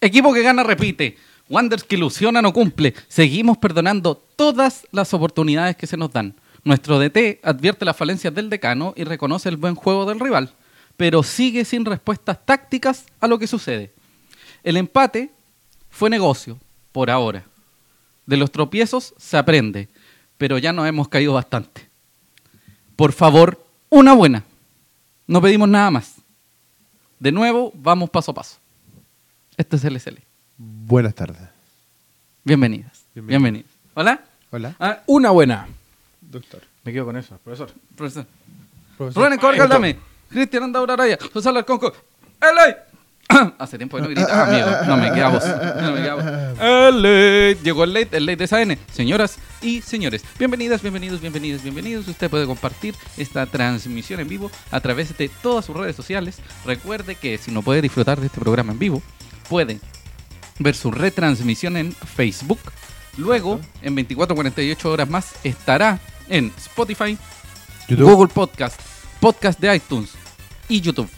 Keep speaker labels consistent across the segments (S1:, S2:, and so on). S1: Equipo que gana repite. Wanders que ilusiona no cumple. Seguimos perdonando todas las oportunidades que se nos dan. Nuestro DT advierte las falencias del decano y reconoce el buen juego del rival, pero sigue sin respuestas tácticas a lo que sucede. El empate fue negocio, por ahora. De los tropiezos se aprende, pero ya nos hemos caído bastante. Por favor, una buena. No pedimos nada más. De nuevo, vamos paso a paso. Este es el SL.
S2: Buenas tardes.
S1: Bienvenidas.
S2: Bienvenidos.
S1: Bienvenidos. Hola.
S2: Hola,
S1: Ah,
S3: Una buena.
S2: doctor.
S3: Me quedo con eso, profesor.
S1: profesor.
S2: Profesor.
S1: Rubén Encobar Galdame, Cristian Andaura Araya, José Alarconco, ¡Eli! Hace tiempo que no grita, amigo. No me queda voz. No me queda voz. El late. Llegó el late, el late de SAN. Señoras y señores, bienvenidas, bienvenidos, bienvenidas, bienvenidos. Usted puede compartir esta transmisión en vivo a través de todas sus redes sociales. Recuerde que si no puede disfrutar de este programa en vivo, puede ver su retransmisión en Facebook. Luego, en 24-48 horas más, estará en Spotify,
S2: YouTube.
S1: Google Podcast, Podcast de iTunes y YouTube.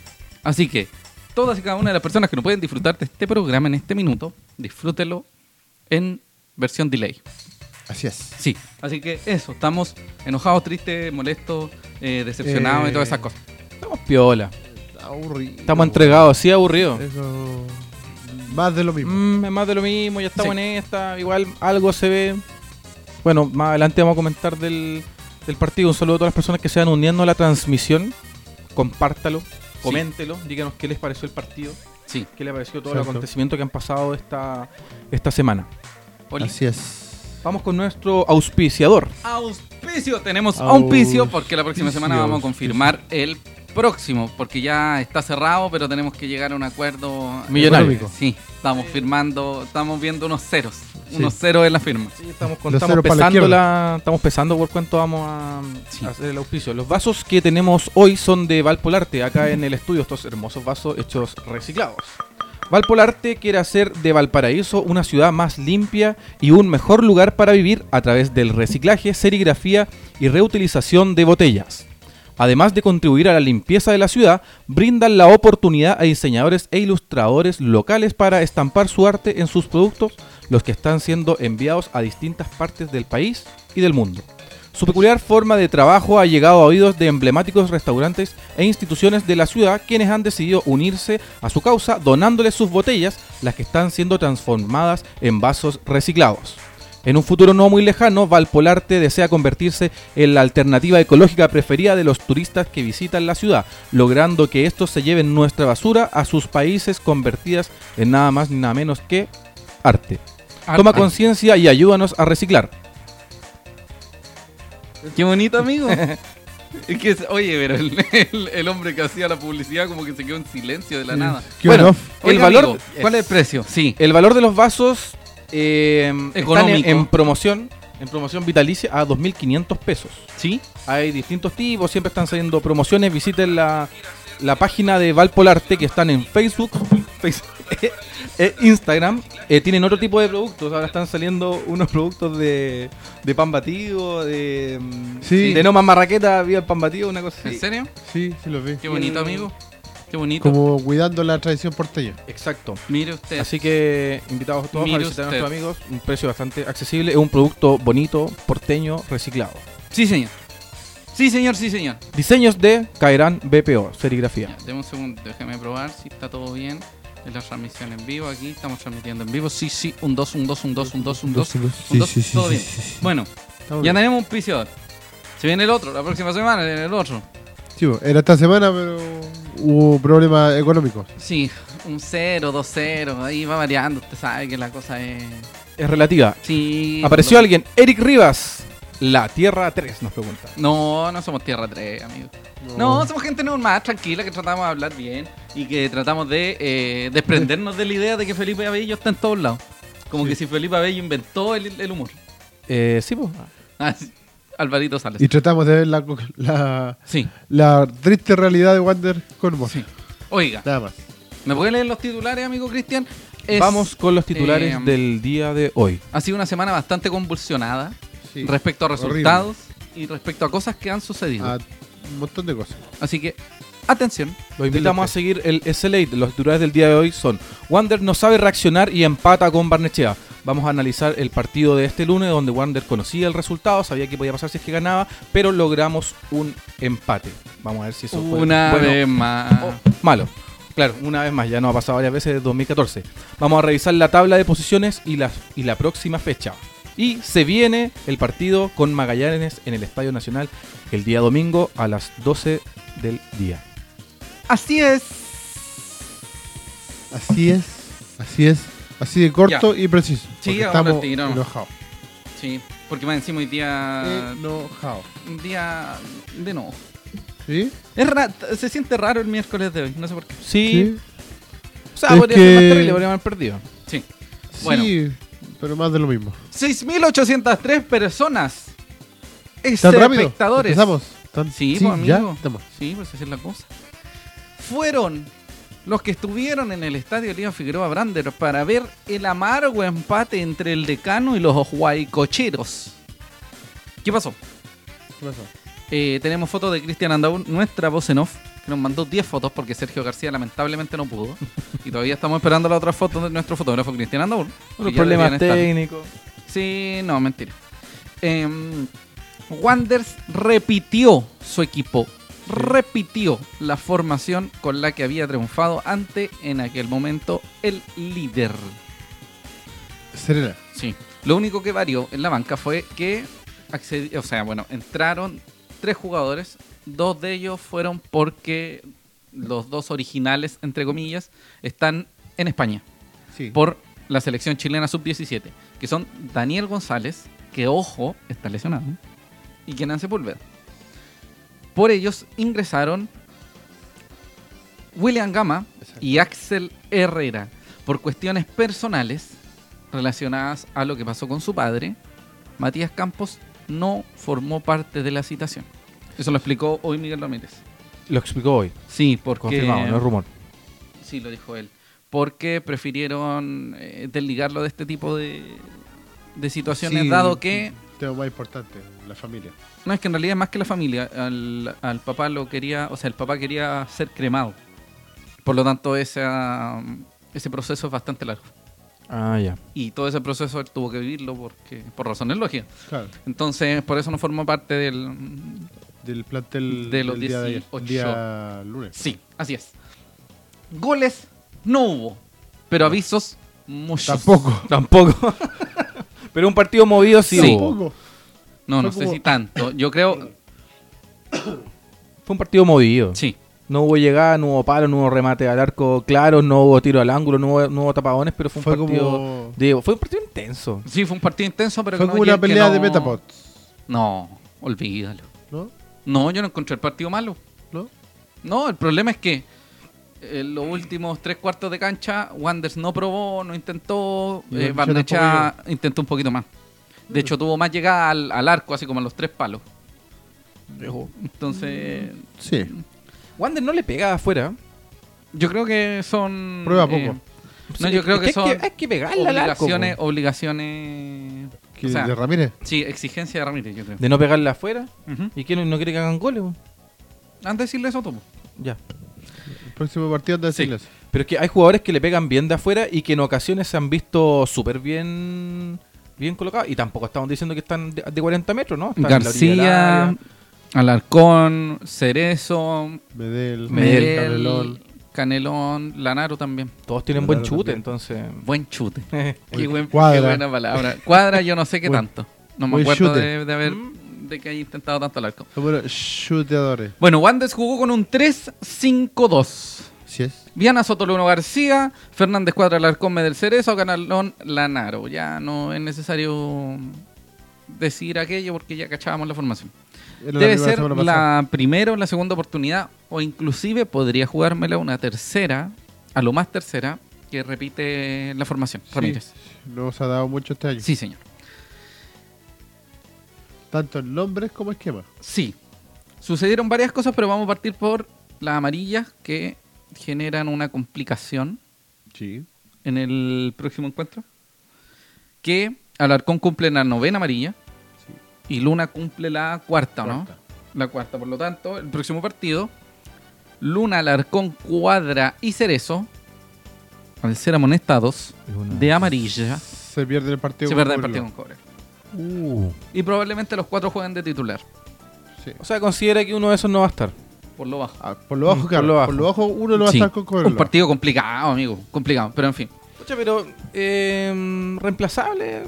S1: Así que todas y cada una de las personas que no pueden disfrutar de este programa en este minuto, disfrútelo en versión delay.
S2: Así es.
S1: Sí, así que eso, estamos enojados, tristes, molestos, eh, decepcionados
S2: Eh,
S1: y todas esas cosas.
S3: Estamos piola.
S2: Aburrido.
S3: Estamos entregados, sí, aburrido.
S2: Eso. Más de lo mismo.
S3: Mm, es más de lo mismo, ya estamos
S1: Sí.
S3: en esta. Igual algo se ve. Bueno, más adelante vamos a comentar del, del partido. Un saludo a todas las personas que se van uniendo a la transmisión. Compártalo, coméntelo, díganos qué les pareció el partido,
S1: Sí,
S3: qué les pareció todo
S2: Exacto.
S3: el acontecimiento que han pasado esta, esta semana.
S1: Oli.
S2: Así es.
S3: Vamos con nuestro auspiciador.
S1: Auspicio, tenemos auspicio
S2: Auspicio.
S1: porque la próxima semana vamos a confirmar el próximo, porque ya está cerrado, pero tenemos que llegar a un acuerdo
S3: Millonario.
S1: económico. Sí, estamos firmando, estamos viendo unos ceros, unos ceros en la firma.
S3: Sí, estamos, con-
S2: Los
S3: estamos
S2: ceros para la
S3: pesando
S2: izquierda.
S3: la- estamos pesando por cuánto vamos a,
S1: Sí.
S3: a hacer el auspicio. Los vasos que tenemos hoy son de Valpolarte, acá en el estudio, estos hermosos vasos hechos reciclados. Valpolarte quiere hacer de Valparaíso una ciudad más limpia y un mejor lugar para vivir a través del reciclaje, serigrafía y reutilización de botellas. Además de contribuir a la limpieza de la ciudad, brindan la oportunidad a diseñadores e ilustradores locales para estampar su arte en sus productos, los que están siendo enviados a distintas partes del país y del mundo. Su peculiar forma de trabajo ha llegado a oídos de emblemáticos restaurantes e instituciones de la ciudad quienes han decidido unirse a su causa donándoles sus botellas, las que están siendo transformadas en vasos reciclados. En un futuro no muy lejano, Valpolarte desea convertirse en la alternativa ecológica preferida de los turistas que visitan la ciudad, logrando que estos se lleven nuestra basura a sus países convertidas en nada más ni nada menos que arte. Toma
S1: Arte.
S3: conciencia y ayúdanos a reciclar.
S1: Qué bonito, amigo. Es que, es- oye, pero el, el- el hombre que hacía la publicidad como que se quedó en silencio de la nada.
S2: Qué
S3: Bueno,
S2: bueno.
S3: El
S1: Oiga,
S3: valor-
S1: amigo, ¿Cuál es el precio? Sí.
S3: El valor de los vasos eh, están en,
S1: Económico.
S3: en promoción, en promoción vitalicia a 2.500 pesos.
S1: ¿Sí?
S3: Hay distintos tipos, siempre están saliendo promociones. Visiten la, la página de Valpolarte que están en Facebook, Face- eh, eh, Instagram. Eh, tienen otro tipo de productos. Ahora están saliendo unos productos de, de pan batido, de, mm,
S2: Sí.
S3: de no más marraqueta, viva el pan batido, una cosa
S1: ¿En
S3: así.
S1: serio?
S2: Sí, sí lo vi.
S1: Qué bonito, amigo. Qué bonito.
S2: Como cuidando la tradición porteña.
S3: Exacto.
S1: Mire usted.
S3: Así que invitados todos
S1: Eh, Mire
S3: a visitar
S1: usted.
S3: a nuestros amigos. Un precio bastante accesible. Es un producto bonito, porteño, reciclado.
S1: Sí, señor. Sí, señor, sí, señor.
S3: Diseños de Caerán BPO,
S1: Ya,
S3: serigrafía.
S1: deme un segundo, déjeme probar si está todo bien. Es la transmisión en vivo, aquí estamos transmitiendo en vivo. Sí, sí, un 2, un 2, un 2, un 2, un 2.
S2: Sí,
S1: dos,
S2: sí, sí,
S1: todo
S2: sí,
S1: bien.
S2: sí, sí.
S1: Bueno,
S2: Estamos
S1: ya
S2: bien.
S1: tenemos un piciador. Se viene el otro, la próxima semana viene el otro.
S2: Sí, bueno, era esta semana, pero hubo problemas económicos.
S1: Sí, un 0, 2, 0, ahí va variando, usted sabe que la cosa es...
S3: Es relativa.
S1: Sí.
S3: Apareció
S1: no-
S3: alguien, Eric Rivas. La Tierra 3 nos pregunta.
S1: No, no somos Tierra 3, amigo. No, somos gente normal, tranquila, que tratamos de hablar bien y que tratamos de eh, desprendernos de la idea de que Felipe Abello está en todos lados. Como que si Felipe Abello inventó el- el humor.
S3: Eh, sí, po.
S1: Ah, sí. Alvarito Sales.
S2: Y tratamos de ver la, co- la,
S1: Sí,
S2: la triste realidad de Wander con humor.
S1: sí. Oiga,
S2: Nada más.
S1: ¿me puede leer los titulares, amigo Cristian? Es-
S3: Vamos con los titulares
S1: eh,
S3: del día de hoy.
S1: Ha sido una semana bastante convulsionada
S2: Sí.
S1: respecto a
S2: Horrible.
S1: resultados y respecto a cosas que han sucedido.
S2: Ah, un montón de cosas.
S1: Así que Atención.
S3: Los invitamos a seguir el SLA. Los titulares del día de hoy son: Wander no sabe reaccionar y empata con Barnechea. Vamos a analizar el partido de este lunes, donde Wander conocía el resultado, sabía que podía pasar si es que ganaba, pero logramos un empate. Vamos a ver si eso fue
S1: Una
S3: bueno
S1: vez más.
S3: o Ah. malo. Claro, una vez más, ya nos ha pasado varias veces desde 2014. Vamos a revisar la tabla de posiciones y la, y la próxima fecha. Y se viene el partido con Magallanes en el Estadio Nacional el día domingo a las 12 del día.
S1: Así es.
S2: Así es, así es, así de corto y preciso.
S1: Sí,
S2: porque
S1: ahora
S2: estamos
S1: tiro.
S2: enojados.
S1: Sí, porque más encima hoy día.
S2: Enojados.
S1: Un día de no.
S2: ¿Sí?
S1: Es ra- se siente raro el miércoles de hoy, no sé por qué.
S3: Sí, o sea,
S2: Es
S3: podría ser más
S2: que-
S3: terrible, podría haber perdido.
S1: Sí.
S2: Sí,
S1: Bueno.
S2: sí, pero más de lo mismo.
S1: 6.803 personas.
S2: ¿Tan rápido?
S1: Espectadores.
S2: ¿Empezamos? ¿Tan-
S1: Sí, pues,
S2: ya,
S1: amigo.
S2: estamos.
S1: Sí, pues esa es la cosa. Fueron los que estuvieron en el estadio Lía Figueroa Brander para ver el amargo empate entre el decano y los guaycocheros. ¿Qué pasó?
S2: ¿Qué pasó?
S1: Eh, tenemos fotos de Cristian Andaun, nuestra voz en off, que nos mandó 10 fotos porque Sergio García lamentablemente no pudo. Y todavía estamos esperando la otra foto de nuestro fotógrafo Cristian Andaun. que
S3: Los
S1: ya
S3: problemas
S1: deberían estar.
S3: técnicos.
S1: Sí, no, mentira. Em, Wanders repitió su equipo, repitió la formación con la que había triunfado ante, en aquel momento, el líder.
S2: Serena.
S1: Sí. Lo único que varió en la banca fue que, accedi- o sea, bueno, entraron tres jugadores, dos de ellos fueron porque los dos originales, entre comillas, están en España
S2: Sí.
S1: por la selección chilena sub-17, que son Daniel González, que ojo, está lesionado, y Kenan Sepúlveda. Por ellos ingresaron William Gama
S2: Exacto.
S1: y Axel Herrera por cuestiones personales relacionadas a lo que pasó con su padre. Matías Campos no formó parte de la citación. Eso lo explicó hoy Miguel Ramírez.
S3: Lo explicó hoy,
S1: Sí, porque
S3: confirmado, no es rumor.
S1: Sí, lo dijo él. Porque prefirieron eh, desligarlo de este tipo de, de situaciones,
S2: Sí,
S1: dado que
S2: Tema más importante, la familia.
S1: no es que en realidad es más que la familia. Al, al papá lo quería, o sea, el papá quería ser cremado. Por lo tanto, esa, ese proceso es bastante largo.
S3: Ah, ya.
S1: Y todo ese proceso él tuvo que vivirlo porque por razones lógicas.
S2: Claro,
S1: Entonces, por eso no formó parte del.
S2: del plantel
S1: De los
S2: del día de ayer,
S1: 18.
S2: día lunes.
S1: Sí, así es. Goles no hubo, pero avisos muchos.
S2: Tampoco.
S3: Tampoco. Pero un partido movido sí,
S1: Sí.
S3: hubo.
S2: Tampoco.
S1: No,
S2: Fue
S1: no sé
S2: como-
S1: si tanto. Yo creo.
S3: Fue un partido movido.
S1: Sí.
S3: No hubo llegada, no hubo paro, no hubo remate al arco claro, no hubo tiro al ángulo, no hubo, no hubo tapadones, pero fue un
S2: Fue
S3: partido.
S2: como-
S3: Diego, fue un partido intenso.
S1: Sí, fue un partido intenso, pero
S2: Fue
S1: que
S2: como
S1: no-
S2: una
S1: que
S2: pelea
S1: no-
S2: de Metapods,
S1: No, olvídalo.
S2: ¿no?
S1: No, yo no encontré el partido malo.
S2: ¿No?
S1: No, el problema es que en los últimos tres cuartos de cancha, Wanders no probó, no intentó,
S2: Y
S1: eh,
S2: Barnechea
S1: Barnechea
S2: tampoco
S1: intentó un poquito más. De hecho, tuvo más llegada al, al arco, así como a los tres palos. Entonces,
S2: Sí.
S3: Wander no le pegaba afuera.
S1: yo creo que son.
S2: Prueba
S1: eh,
S2: poco.
S1: no, yo creo
S3: Es
S1: que, son
S3: Hay que, hay que pegarle al arco.
S1: obligaciones,
S3: po.
S1: obligaciones.
S2: Que
S1: o sea,
S2: de Ramírez.
S1: sí, exigencia de Ramírez, yo creo.
S3: De no pegarle afuera.
S1: Ujú.
S3: ¿Y que no, no quiere que hagan goles? po.
S1: Antes de decirle eso, tomo.
S3: Ya.
S2: El próximo partido anda a
S1: Sí.
S2: decirles.
S3: Pero es que hay jugadores que le pegan bien de afuera y que en ocasiones se han visto súper bien bien colocados. Y tampoco estamos diciendo que están de, de 40 metros, ¿no? Están en la orilla del
S1: García,
S3: área.
S1: Alarcón, Cerezo,
S2: Medel,
S1: Medel, Canelón.
S2: Canelón.
S1: Lanaro también.
S3: Todos tienen buen
S2: Claro,
S3: chute,
S2: también.
S3: entonces.
S1: Buen chute. Qué, buen- qué
S2: Cuadra.
S1: buena palabra. Cuadra, yo no sé qué
S2: Buen-
S1: tanto. No me
S2: buen
S1: acuerdo
S2: chute.
S1: de, de haber de que haya intentado tanto el arco.
S2: Son buenos chuteadores.
S1: Bueno, Wandes jugó con un 3-5-2.
S2: Sí es.
S1: Viana Sotoluno García, Fernández Cuadra Alarcón Medel Cerezo, Canalón Lanaro. Ya no es necesario decir aquello porque ya cachábamos la formación.
S2: Era
S1: Debe
S2: primera
S1: ser
S2: semana pasada.
S1: la primera o la segunda oportunidad, o inclusive podría jugármela una tercera, a lo más tercera, que repite la formación.
S2: Sí,
S1: Ramírez.
S2: No se ha dado mucho este año.
S1: Sí, señor.
S2: Tanto en nombres como esquema.
S1: Sí. Sucedieron varias cosas, pero vamos a partir por las amarillas que generan una complicación
S2: Sí.
S1: en el próximo encuentro. Que Alarcón cumple la novena amarilla
S2: Sí.
S1: y Luna cumple la cuarta, ¿no?
S2: Cuarta.
S1: La cuarta, por lo tanto, el próximo partido Luna, Alarcón, Cuadra y Cerezo, al ser amonestados
S3: Luna.
S1: de amarilla,
S2: Se pierde el partido.
S1: se
S2: con
S1: pierden el
S2: Colo.
S1: partido con Cobra.
S3: Uh.
S1: Y probablemente los cuatro jueguen de titular,
S2: Sí.
S3: O sea, considera que uno de esos no va a estar.
S1: por lo bajo.
S2: Ah, por lo bajo,
S3: Por
S2: claro,
S3: lo bajo.
S2: Por lo bajo uno lo va
S1: Sí,
S2: a estar con Cobreloa.
S1: Un partido complicado, amigo, complicado, pero en fin.
S3: Pucha, pero eh, reemplazable.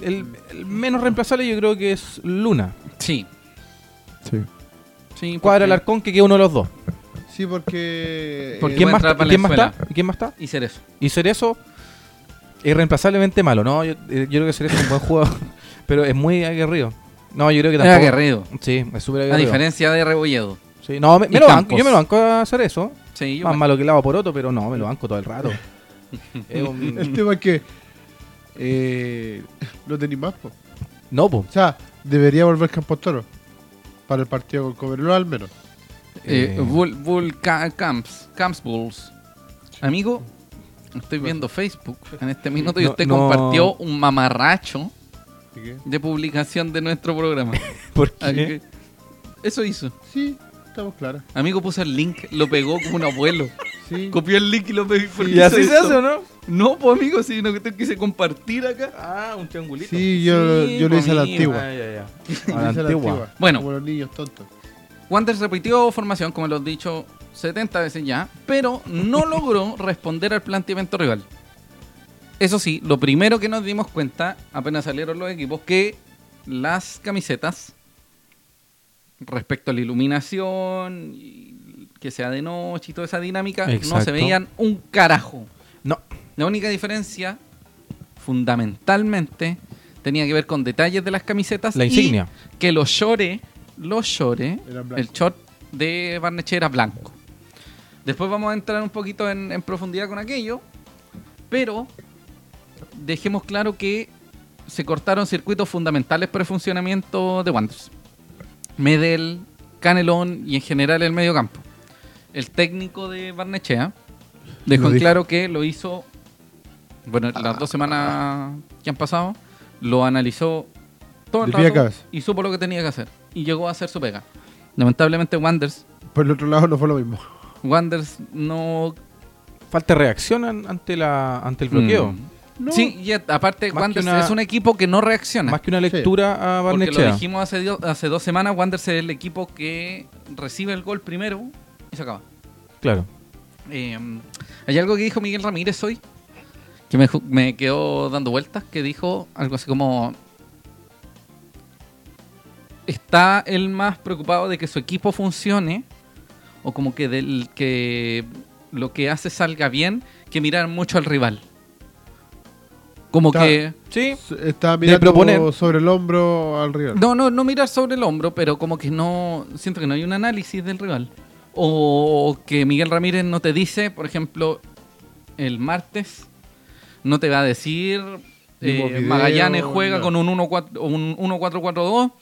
S3: El, el menos reemplazable yo creo que es Luna.
S1: Sí,
S2: Sí.
S1: sí.
S3: Cuadra
S1: porque-
S3: Alarcón que queda uno de los dos.
S2: Sí, porque.
S1: ¿Por
S2: eh,
S1: qué?
S3: ¿Quién,
S1: va a
S3: más,
S1: entrar
S3: está? ¿Quién más está?
S1: Valenzuela.
S3: ¿Y quién más está?
S1: Y Cerezo.
S3: Y Cerezo irreemplazablemente malo, ¿no? Yo, eh, yo creo que Cerezo es un buen jugador, pero es muy aguerrido. No, yo creo que
S1: Es
S3: tampoco.
S1: aguerrido.
S3: Sí, es súper
S1: A
S3: aguerrido.
S1: diferencia de Rebolledo.
S3: Sí, No, me, me
S1: Y
S3: lo banco,
S1: Campos.
S3: yo me lo banco a Cerezo.
S1: Sí, yo
S3: Más malo que el agua por otro, pero no, me lo banco todo el rato. Es
S2: El
S3: un-
S2: tema es que. Eh, no tenéis más, po.
S3: No, po.
S2: O sea, debería volver Campos Toro. Para el partido con Cobreloa, al menos.
S1: Eh,
S3: Eh,
S1: Bull, Bull Ca- Camps, Camps Bulls. Amigo, estoy viendo Facebook en este minuto y
S3: No,
S1: usted
S3: no.
S1: compartió un mamarracho
S2: Así que-
S1: de publicación de nuestro programa.
S3: ¿Por
S1: Ah, que-
S3: qué?
S1: Eso hizo.
S2: Sí, estamos claras.
S1: Amigo puso el link, lo pegó como un abuelo.
S2: Sí.
S1: Copió el link y lo pegó. ¿por qué
S3: ¿Y así
S1: hizo
S3: se
S1: esto?
S3: hace o no?
S1: No, pues amigo, sino que te quise compartir acá.
S3: Ah, un triangulito.
S2: Sí, yo,
S1: Sí,
S2: yo lo hice a la
S1: amigo.
S2: antigua.
S3: Ah, ya, ya.
S2: Lo
S3: A la
S2: hice a la
S3: antigua.
S2: antigua.
S1: Bueno.
S2: Como los niños tontos.
S1: Wander repitió formación, como lo he dicho 70 veces ya, pero no logró responder al planteamiento rival. Eso sí, lo primero que nos dimos cuenta, apenas salieron los equipos, que las camisetas, respecto a la iluminación, y que sea de noche y toda esa dinámica, no se
S3: Exacto.
S1: veían un carajo.
S3: No,
S1: La única diferencia, fundamentalmente, tenía que ver con detalles de las camisetas.
S3: La
S1: y
S3: insignia.
S1: que los shorts, los shorts,
S2: Eran blancos.
S1: el short de Barneche era blanco. Después vamos a entrar un poquito en, en profundidad con aquello, pero dejemos claro que se cortaron circuitos fundamentales para el funcionamiento de Wanderers. Medel, Canelón y en general el mediocampo. El técnico de Barnechea dejó
S2: Lo
S1: en
S2: dijo.
S1: claro que lo hizo, bueno, las dos semanas que han pasado, lo analizó todo el
S2: De pie a
S1: rato
S2: cabeza.
S1: y supo lo que tenía que hacer. Y llegó a hacer su pega. Lamentablemente Wanders,
S2: Por el otro lado no fue lo mismo.
S1: Wanders no...
S3: falta reacción an- ante, la, ante el bloqueo.
S1: Mm. Sí, y a- aparte
S3: Más que
S1: Wanders
S3: una-
S1: es un equipo que no reacciona.
S3: Más que una lectura a
S1: Porque
S3: Barnechea.
S1: lo dijimos hace, dio- hace dos semanas, Wanderers es el equipo que recibe el gol primero y se acaba.
S3: Claro.
S1: Eh, hay algo que dijo Miguel Ramírez hoy que me, ju- me quedó dando vueltas, que dijo algo así como... Está él más preocupado de que su equipo funcione o como que del que lo que hace salga bien que mirar mucho al rival. Como
S2: Está-
S1: que...
S3: Sí,
S2: Estaba mirando
S3: proponer.
S2: sobre el hombro al rival.
S1: No, no, no mirar sobre el hombro, pero como que no. Siento que no hay un análisis del rival. O que Miguel Ramírez no te dice, por ejemplo, el martes, no te va a decir
S2: Vimos
S1: eh,
S2: video,
S1: Magallanes juega
S2: no.
S1: con un 1-4 un 1-4-4-2.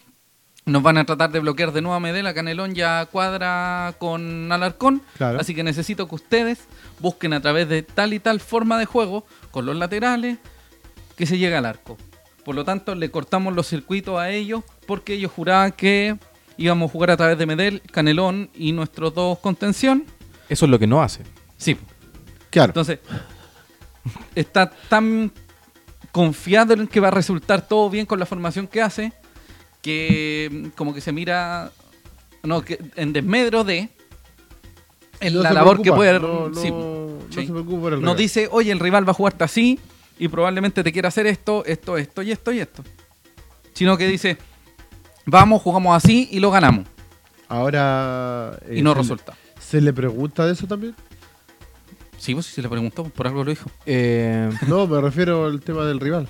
S1: Nos van a tratar de bloquear de nuevo a Medela, Canelón ya cuadra con Alarcón.
S2: Claro.
S1: Así que necesito que ustedes busquen a través de tal y tal forma de juego, con los laterales, que se llega al arco. Por lo tanto, le cortamos los circuitos a ellos porque ellos juraban que íbamos a jugar a través de Medel, Canelón y nuestros dos contención.
S3: eso es lo que no hace.
S1: Sí.
S2: Claro.
S1: Entonces, está tan confiado en que va a resultar todo bien con la formación que hace que mm, como que se mira no, que en desmedro de en
S2: No
S1: la
S2: se
S1: labor que
S2: preocupa,
S1: puede...
S2: No, no,
S1: sí.
S2: no
S1: sí.
S2: se preocupa por el
S1: Nos
S2: rival.
S1: dice, oye, el rival va a jugarte así y probablemente te quiera hacer esto, esto, esto y esto y esto. Sino que dice, vamos, jugamos así y lo ganamos.
S2: Ahora.
S1: Y
S2: eh,
S1: no
S2: se le-
S1: resulta.
S2: ¿Se le pregunta de eso también?
S1: Sí, vos sí se le preguntó, por algo lo dijo.
S3: Eh,
S2: No, me refiero al tema del rival.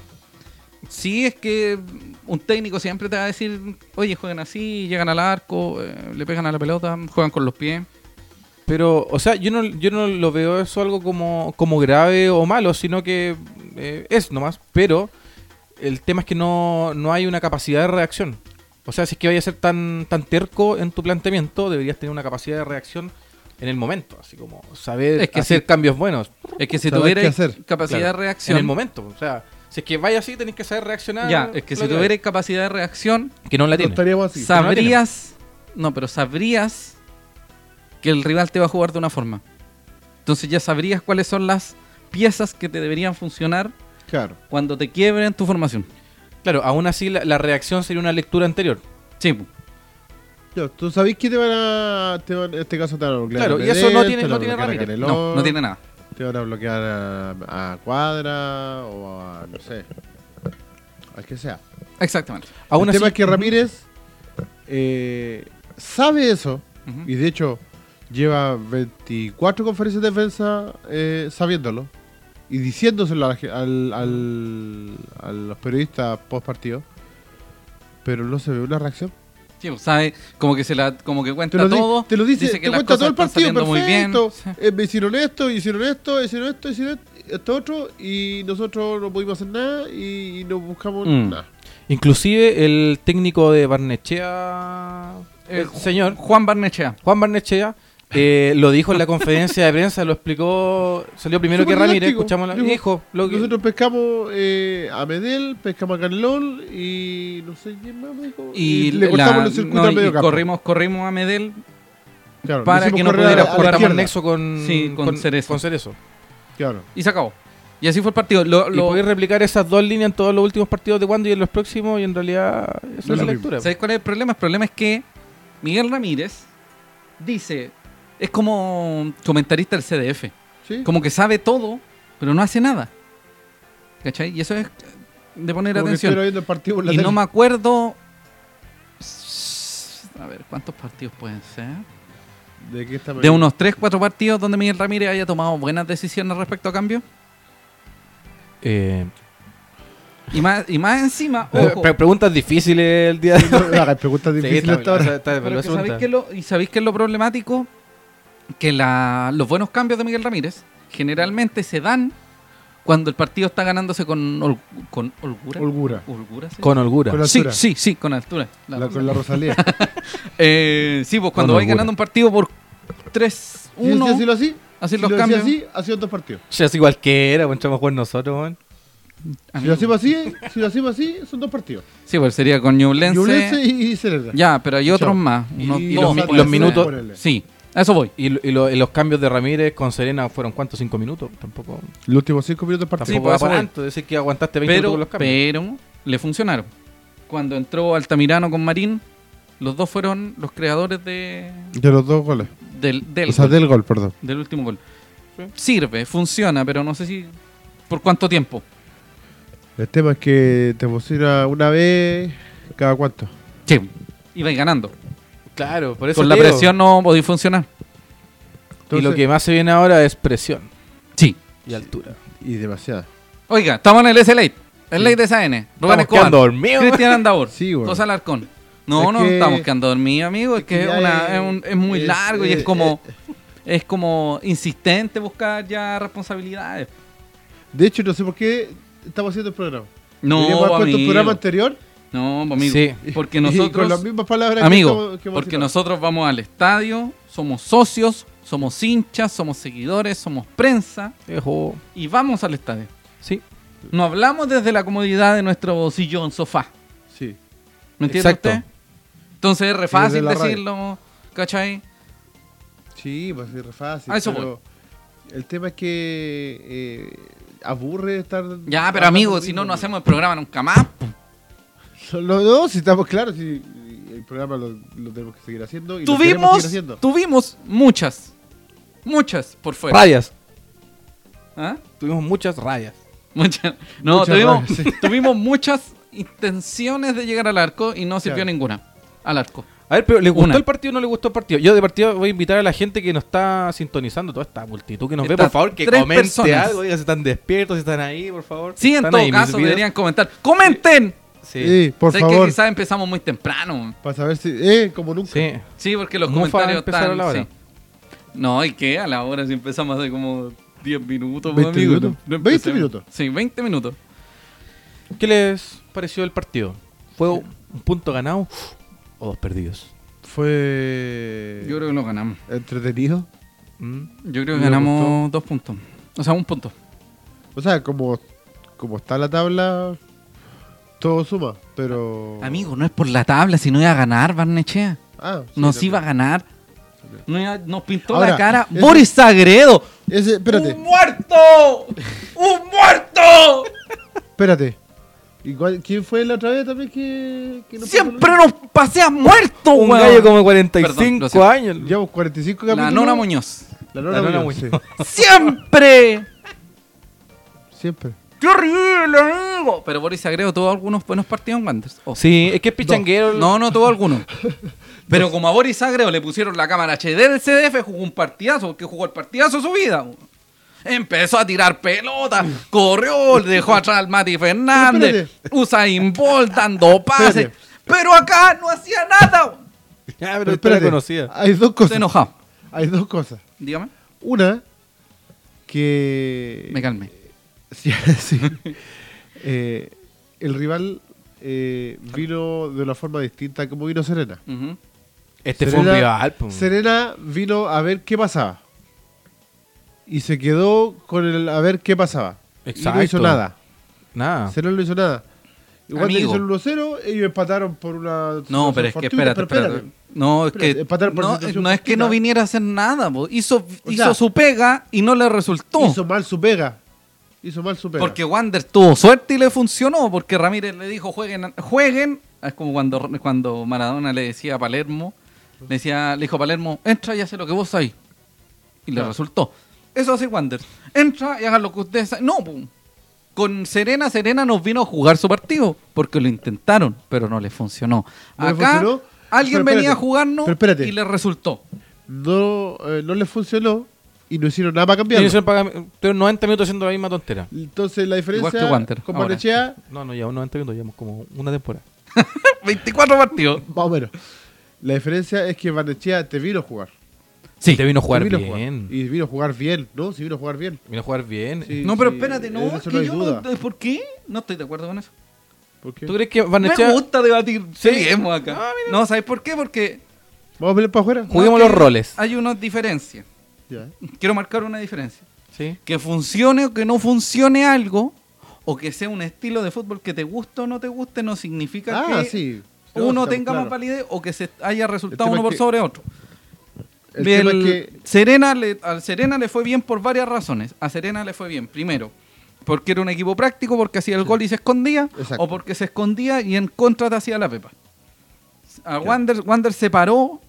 S1: Sí, es que un técnico siempre te va a decir, oye, juegan así, llegan al arco, eh, le pegan a la pelota, juegan con los pies.
S3: pero, o sea, yo no, yo no lo veo eso algo como, como grave o malo, sino que eh, es nomás. Pero el tema es que no, no hay una capacidad de reacción. O sea, si es que vayas a ser tan, tan terco en tu planteamiento, deberías tener una capacidad de reacción en el momento. Así como saber
S1: Es que
S3: hacer
S1: sí.
S3: cambios buenos
S1: Es que si
S2: Saber
S1: tuviera
S2: qué hacer.
S1: capacidad
S3: Claro,
S1: de reacción...
S3: en el momento. O sea, si es que vaya así, tenés que saber reaccionar.
S1: Ya, es que
S3: lo
S1: si
S3: hay.
S1: tuviera capacidad de reacción,
S3: Que no la
S2: No
S3: tiene.
S2: estaríamos así.
S3: no la tiene.
S1: sabrías... No, pero sabrías que el rival te va a jugar de una forma. Entonces ya sabrías cuáles son las piezas que te deberían funcionar
S2: Claro.
S1: cuando te quiebren tu formación.
S3: Claro, aún así la, la reacción sería una lectura anterior.
S1: Sí, pues. po.
S2: Ya, Tú sabés que te van a. te van- en este caso te van a bloquear.
S3: Claro,
S2: a
S3: y eso
S2: Medel,
S3: no
S2: te
S3: tiene-
S2: van
S3: no
S2: a
S3: tiene
S2: bloquear a
S3: Ramírez.
S2: Canelón,
S1: no, no tiene nada.
S2: Te van a bloquear a, a Cuadra o a. no sé. Al que sea.
S1: Exactamente.
S3: Aún
S2: el
S3: así,
S2: tema es que Ramírez eh, sabe eso
S1: Ujú.
S2: y de hecho lleva 24 conferencias de defensa eh, sabiéndolo y diciéndoselo a, la ge- al- al- a los periodistas post partido, pero no se ve una reacción.
S1: Sí, po, sabe, como que se la, como que
S2: Te
S1: cuenta
S2: lo, di-
S1: todo.
S2: te lo dice, te
S1: las
S2: cuenta todo el
S1: cosas
S2: partido,
S1: están saliendo
S2: perfecto.
S1: Muy bien. Sí.
S2: eh, me hicieron esto, hicieron esto, hicieron esto, hicieron esto otro, y nosotros no pudimos hacer nada y, y no buscamos
S1: Mm.
S2: nada.
S3: inclusive el técnico de Barnechea,
S1: Eh,
S3: el señor
S1: Juan Barnechea.
S3: Juan Barnechea, eh, lo dijo en la conferencia de prensa, lo explicó, salió primero
S2: Súper
S3: que Ramírez,
S2: didáctico.
S3: escuchamos la,
S2: Digo,
S3: dijo, lo que-
S2: Nosotros pescamos eh, a Medel, pescamos a Canelón y no sé quién más me dijo.
S1: Y,
S2: le
S1: la-
S2: cortamos el circuito
S1: no,
S2: al
S1: y
S2: medio campo.
S1: corrimos, corrimos a Medel.
S2: Claro, le
S1: para
S2: hicimos
S1: que no
S2: correr a-
S1: pudiera
S2: a la
S3: lo
S1: jugar
S3: cortamos
S2: izquierda.
S3: nexo con,
S1: Sí, con Cerezo.
S3: con Cerezo.
S2: Claro.
S1: y se acabó. Y así fue el partido. Lo,
S3: Y
S1: lo-
S3: podéis replicar esas dos líneas en todos los últimos partidos de Wanda y en los próximos, y en realidad esa es
S2: No es lo
S3: la
S2: mismo.
S3: lectura.
S1: ¿Sabéis cuál es el problema? El problema es que Miguel Ramírez dice, es como comentarista del CDF,
S2: Sí.
S1: como que sabe todo, pero no hace nada. ¿Cachai? Y eso es de poner
S2: Como que estuviera
S1: atención.
S2: viendo el partido por la
S1: Y
S2: tele.
S1: no me acuerdo... A ver, ¿cuántos partidos pueden ser?
S2: de, qué está
S1: De unos 3, 4 partidos donde Miguel Ramírez haya tomado buenas decisiones respecto a cambio.
S3: Eh,
S1: Y más, y más encima,
S3: pre-
S1: ojo,
S3: pre- preguntas difíciles el día de hoy.
S2: Las preguntas
S3: Sí,
S2: difíciles
S3: está-
S2: hasta ahora.
S3: está- está-
S1: Pero
S3: pero
S1: es que ¿sabéis
S3: pregunta.
S1: qué es lo, ¿Y sabéis qué es lo problemático? Que la- los buenos cambios de Miguel Ramírez generalmente se dan cuando el partido está ganándose con, hol- con holgura.
S2: Holgura.
S1: ¿Holgura se
S3: Con
S2: Con
S3: holgura.
S2: la
S1: dice? sí,
S2: altura.
S1: sí, sí, con altura. La-
S2: La- con la Rosalía.
S1: Eh, sí, pues cuando
S3: Con
S1: vais
S3: holgura.
S1: ganando un partido por
S2: Y si
S1: 3-1,
S2: hacían así,
S1: Así
S2: si
S1: los
S2: lo hacía
S1: cambios.
S2: así, hacían dos partidos.
S3: Ya es cualquiera, pues entramos a jugar nosotros, weón.
S2: Si lo hacemos así, si lo hacemos así, son dos partidos.
S1: sí, pues sería con Ñublense.
S2: Ñublense y, y Celebra.
S1: Ya, pero hay otros
S2: Chao.
S1: más. unos-
S2: Y
S3: los
S1: dos,
S3: mi-
S1: puede
S3: los
S1: ser.
S3: minutos-
S1: Sí, a eso voy.
S3: Y, lo- y lo- y los cambios de Ramírez con Serena fueron cuántos, cinco minutos. Tampoco,
S2: Los últimos cinco minutos del partido.
S3: tampoco
S1: por
S3: va
S1: eso
S3: para
S1: voy.
S3: tanto decir que aguantaste 20 minutos
S1: pero,
S3: con los cambios.
S1: pero le funcionaron. Cuando entró Altamirano con Marín, los dos fueron los creadores de,
S2: De los dos goles.
S1: del, del,
S2: o sea,
S1: gol,
S2: del gol, perdón.
S1: del último gol. Sirve, funciona, pero no sé si por cuánto tiempo.
S2: El tema es que te pusieron una vez cada cuánto.
S1: Sí. Iba ganando.
S3: claro, por eso
S1: Con la
S3: te digo.
S1: presión no podía funcionar.
S3: y lo que más se viene ahora es presión
S1: Sí.
S3: y altura.
S2: Y demasiada.
S1: Oiga, estamos en el S-Late. El Late de SAN. Rubén
S3: Estamos
S1: Escobar.
S3: quedando dormidos.
S1: Cristian Andaur.
S2: Sí, güey.
S1: José Alarcón. No,
S2: Es
S1: no
S2: que-
S1: estamos quedando dormidos, amigo. Es que
S2: que
S1: es,
S2: ya
S1: una-
S2: es-
S1: es un- es muy
S2: es-
S1: largo y es
S2: eh,
S1: como... Es como insistente buscar ya responsabilidades.
S2: De hecho, no sé por qué estamos haciendo el programa. Deberíamos
S1: No,
S2: haber puesto el programa
S1: amigo.
S2: anterior.
S1: No, amigo.
S3: Sí.
S1: Porque
S2: y
S1: nosotros...
S2: con las mismas palabras que
S1: Amigo,
S2: estamos- que hemos
S1: porque
S2: citado.
S1: nosotros vamos al estadio, somos socios, somos hinchas, somos seguidores, somos prensa
S3: Ejo.
S1: y vamos al estadio.
S3: Eh, Sí,
S1: No hablamos desde la comodidad de nuestro sillón sofá.
S2: Sí.
S1: ¿Me entiende
S3: Exacto.
S1: usted? Entonces es re
S2: Sí, desde
S1: fácil
S2: la radio.
S1: decirlo, ¿cachai?
S2: Sí, pues es re fácil.
S1: A eso
S2: pero El tema es que eh, aburre estar.
S1: Ya, pero
S2: hablando
S1: amigo,
S2: lo
S1: si
S2: mismo,
S1: no, no
S2: güey.
S1: hacemos el programa nunca más. pues, po.
S2: No, no, si estamos claros, si el programa lo, lo tenemos que seguir haciendo. Y lo queremos
S1: Tuvimos,
S2: seguir haciendo.
S1: tuvimos muchas, muchas por fuera.
S3: rayas.
S1: ¿Ah?
S3: Tuvimos muchas rayas.
S1: Muchas. No,
S2: Muchas
S1: tuvimos,
S2: raras, sí.
S1: tuvimos muchas intenciones de llegar al arco y no sirvió
S2: Claro.
S1: ninguna al arco.
S3: A ver, pero ¿les gustó
S1: Una.
S3: el partido o no les gustó el partido? Yo de partido voy a invitar a la gente que nos está sintonizando, toda esta multitud que nos ve,
S1: Estas
S3: por favor, que
S1: tres
S3: comente
S1: personas.
S3: algo, diga si están despiertos, si están ahí, por favor.
S1: Sí, en
S3: Están
S1: todo
S3: ahí mis
S1: caso
S3: videos.
S1: deberían comentar. ¡Comenten!
S3: Sí.
S2: Sí, por
S1: Sé
S2: favor.
S1: que quizás empezamos muy temprano.
S2: Para saber si. Eh, como nunca.
S3: Sí.
S1: Sí, porque los
S3: Mufa
S1: comentarios
S3: empezar
S1: están...
S3: a la hora.
S1: sí. No, ¿y qué? A la hora si empezamos hace como 10 minutos, pues,
S2: 20
S1: amigo.
S2: minutos.
S1: No empecemos.
S2: 20 minutos.
S1: Sí, 20 minutos.
S3: ¿Qué les pareció el partido? ¿Fue un punto ganado o dos perdidos?
S2: Fue.
S1: Yo creo que lo ganamos.
S2: Entretenido.
S3: Mm.
S1: Yo creo que
S2: Me
S1: ganamos dos puntos. O sea, un punto.
S2: O sea, como, como está la tabla, todo suma, pero...
S1: Ah, Amigo, no es por la tabla, si no iba a ganar Barnechea.
S2: Ah, Oh. sí,
S1: Nos
S2: también.
S1: iba a ganar. Nos nos pintó la
S2: Ahora,
S1: cara
S2: eso-
S1: Boris Sagredo.
S2: Ese- espérate,
S1: Uh,
S3: ¡Un muerto! ¡Un muerto!
S2: espérate. ¿Y cuál- ¿Quién fue la otra vez también que, que nos
S3: Siempre nos paseas muerto,
S1: Un
S3: Un
S1: gallo
S3: gallo como
S1: Perdón,
S3: 45
S1: lo siento.
S3: años.
S2: Llevamos 45
S1: La
S2: capítulos.
S1: Nona Muñoz.
S2: La Nona,
S3: La Nona
S2: Muñoz,
S3: Muñoz.
S1: ¡Siempre!
S2: sí, siempre.
S1: ¡Qué horrible, amigo! Pero Boris Sagredo tuvo algunos buenos partidos en Wanderers. Ojo.
S3: Sí, es que es pichanguero.
S1: No, no tuvo alguno. Pero como a Boris Sagredo le pusieron la cámara HD del CDF, jugó un partidazo, porque jugó el partidazo de su vida. bo. Empezó a tirar pelota, corrió, le dejó atrás al Mati Fernández, Usain Bolt dando pases.
S2: Espérate.
S1: Pero acá no hacía nada. bo.
S3: Ah,
S2: Pero
S3: pero esta la
S2: espérate,
S3: conocía.
S2: Hay dos
S1: Estoy
S2: cosas.
S1: enojado.
S2: Hay dos cosas.
S1: Dígame.
S2: Una, que.
S1: Me calmé.
S2: Sí, sí. Eh, el rival eh, vino de una forma distinta como vino Serena.
S1: Ujú.
S3: Este
S2: Serena,
S3: fue un rival. po.
S2: Serena vino a ver qué pasaba. Y se quedó con el a ver qué pasaba. Y no
S3: Exacto.
S2: hizo nada.
S3: Nada.
S2: Serena no hizo nada. Igual
S1: Ah. Amigo.
S2: hizo el 1-0, ellos empataron por una.
S1: No,
S2: situación
S1: pero es que
S2: fortuita,
S1: espérate,
S2: pero
S1: espérate. No, es que
S2: Espérate, empatar por
S1: no,
S2: situación
S1: no es que
S2: fortuita.
S1: no viniera a hacer nada. bo. Hizo,
S2: O
S1: hizo
S2: sea,
S1: su pega y no le resultó.
S2: Hizo mal su pega. Hizo mal su pega.
S1: Porque Wander tuvo suerte y le funcionó, porque Ramírez le dijo, jueguen, jueguen. Es como cuando, cuando Maradona le decía a Palermo, le, decía, le dijo a Palermo, entra y hace lo que vos sabés. Y le
S2: Claro.
S1: resultó. Eso hace Wander. Entra y haga lo que ustedes saben. No, pum. Con Serena, Serena nos vino a jugar su partido, porque lo intentaron, pero no le funcionó.
S2: No le
S1: Acá
S2: funcionó,
S1: alguien
S2: pero
S1: venía a
S2: espérate,
S1: jugarnos
S2: pero espérate.
S1: y le resultó.
S2: No, eh, no les funcionó y no hicieron nada para cambiarlo.
S3: Ellos pagan- tuvieron 90 minutos haciendo la misma tontera.
S2: Entonces la diferencia
S1: que Wander,
S2: con
S1: ahora.
S2: Barnechea,
S3: No, no, llevamos 90 minutos, llevamos como una temporada.
S1: 24 partidos.
S2: más o menos. La diferencia es que Barnechea te vino a jugar.
S1: Sí.
S3: Y te vino a jugar
S2: Te vino a
S3: bien.
S2: Y vino a jugar bien, ¿no? Sí, vino a jugar bien.
S3: Vino a jugar bien.
S2: Sí,
S1: No, pero
S2: sí,
S1: espérate, no,
S2: en
S1: es
S2: eso
S1: que
S2: no hay
S1: yo
S2: duda.
S1: no- ¿Por qué? No estoy de acuerdo con eso.
S2: ¿Por qué?
S3: ¿Tú crees que Van
S1: Me gusta debatir.
S3: Sí.
S1: Seguimos acá.
S3: Ah,
S1: no, ¿sabéis por qué? Porque
S2: ¿Vamos a pelear para afuera?
S3: Juguemos
S1: no,
S3: los
S1: que
S3: roles.
S1: hay unas diferencias.
S2: Ya, eh.
S1: Quiero marcar una diferencia.
S3: Sí.
S1: Que funcione o que no funcione algo, o que sea un estilo de fútbol que te guste o no te guste, no significa
S2: Ah,
S1: que
S2: sí.
S1: uno
S2: Estamos-
S1: tenga más
S2: claro.
S1: validez o que se haya resultado
S2: tema
S1: uno
S2: es
S1: por
S2: que-
S1: sobre otro.
S2: El
S1: Del-
S2: tema es que.
S1: Serena le, al Serena le fue bien por varias razones. A Serena le fue bien, primero, porque era un equipo práctico, porque hacía el gol y se escondía,
S2: Exacto.
S1: o porque se escondía y en contra te hacía la pepa. A Wander, Wander se paró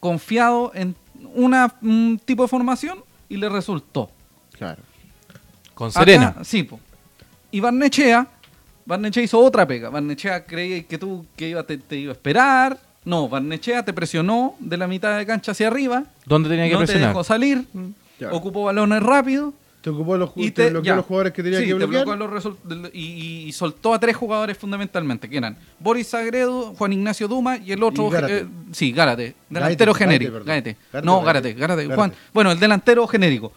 S1: confiado en una, un tipo de formación y le resultó.
S2: Claro.
S3: Con
S1: Acá,
S3: Serena.
S1: sí, po. Y Barnechea, Barnechea hizo otra pega. Barnechea creía que tú que iba, te, te iba a esperar. No, Barnechea te presionó de la mitad de cancha hacia arriba
S3: ¿Dónde tenía que
S1: no te
S3: presionar?
S1: dejó salir,
S2: Ya.
S1: ocupó balones rápido
S2: Te ocupó los,
S1: y
S2: ju-
S1: te,
S2: te bloqueó
S1: ya.
S2: los jugadores que tenía
S1: Sí,
S2: que
S1: te
S2: bloquear.
S1: bloqueó los result- del- y, y- y soltó a tres jugadores fundamentalmente, que eran Boris Sagredo, Juan Ignacio Duma y el otro,
S2: Y Gárate.
S1: eh, sí, Gárate, delantero
S2: Gárate,
S1: genérico,
S2: perdón.
S1: Gárate.
S2: Gárate,
S1: no,
S2: Gárate.
S1: Gárate, Gárate,
S2: Gárate.
S1: Juan, bueno, el delantero genérico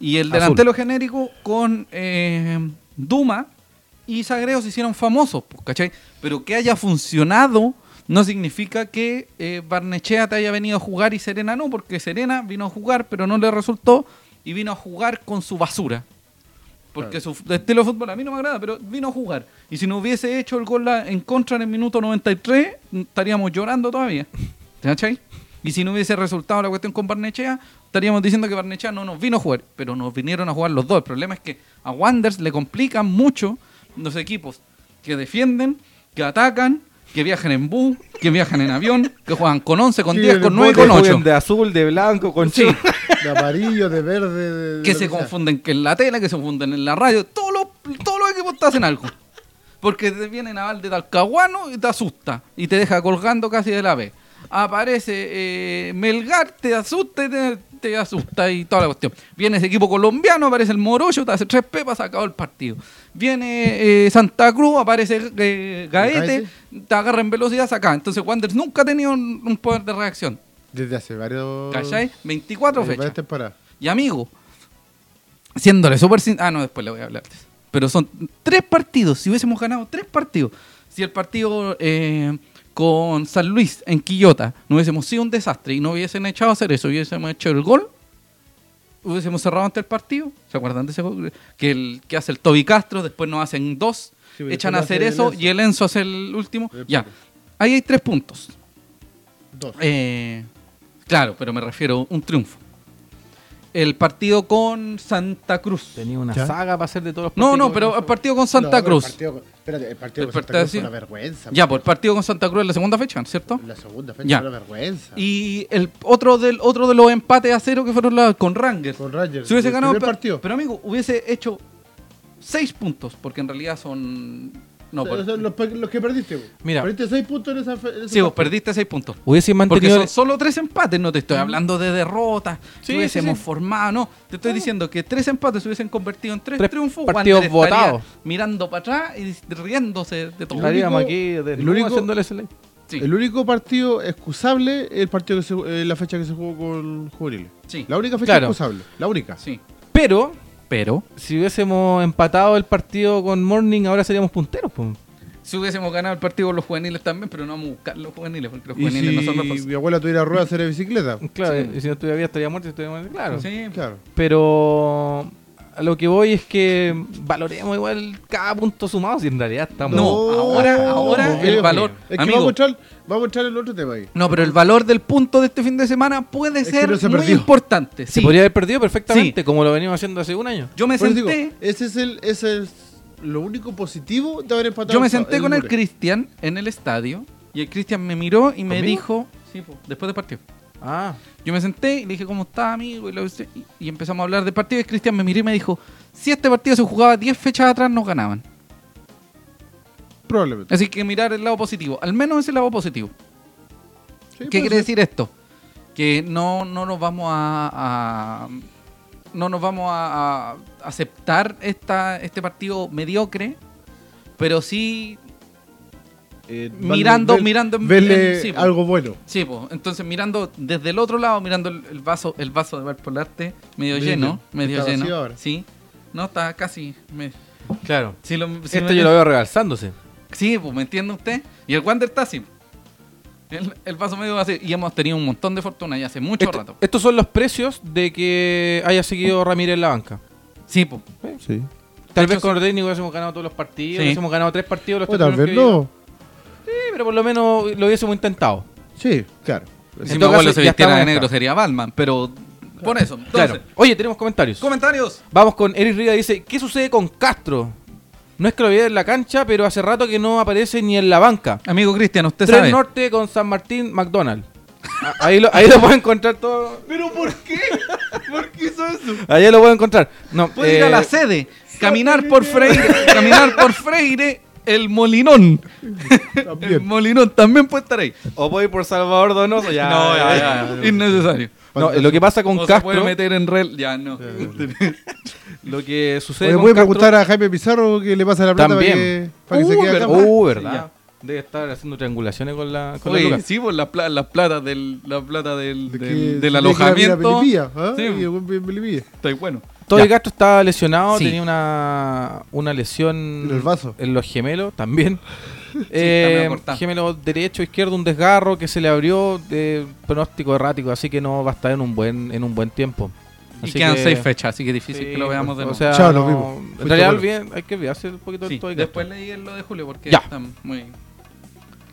S1: y el
S3: Azul.
S1: delantero genérico con eh, Duma y Sagredo se hicieron famosos, pues, ¿cachai? Pero que haya funcionado no significa que eh, Barnechea te haya venido a jugar y Serena no, porque Serena vino a jugar pero no le resultó y vino a jugar con su basura. Porque su estilo de fútbol a mí no me agrada, pero vino a jugar. Y si no hubiese hecho el gol la- en contra en el minuto 93, estaríamos llorando todavía. ¿Te cachai? Y si no hubiese resultado la cuestión con Barnechea, estaríamos diciendo que Barnechea no nos vino a jugar, pero nos vinieron a jugar los dos. El problema es que a Wanders le complican mucho los equipos que defienden, que atacan, que viajan en bus, que viajan en avión, que juegan con 11, con
S2: Sí,
S1: 10,
S2: el
S1: con
S3: Que
S1: 9, con
S3: jueguen
S1: 8.
S3: De azul, de blanco, con
S1: Sí.
S3: chile.
S2: De amarillo, de verde. de- de
S1: que
S2: lo
S1: se
S2: sea.
S1: confunden que en la tela, que se confunden en la radio, todos los, todos los equipos te hacen algo. Porque te viene Naval de Talcahuano y te asusta y te deja colgando casi de la B. Aparece eh, Melgar, te asusta y te, te asusta y toda la cuestión. Viene ese equipo colombiano, aparece el Morocho, te hace tres pepas, se acabó el partido. Viene eh, Santa Cruz, aparece eh, Gaete, te agarra en velocidad, saca. Entonces Wanderers nunca ha tenido un, un poder de reacción.
S2: Desde hace varios.
S1: ¿Cachai? 24
S2: eh,
S1: fechas.
S2: varias temporadas.
S1: Y amigo, siéndole súper sin... Ah, no, después le voy a hablar. de eso. Pero son tres partidos. Si hubiésemos ganado tres partidos. Si el partido eh, con San Luis en Quillota no hubiésemos sido un desastre y no hubiesen echado a hacer eso, hubiésemos hecho el gol, hubiésemos cerrado ante el partido. ¿Se acuerdan de ese gol? Que, el, que hace el Toby Castro, después nos hacen dos,
S2: Sí, pero
S1: echan a
S2: después
S1: hacer
S2: lo hace
S1: eso
S2: el Enzo.
S1: y el Enzo hace el último.
S2: El
S1: Ya.
S2: primero.
S1: Ahí hay tres puntos.
S2: Dos.
S1: Eh, Claro, pero me refiero a un triunfo. El partido con Santa Cruz.
S3: Tenía una
S2: ¿Ya?
S3: saga para hacer de todos los
S1: No,
S3: partidos.
S1: no, pero el partido con
S4: No,
S1: Santa
S4: pero
S1: Cruz.
S4: El partido, con- espérate, el partido con
S1: El
S4: Santa
S1: partido
S4: Cruz fue
S1: sí.
S4: una vergüenza.
S1: Ya, por el partido con Santa Cruz en la segunda fecha, ¿cierto?
S4: La segunda fecha
S1: Ya.
S4: fue una vergüenza.
S1: Y el otro del otro de los empates a cero que fueron la- con Rangers.
S4: Con Rangers,
S1: Si hubiese
S4: el
S1: ganado
S4: primer
S1: pa-
S4: partido.
S1: Pero amigo, hubiese hecho seis puntos, porque en realidad son. No,
S4: O
S1: por-
S4: sea, los, pe- los que perdiste, güey.
S3: Mira.
S4: Perdiste 6 puntos en esa fe- en ese
S1: sí, vos
S4: partido.
S1: perdiste seis puntos.
S3: Hubiese
S1: Porque
S3: mantenido.
S1: son solo tres empates, no te
S2: Mm.
S1: estoy hablando de derrotas,
S3: Sí,
S1: que hubiésemos
S3: sí, sí.
S1: formado, no. Te
S2: Mm.
S1: estoy diciendo que tres empates se hubiesen convertido en tres,
S3: Tres
S1: triunfos.
S3: partidos
S1: Wander estaría
S3: votados.
S1: Mirando para atrás y riéndose de todo.
S3: Estaríamos
S2: único-
S3: aquí de
S2: el
S3: nuevo
S2: único-
S3: haciéndole ese like.
S1: Sí,
S2: El único partido excusable es el partido que se, eh, la fecha que se jugó con Juveniles.
S1: Sí.
S2: La única fecha
S3: Claro.
S2: excusable. La única.
S1: sí.
S3: Pero,
S1: Pero
S3: si hubiésemos empatado el partido con Morning, ahora seríamos punteros. po.
S1: si hubiésemos ganado el partido con los juveniles también, pero no vamos a buscar los juveniles, porque los
S2: Y
S1: juveniles no son los
S2: si mi abuela tuviera ruedas sería bicicleta.
S3: Claro,
S1: Sí.
S3: y si no estuviera viva estaría muerto. si estuviera muerto, Claro.
S1: Sí,
S2: Claro.
S3: Pero a lo que voy es que valoremos igual cada punto sumado. Si en realidad estamos.
S1: No, ahora- ahora
S2: Dios
S1: el
S2: mío.
S1: valor.
S2: Es que
S1: Amigo.
S2: vamos a, entrar, vamos a entrar en el otro tema ahí.
S1: No, pero el valor del punto de este fin de semana puede
S2: Es que
S1: ser
S2: no se
S1: muy
S2: perdió.
S1: importante.
S3: Se
S1: Sí.
S3: podría haber perdido perfectamente, como lo venimos haciendo hace un año.
S1: Yo me
S2: Por eso
S1: senté,
S2: digo, ese es el, ese es lo único positivo de haber empatado.
S1: yo me
S2: el sábado-
S1: senté con el
S2: lunes.
S1: Cristian en el estadio y el Cristian me miró y me
S3: ¿Conmigo?
S1: dijo, sí, po, después del partido.
S3: Ah,
S1: Yo me senté y le dije, ¿cómo está, amigo? Y, lo- y- y empezamos a hablar del partido. Y Cristian me miró y me dijo, si este partido se jugaba 10 fechas atrás, nos ganaban.
S2: Probablemente.
S1: Así que mirar el lado positivo, al menos ese lado positivo.
S2: Sí,
S1: ¿Qué
S2: puede
S1: quiere
S2: ser.
S1: decir esto? Que no, no nos vamos a, a- no nos vamos a, a aceptar esta, este partido mediocre, pero sí,
S2: Eh,
S1: mirando-
S2: verle-
S1: mirando en-
S2: verle
S1: en- sí, pues.
S2: algo bueno.
S1: sí, po. entonces mirando desde el otro lado, mirando el, el vaso, el vaso de Valpolarte medio
S2: Medio
S1: lleno,
S2: lleno.
S1: medio
S2: Está vacío
S1: lleno,
S2: ahora.
S1: sí, no está casi, me-
S3: claro.
S1: si lo- si
S3: Esto
S1: me-
S3: yo lo veo regalzándose.
S1: sí, pues, ¿me entiende usted? Y el Wander está así, el, el vaso medio vacío y hemos tenido un montón de fortuna ya hace mucho
S3: Esto-
S1: rato,
S3: Estos son los precios de que haya seguido Ramírez en la banca.
S1: sí, pues.
S2: Sí.
S3: Tal
S1: De
S3: vez
S1: hecho,
S3: con el técnico hubiésemos ganado todos los partidos,
S1: Sí.
S3: hubiésemos ganado tres partidos los
S2: O
S3: tres
S2: tal
S3: primeros
S2: vez
S3: que vivimos.
S2: no.
S3: Sí, pero por lo menos lo hubiésemos intentado.
S2: Sí, claro.
S1: Si mi
S3: todo
S1: abuelo
S3: caso,
S1: se
S3: ya
S1: vistiera
S3: estamos
S1: de
S3: acá.
S1: negro sería Batman, pero por eso. Entonces,
S3: claro. Oye, tenemos comentarios.
S1: comentarios.
S3: Vamos con Eric Riga, dice, ¿qué sucede con Castro? No es que lo viera en la cancha, pero hace rato que no aparece ni en la banca.
S1: Amigo Cristian, usted
S3: Tres
S1: sabe.
S3: Norte con San Martín, McDonald. Ah, Ahí lo, ahí lo puedo encontrar todo.
S1: ¿Pero por qué? ¿Por qué hizo eso?
S3: Ahí lo puedo encontrar. No,
S1: Puede ir a
S3: eh,
S1: la sede, caminar por Freire, caminar por Freire, el Molinón. El
S2: También.
S1: Molinón también puede estar ahí.
S3: O voy por Salvador Donoso, ya.
S1: no, ya, ya, Innecesario.
S3: No, eh, lo que pasa con
S1: O se puede
S3: Castro,
S1: meter en rel, ya no.
S3: lo que sucede
S2: Le
S3: con
S2: voy a
S3: Castro-
S2: preguntar a Jaime Pizarro que le pasa la plata
S3: También.
S2: para que, para que
S3: uh,
S2: se quede
S3: verdad.
S2: acá.
S3: Uh, verdad. Debe estar haciendo triangulaciones con la con la
S1: Oye,
S3: Lucas.
S1: sí, pues la, pla- la plata del, la plata del,
S2: De que-
S1: del,
S2: de
S1: del
S2: que
S1: alojamiento.
S2: la Melipilla, ¿ah?
S1: Sí.
S2: Y el buen Melipilla.
S1: Está ahí, bueno.
S3: Toby
S1: Ya.
S3: Castro estaba lesionado,
S1: Sí.
S3: tenía una, una lesión
S2: En el vaso.
S3: en los gemelos también.
S1: está medio
S3: eh,
S1: cortado.
S3: gemelo derecho, izquierdo, un desgarro que se le abrió, de pronóstico errático, así que no va a estar en un buen en un buen tiempo.
S1: Y
S3: Así
S1: quedan
S3: que-
S1: seis fechas, así que
S3: sí,
S1: difícil que lo veamos de
S3: o
S1: nuevo.
S3: sea,
S2: Chao, nos
S3: no-
S2: vimos.
S3: En
S2: Fuiste
S3: realidad
S2: bueno.
S3: olvidé- hay que olvidarse un poquito
S1: Sí,
S3: del Toby Castro.
S1: después leí lo de Julio porque
S3: Ya.
S1: está muy...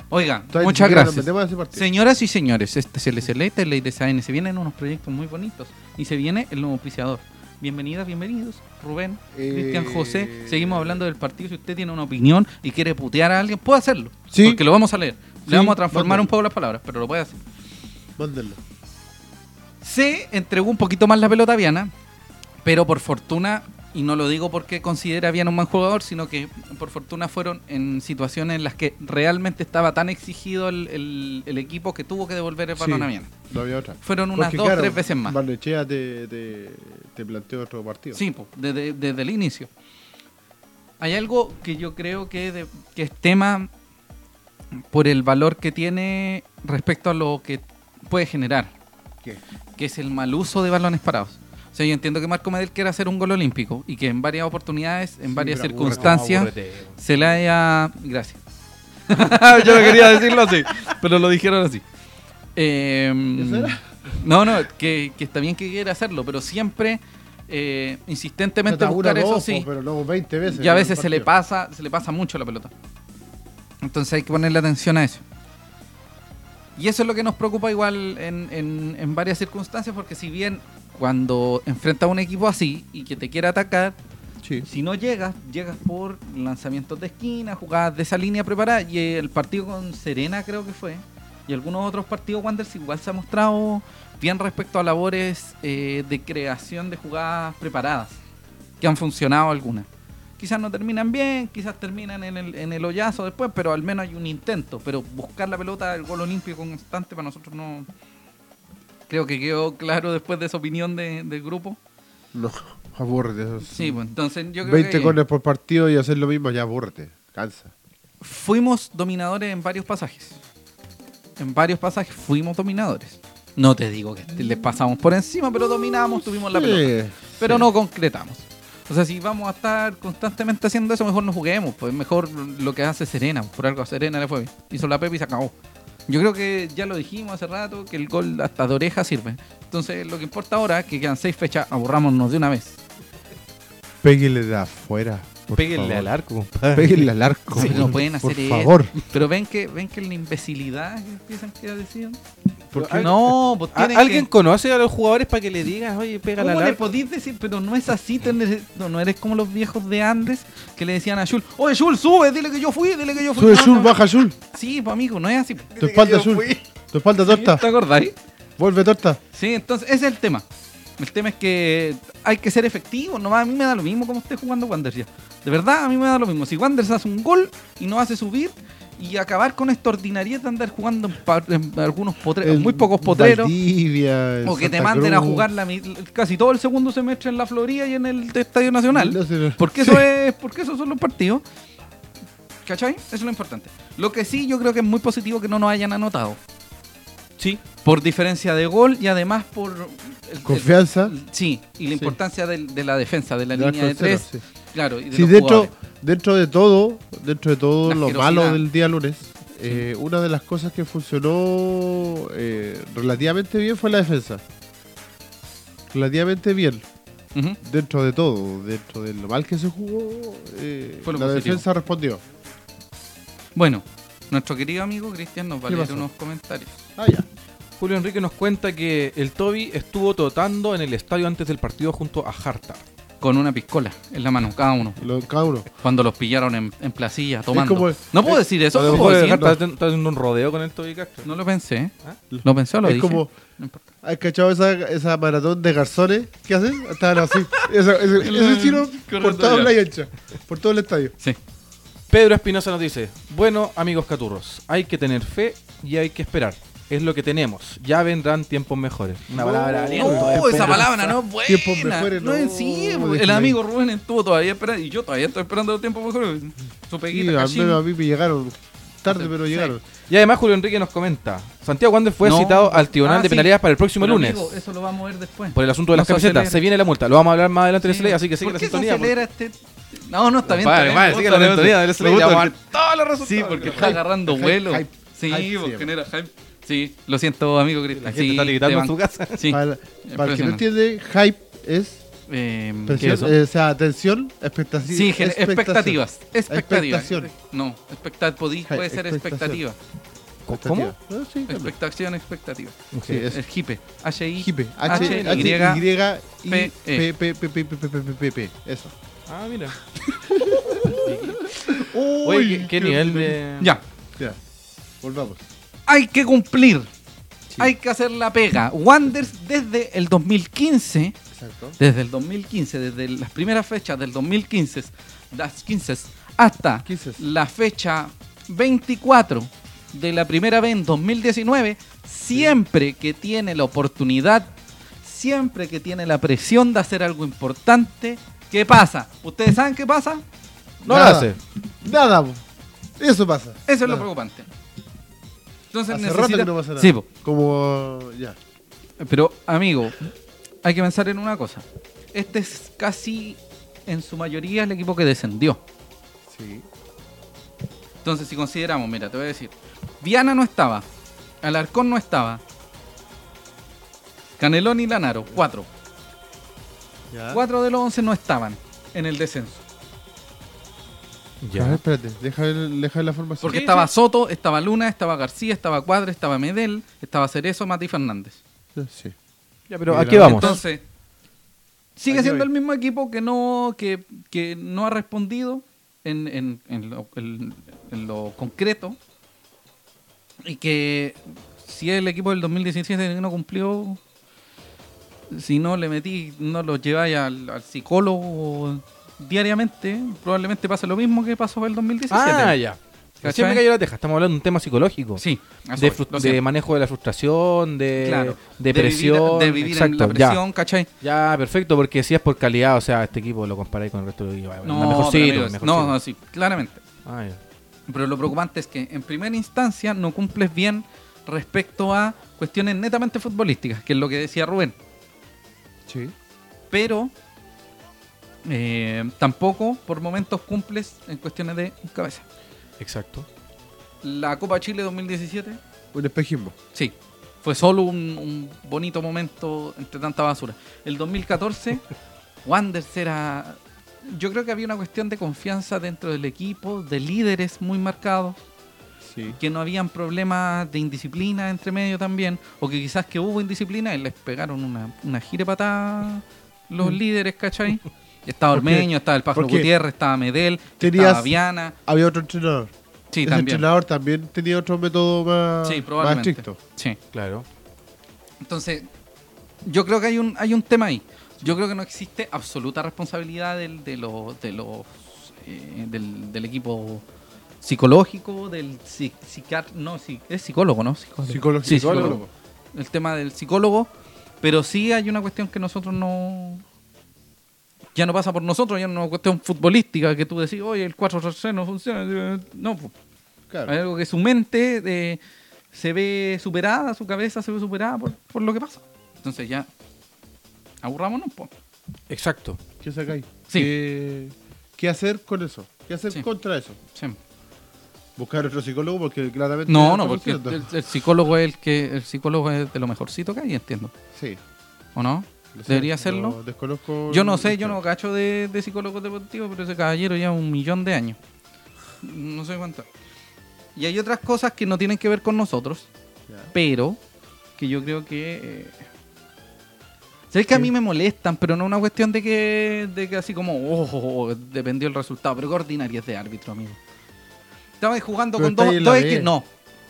S1: Oiga,
S2: Todavía ni
S1: muchas
S2: siquiera
S1: gracias.
S2: nos metemos a ese partido.
S1: Señoras y señores, este es el SLT, Ley Design. Se vienen unos proyectos muy bonitos y se viene el nuevo oficiador. Bienvenidas, bienvenidos. Rubén,
S2: Eh,
S1: Cristian, José. Seguimos hablando del partido. Si usted tiene una opinión y quiere putear a alguien, puede hacerlo.
S2: Sí.
S1: Porque lo vamos a leer.
S2: Sí,
S1: Le vamos a transformar
S2: mándalo.
S1: un poco las palabras, pero lo puede hacer.
S2: Mándenlo.
S1: Se entregó un poquito más la pelota a Viana, pero por fortuna, y no lo digo porque considera a Viana un buen jugador, sino que por fortuna fueron en situaciones en las que realmente estaba tan exigido el, el- el equipo que tuvo que devolver el balón
S2: Sí,
S1: a Viana.
S2: No había otra.
S1: Fueron unas
S2: Porque,
S1: dos
S2: claro,
S1: tres veces más.
S2: Barnechea te, te, te planteó otro partido.
S1: Sí, po, desde, desde el inicio. Hay algo que yo creo que, de- que es tema por el valor que tiene respecto a lo que puede generar,
S4: ¿Qué?
S1: que es el mal uso de balones parados. O sea, yo entiendo que Marco Medel quiere hacer un gol olímpico y que en varias oportunidades, en varias
S4: pero
S1: circunstancias, se le haya... Gracias. yo no quería decirlo así, pero lo dijeron así. Em,
S2: ¿Eso era?
S1: no, no, que, que está bien que quiera hacerlo, pero siempre eh, insistentemente
S2: Ataúd
S1: buscar
S2: a
S1: eso
S2: dos,
S1: sí.
S2: Pero no 20 veces.
S1: Y a
S2: en el
S1: veces se le
S2: partido.
S1: pasa, se le pasa mucho la pelota. Entonces hay que ponerle atención a eso. Y eso es lo que nos preocupa igual en, en- en varias circunstancias, porque si bien cuando enfrentas a un equipo así y que te quiera atacar,
S2: Sí.
S1: si no llegas, llegas por lanzamientos de esquina, jugadas de esa línea preparada, y el partido con Serena creo que fue, y algunos otros partidos Wanderers igual se ha mostrado bien respecto a labores eh, de creación de jugadas preparadas, que han funcionado algunas. Quizás no terminan bien, quizás terminan en el, en el hoyazo después, pero al menos hay un intento. Pero buscar la pelota, el gol olímpico constante, para nosotros no... Creo que quedó claro después de esa opinión de- del grupo.
S2: No, aburrete. Esos
S1: Sí, pues entonces yo creo
S2: 20
S1: que...
S2: corners por partido y hacer lo mismo, ya aburrete. Cansa.
S1: fuimos dominadores en varios pasajes. En varios pasajes fuimos dominadores. No te digo que te- les pasamos por encima, pero dominamos, tuvimos la
S2: Sí,
S1: pelota. Pero
S2: sí.
S1: no concretamos. O sea, si vamos a estar constantemente haciendo eso, mejor no juguemos. Pues mejor lo que hace Serena. Por algo a Serena le fue bien. Hizo la Pepe y se acabó. Yo creo que ya lo dijimos hace rato, que el gol hasta de oreja sirve. Entonces, lo que importa ahora es que quedan seis fechas, aburrámonos de una vez.
S2: Péguele de afuera. por
S5: Péguenle
S2: favor.
S5: al arco, compadre.
S2: Péguenle al arco.
S1: Sí, no
S2: weón,
S1: pueden
S2: por
S1: hacer eso.
S2: favor.
S1: Pero ven que ven que la imbecilidad que empiezan que decir.
S3: ¿Por qué?
S1: No, pues
S3: ¿A-
S1: tienen
S3: ¿Alguien
S1: que-
S3: conoce a los jugadores para que le digas, oye, pega la
S1: ¿Cómo le
S3: larga?
S1: podís decir? Pero no es así, tú eres- no, no eres como los viejos de Andes que le decían a Jul, oye Jul, sube, dile que yo fui, dile que yo fui.
S2: Sube
S1: No,
S2: Jul,
S1: no.
S2: baja Jul.
S1: Sí, pues amigo, no es así. ¿Te
S2: Tu espalda Jul. Tu espalda torta.
S1: acordáis?
S2: Vuelve torta.
S1: Sí, entonces ese es el tema. El tema es que hay que ser efectivo, nomás a mí me da lo mismo como esté jugando Wander ya. De verdad, a mí me da lo mismo. Si Wander hace un gol y no hace subir y acabar con esta ordinariedad de andar jugando en, pa- en algunos potreros,
S2: El
S1: muy pocos potreros.
S2: Valdivia, el
S1: O que te
S2: Santa
S1: manden a
S2: Cruz.
S1: jugar la mi- casi todo el segundo semestre en la Florida y en el Estadio Nacional.
S2: No sé, no.
S1: Porque eso es, porque esos son los partidos. ¿Cachai? Eso es lo importante. Lo que sí yo creo que es muy positivo que no nos hayan anotado.
S3: Sí.
S1: Por diferencia de gol y además por el- el-
S2: Confianza.
S1: el- sí, y la
S2: Sí.
S1: importancia del- de, la defensa, de la
S2: de arco
S1: línea de
S2: en cero,
S1: tres.
S2: sí.
S1: Claro, y de
S2: Sí,
S1: los
S2: dentro,
S1: jugadores.
S2: dentro de todo, dentro de todo
S1: La
S2: lo
S1: asquerosidad.
S2: malo del día lunes, eh, una de las cosas que funcionó eh, relativamente bien fue la defensa. Relativamente bien,
S1: Ujú.
S2: dentro de todo, dentro de lo mal que se jugó, eh,
S1: Fue lo
S2: la
S1: positivo.
S2: defensa respondió.
S1: Bueno, nuestro querido amigo Cristian nos va a
S2: ¿Qué
S1: leer
S2: pasó?
S1: unos comentarios.
S2: Ah, ya.
S3: Julio Enrique nos cuenta que el Toby estuvo totando en el estadio antes del partido junto a Hartar.
S1: Con una piscola en la mano, cada uno.
S2: Lo, cada uno.
S1: Cuando los pillaron en, en placilla, tomando.
S2: como-
S1: no puedo
S2: es-
S1: decir eso,
S2: a
S1: no
S2: lo
S1: lo
S2: mejor
S1: puedo
S2: es
S1: decir.
S3: Está está haciendo un rodeo con el Toby Castro.
S1: No lo pensé. ¿eh?
S3: ¿Ah?
S1: Lo pensé, o lo
S2: es
S1: dije.
S2: como,
S1: No importa.
S2: ¿has cachado esa, esa maratón de garzones que hacen? Estaban así. Esa- ese, ese estilo por
S1: Corriendo
S2: toda
S1: ya.
S2: la ancha, por todo el estadio.
S1: Sí.
S3: Pedro Espinosa nos dice, bueno amigos caturros, hay que tener fe y hay que esperar. Es lo que tenemos. Ya vendrán tiempos mejores. Una palabra
S1: No, Uh, esa palabra no es buena.
S2: Tiempos mejores,
S1: no, es
S2: no,
S1: sí, pues,
S2: déjala
S1: El
S2: ahí.
S1: amigo Rubén estuvo todavía esperando. Y yo todavía estoy esperando los tiempos mejores. Su
S2: Sí,
S1: peguita,
S2: al
S1: cachín.
S2: menos a mí me llegaron tarde, pero llegaron.
S3: Y además Julio Enrique nos comenta, Santiago Wander fue
S1: No.
S3: citado al Tribunal
S1: Ah,
S3: de
S1: sí.
S3: Penalidades para el próximo
S1: Pero,
S3: lunes.
S1: amigo, eso lo vamos a ver después.
S3: Por el asunto de las
S1: No se
S3: camisetas.
S1: acelera.
S3: Se viene la multa. Lo vamos a hablar más adelante en el
S1: Sí.
S3: SLA, así que sigue
S1: ¿Por
S3: la
S1: qué se
S3: sintonía. por-
S1: acelera este? No, no, está bien.
S5: Compadre,
S1: está bien.
S5: madre, sigue la sintonía del SLA, ya van
S3: todos los resultados.
S5: Sí,
S1: Porque
S5: porque
S1: está agarrando vuelo.
S2: hype,
S1: sí,
S2: hype se
S1: porque
S2: llama.
S1: genera hype. Sí, lo siento, amigo Cristian.
S5: la gente
S1: sí,
S5: está
S1: te
S5: gritando en
S1: banco.
S5: su casa.
S1: Sí.
S2: Para, para el que no
S1: Impresionante.
S2: entiende, hype es
S1: Eh, ¿qué
S2: presión,
S1: es eso?
S2: eh, o sea, atención, expectativa.
S1: Sí, gen- expectativas. Expectativas.
S2: Expectación.
S1: No, expectat- podí-
S2: Ja,
S1: puede ser
S2: expectación.
S1: expectativa.
S3: ¿Cómo?
S2: No, sí, también.
S1: Expectación, expectativa.
S2: Sí, es
S1: El hipe. H-I.
S2: hipe. H,
S1: H,
S2: H,
S1: Y,
S2: Y,
S1: P,
S2: I,
S1: E.
S2: P, P, P, P, P, P, P, P, P. Eso.
S3: Ah, mira. Oye, ¿qué, qué nivel de.
S1: Ya.
S2: Ya. Volvamos.
S1: Hay que cumplir. Hay que hacer la pega. Wanders desde el 2015,
S2: Exacto.
S1: desde el 2015, desde las primeras fechas del 2015, las 15 hasta
S2: 15.
S1: la fecha 24 de la primera vez en 2019, siempre que tiene la oportunidad, siempre que tiene la presión de hacer algo importante, ¿qué pasa? ¿Ustedes saben qué pasa?
S3: No lo
S2: Nada.
S3: hace.
S2: Nada. po. Eso pasa.
S1: Eso es lo
S2: Nada.
S1: preocupante. Entonces
S2: Hace rato
S1: necesita...
S2: que no pasa nada.
S1: Sí, po.
S2: Como. Ya.
S1: pero amigo, hay que pensar en una cosa. Este es casi en su mayoría el equipo que descendió.
S2: Sí.
S1: Entonces, si consideramos, mira, te voy a decir, Viana no estaba, Alarcón no estaba, Canelón y Lanaro, cuatro.
S2: Ya.
S3: ¿Ah?
S1: Cuatro de los once no estaban en el descenso.
S2: A ver, espérate, deja, ver- deja ver la formación.
S1: Porque
S3: Sí,
S1: estaba
S3: sí.
S1: Soto, estaba Luna, estaba García, estaba Cuadra, estaba Medel, estaba Cerezo, Mati Fernández.
S2: Sí.
S3: Ya, pero
S2: Mira,
S3: ¿a qué vamos?
S1: Entonces, sigue
S3: Aquí
S1: siendo el
S3: voy.
S1: mismo equipo que no, que, que no ha respondido en, en- en lo, en- en lo concreto. Y que si el equipo del 2017 no cumplió, si no le metí, no lo lleváis al, al psicólogo diariamente, probablemente pase lo mismo que pasó el 2017.
S3: ah, ya. Recién
S1: ¿Cachai?
S3: me cayó la teja. Estamos hablando de un tema psicológico.
S1: Sí, a
S3: de,
S1: eso voy,
S3: frus-
S1: lo
S3: de
S1: siento.
S3: manejo de la frustración, de
S1: Claro, de vivir-
S3: depresión.
S1: de vivir, en la
S3: exacto, ya.
S1: presión, ¿cachai?
S3: Ya, perfecto, porque si es por calidad, o sea, este equipo lo comparáis con el resto del equipo.
S1: No,
S3: la Ah, mejor
S1: pero
S3: sí,
S1: amigos, no, no, sí, claramente. Pero lo preocupante es que en primera instancia no cumples bien respecto a cuestiones netamente futbolísticas, que es lo que decía Rubén.
S2: Sí.
S1: Pero eh, tampoco por momentos cumples en cuestiones de cabeza.
S3: Exacto.
S1: La Copa Chile 2017,
S2: Un espejismo.
S1: sí, fue solo un, un bonito momento entre tanta basura. El 2014, Wanderers era... Yo creo que había una cuestión de confianza dentro del equipo, de líderes muy marcados.
S2: Sí.
S1: que no habían problemas de indisciplina entre medio también, o que quizás que hubo indisciplina y les pegaron una, una girepatada
S2: Mm.
S1: los líderes, ¿cachai? Estaba
S2: Porque-
S1: Ormeño, estaba el Pájaro
S2: porque
S1: Gutiérrez, estaba Medel,
S2: tenías-
S1: estaba Viana,
S2: Había otro entrenador.
S1: sí,
S2: Ese
S1: también.
S2: entrenador también tenía otro método más,
S1: Sí,
S2: más
S1: probablemente.
S2: estricto.
S1: Sí.
S3: Claro.
S1: Entonces, yo creo que hay un, hay un tema ahí. Yo creo que no existe absoluta responsabilidad del, de los, de los, eh, del, del equipo psicológico, del psi- psiquiatra, no, sí, es psicólogo, ¿no? Psicólogo.
S2: Psicólogo.
S1: Sí,
S2: Psicólogo.
S1: psicólogo. el tema del psicólogo, pero sí hay una cuestión que nosotros no. Ya no pasa por nosotros, ya no es una cuestión futbolística que tú decís, oye, el 4 no funciona. No, pues, po.
S2: Claro.
S1: hay algo que su mente eh, se ve superada, su cabeza se ve superada por, por lo que pasa. Entonces ya, aburrámonos, po.
S3: Exacto.
S2: ¿Qué sacáis?
S1: Sí.
S2: ¿Qué, qué hacer con eso? ¿Qué hacer
S1: Sí.
S2: contra eso?
S1: Sí.
S2: Buscar otro psicólogo porque claramente.
S1: No,
S2: lo
S1: no,
S2: está
S1: porque el,
S2: consiguiendo.
S1: el- el psicólogo es el que el psicólogo es de lo mejorcito que hay, entiendo,
S2: Sí.
S1: ¿o no?
S2: Lo sé,
S1: Debería
S2: no
S1: hacerlo.
S2: desconozco.
S1: Yo no sé, yo no cacho de, de psicólogos deportivos, pero ese caballero ya un millón de años. No sé cuánto. Y hay otras cosas que no tienen que ver con nosotros,
S2: Ya.
S1: pero que yo creo que... eh, Sabes que a mí me molestan, pero no una cuestión de que, de que así como, oh, oh, oh, dependió el resultado, pero qué ordinaria es de árbitro, amigo. Estaba jugando
S2: Pero
S1: con
S2: está
S1: dos,
S2: ahí en la
S1: dos
S2: B.
S1: equipos. No, es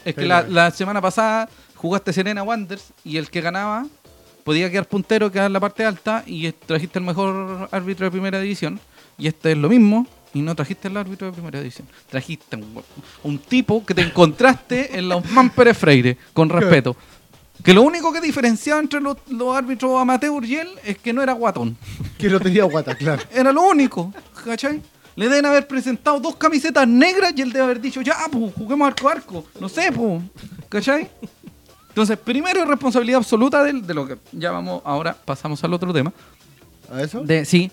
S2: Está
S1: que
S2: ahí en
S1: la,
S2: la B.
S1: la semana pasada jugaste Serena Wanderers y el que ganaba podía quedar puntero, quedar en la parte alta y trajiste el mejor árbitro de primera división. Y este es lo mismo y no trajiste el árbitro de primera división. Trajiste un, un tipo que te encontraste en los Mamperes Freire, con respeto. Que lo único que diferenciaba entre los, los árbitros amateur y él es que no era guatón.
S2: Que no tenía guata, claro.
S1: Era lo único, ¿cachai? Le deben haber presentado dos camisetas negras y él debe haber dicho, ya, pues, juguemos arco a arco. No sé, pues, ¿cachai? Entonces, primero, responsabilidad absoluta del- de lo que ya vamos, ahora pasamos al otro tema.
S2: ¿A eso?
S1: De, sí,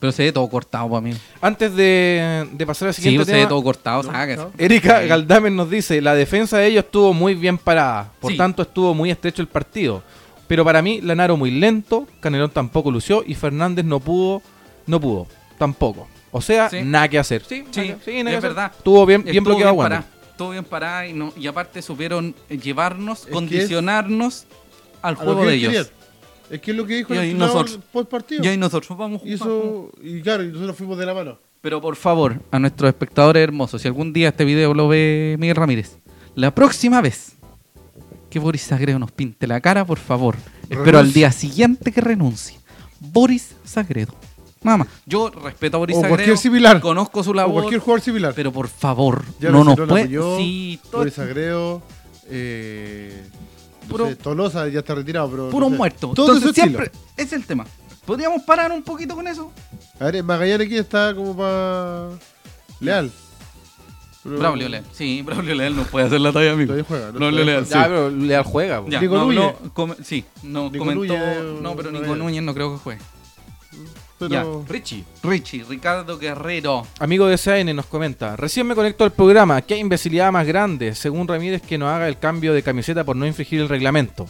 S1: pero se ve todo cortado para mí.
S3: Antes de, de pasar al
S1: Sí, pues,
S3: siguiente
S1: se ve
S3: tema,
S1: todo cortado, sáquese.
S3: Erika Galdamen nos dice, la defensa de ellos estuvo muy bien parada, por
S1: Sí.
S3: tanto estuvo muy estrecho el partido. Pero para mí, Lanaro muy lento, Canelón tampoco lució y Fernández no pudo, no pudo, tampoco. O sea,
S1: Sí.
S3: nada que hacer. Sí,
S1: Sí,
S3: nada que- sí, nada
S1: es
S3: que hacer.
S1: verdad.
S3: Estuvo bien, bien
S1: Estuvo
S3: bloqueado Wander.
S1: parado, Estuvo bien parado y, no- y aparte supieron eh, llevarnos,
S2: que es-
S1: condicionarnos al
S2: A lo
S1: juego
S2: que
S1: de
S2: ellos
S1: ellos.
S2: querían. Es que es lo que dijo
S1: Y
S2: el
S1: ahí
S2: entrenador
S1: nosotros.
S2: post partido.
S1: Y ahí nosotros vamos a
S2: Y
S1: jugar. pues.
S2: eso, y claro, y nosotros fuimos de la mano.
S1: Pero por favor, a nuestros espectadores hermosos, si algún día este video lo ve Miguel Ramírez, la próxima vez que Boris Sagreo nos pinte la cara, por favor, espero al día siguiente que renuncie. Boris Sagredo. Mamá, yo respeto a Boris
S2: O
S1: Sagredo.
S2: cualquier similar.
S1: Conozco su
S2: O
S1: labor.
S2: cualquier jugador similar.
S1: Pero por favor,
S2: Ya
S1: no
S2: lo
S1: nos
S2: citó
S1: puede.
S2: Lamoyó,
S1: Sí, todo-
S2: Boris Agreo, eh, no
S1: Puro-
S2: sé, Tolosa ya está retirado, pero. no
S1: puros
S2: sé.
S1: muertos.
S2: Todo
S1: Entonces
S2: ese estilo.
S1: siempre es el tema. ¿Podríamos parar un poquito con eso?
S2: A ver, Magallanes aquí está como para. Leal. Pero-
S1: Braulio Leal. Sí, Braulio Leal no puede hacer la talla, amigo.
S2: Todavía juega, ¿no?
S1: Braulio Leal, sí.
S3: Ya, pero Leal juega. po.
S1: Ya,
S2: Nico
S1: no
S2: Núñez.
S1: habló- come- sí, no
S2: Nico
S1: comentó.
S2: Núñez,
S1: no, pero
S2: no
S1: Nico
S2: era.
S1: Núñez no creo que juegue.
S2: Pero-
S3: Richie.
S1: Richie, Ricardo Guerrero.
S3: Amigo de SAN nos comenta, recién me conecto al programa, qué imbecilidad más grande, según Ramírez que no haga el cambio de camiseta por no infringir el reglamento.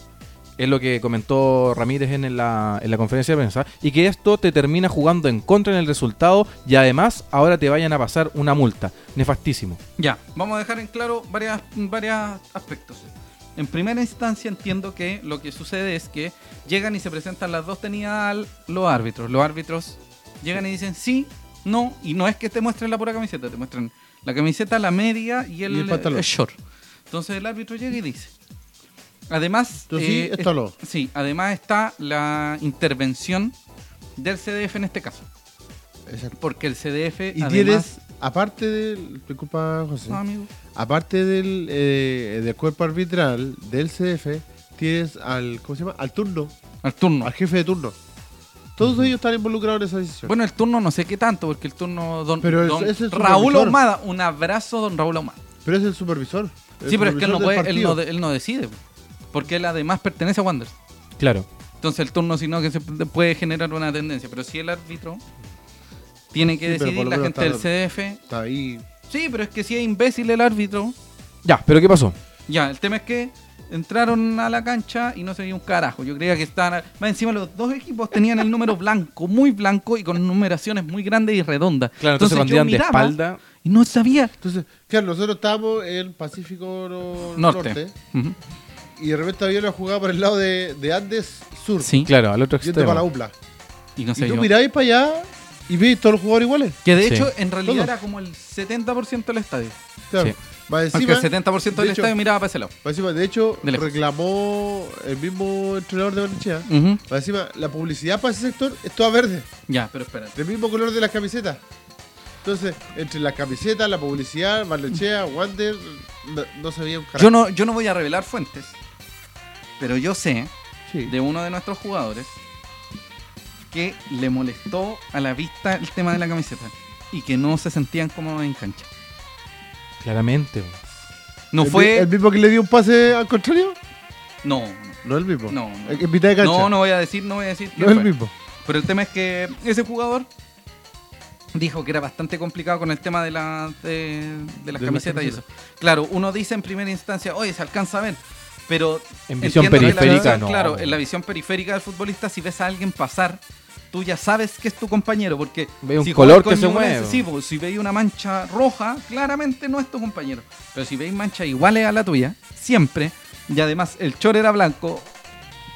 S3: Es lo que comentó Ramírez en la, en la conferencia de prensa. Y que esto te termina jugando en contra en el resultado y además ahora te vayan a pasar una multa. Nefastísimo.
S1: Ya, vamos a dejar en claro varias, varios aspectos. En primera instancia entiendo que lo que sucede es que llegan y se presentan las dos tenidas al- los árbitros. Los árbitros llegan y dicen sí, no, y no es que te muestren la pura camiseta, te muestran la camiseta, la media y el,
S2: Y el pantalón.
S1: eh, short. Entonces el árbitro llega y dice. Además, eh,
S2: Tú sí,
S1: es-
S2: esto no.
S1: sí, además está la intervención del CDF en este caso.
S2: Exacto.
S1: Porque el CDF
S2: Y
S1: además- Ah,
S2: tienes, aparte del. Disculpa, José.
S1: No, amigo.
S2: Aparte del, eh, del cuerpo arbitral, del CF, tienes al. ¿Cómo se llama? Al turno.
S1: al turno.
S2: Al jefe de turno. Todos ellos están involucrados en esa decisión.
S1: Bueno, el turno no sé qué tanto, porque el turno don,
S2: Pero es-
S1: don
S2: es el
S1: Raúl
S2: supervisor.
S1: Ahumada, un abrazo don Raúl Ahumada.
S2: pero es el supervisor. el
S1: Sí, pero es que él
S2: supervisor
S1: no,
S2: del
S1: puede, él, no,
S2: partido.
S1: de- él no decide, porque él además pertenece a Wander.
S3: Claro.
S1: Entonces el turno, sino que se p- puede generar una tendencia, pero si el árbitro tiene que
S2: Sí, pero
S1: decidir
S2: por lo
S1: la
S2: menos
S1: gente del
S2: está-
S1: CDF.
S2: Está ahí.
S1: Sí, pero es que si es imbécil el árbitro,
S3: Ya, pero ¿qué pasó?
S1: Ya, el tema es que entraron a la cancha y no se veía un carajo. Yo creía que estaban. Más encima, los dos equipos tenían el número blanco, muy blanco y con numeraciones muy grandes y redondas.
S3: Claro, entonces cuando
S1: yo
S3: iban de
S1: miraba
S3: espalda-
S1: Y no sabía.
S2: Entonces, claro, nosotros estábamos en Pacífico Nor-
S1: Norte.
S2: Norte.
S1: Ujú.
S2: y de repente había una jugada por el lado de, de Andes Sur.
S1: Sí,
S3: Claro, al otro
S2: Yendo para la
S3: extremo.
S2: UPLA.
S1: y no
S2: y
S1: sé
S2: tú
S1: yo.
S2: miráis para allá y veis todos los jugadores iguales.
S1: Que de
S3: Sí.
S1: hecho, en realidad
S2: Todo.
S1: era como el 70% del estadio.
S2: Claro.
S3: Sí.
S2: Más
S1: Porque
S2: encima,
S1: el 70% del
S2: de hecho-
S1: estadio miraba para ese lado.
S2: más encima, de hecho,
S1: De lejos.
S2: reclamó el mismo entrenador de Barnechea.
S1: Ujú.
S2: Más encima, la publicidad para ese sector es toda verde,
S1: Ya, pero espérate.
S2: del mismo color de las camisetas. Entonces, entre las camisetas, la publicidad, Barnechea, Wander, no, no sabía un carajo.
S1: Yo no, yo no voy a revelar fuentes, pero yo sé
S2: Sí.
S1: de uno de nuestros jugadores que le molestó a la vista el tema de la camiseta y que no se sentían cómodos en cancha.
S3: Claramente. güey.
S1: No
S2: ¿El mi-
S1: fue.
S2: ¿El mismo que le dio un pase al contrario?
S1: No,
S2: No es el mismo.
S1: No, no.
S2: En mitad de
S1: no,
S2: cancha.
S1: no, no voy a decir, no voy a decir.
S2: No
S1: quién
S2: es el
S1: fue.
S2: mismo.
S1: Pero el tema es que ese jugador dijo que era bastante complicado con el tema de, la, de, de las
S2: De las
S1: camisetas y eso.
S2: camisetas.
S1: Claro, uno dice en primera instancia, oye, se alcanza a ver. Pero
S3: En visión
S1: entiendo que la
S3: periférica,
S1: visión-
S3: no.
S1: Claro, en la visión periférica del futbolista, si ves a alguien pasar, tú ya sabes que es tu compañero. Porque
S3: Ve un
S1: si juegas
S3: color que
S1: con
S3: se mueve.
S1: Ñublense, sí, pues, si veis una mancha roja, claramente no es tu compañero. Pero si veis manchas iguales a la tuya, siempre, y además el chor era blanco,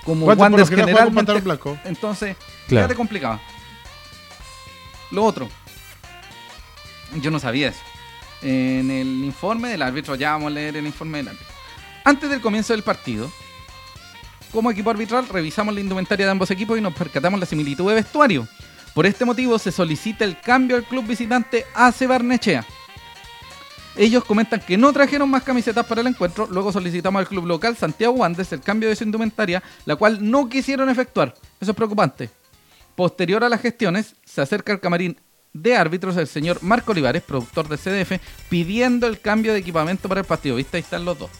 S1: como
S2: Wander por lo
S1: Wander
S2: general juega con
S1: generalmente
S2: pantalón blanco.
S1: entonces,
S3: Claro.
S1: ya te complicaba. Lo otro, yo no sabía eso. En el informe del árbitro, ya vamos a leer el informe del árbitro. Antes del comienzo del partido, como equipo arbitral, revisamos la indumentaria de ambos equipos y nos percatamos la similitud de vestuario. Por este motivo, se solicita el cambio al club visitante AC Barnechea. Ellos comentan que no trajeron más camisetas para el encuentro. Luego solicitamos al club local Santiago Wanderers el cambio de su indumentaria, la cual no quisieron efectuar. Eso es preocupante. Posterior a las gestiones, se acerca al camarín de árbitros el señor Marco Olivares, productor del CDF, pidiendo el cambio de equipamiento para el partido. ¿Viste? Ahí están los dos.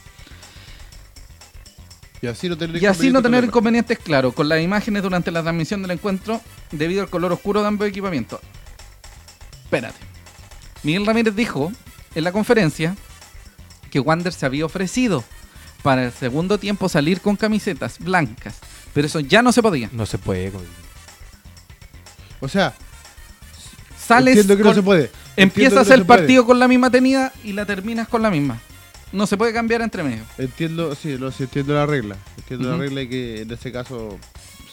S2: Y así no tener
S1: Y así no tener
S2: problema.
S1: inconvenientes, claro, con las imágenes durante la transmisión del encuentro debido al color oscuro de ambos equipamientos. Espérate. Miguel Ramírez dijo en la conferencia que Wander se había ofrecido para el segundo tiempo salir con camisetas blancas, pero eso ya no se podía.
S3: No se puede. güey.
S2: O sea,
S1: Sales
S2: entiendo que no
S1: con-
S2: se puede. Entiendo
S1: Empiezas
S2: que no
S1: el
S2: se puede.
S1: partido con la misma tenida y la terminas con la misma. No se puede cambiar entre medio.
S2: Entiendo, sí, no, sí, entiendo la regla. Entiendo
S1: Ujú.
S2: la regla y que en este caso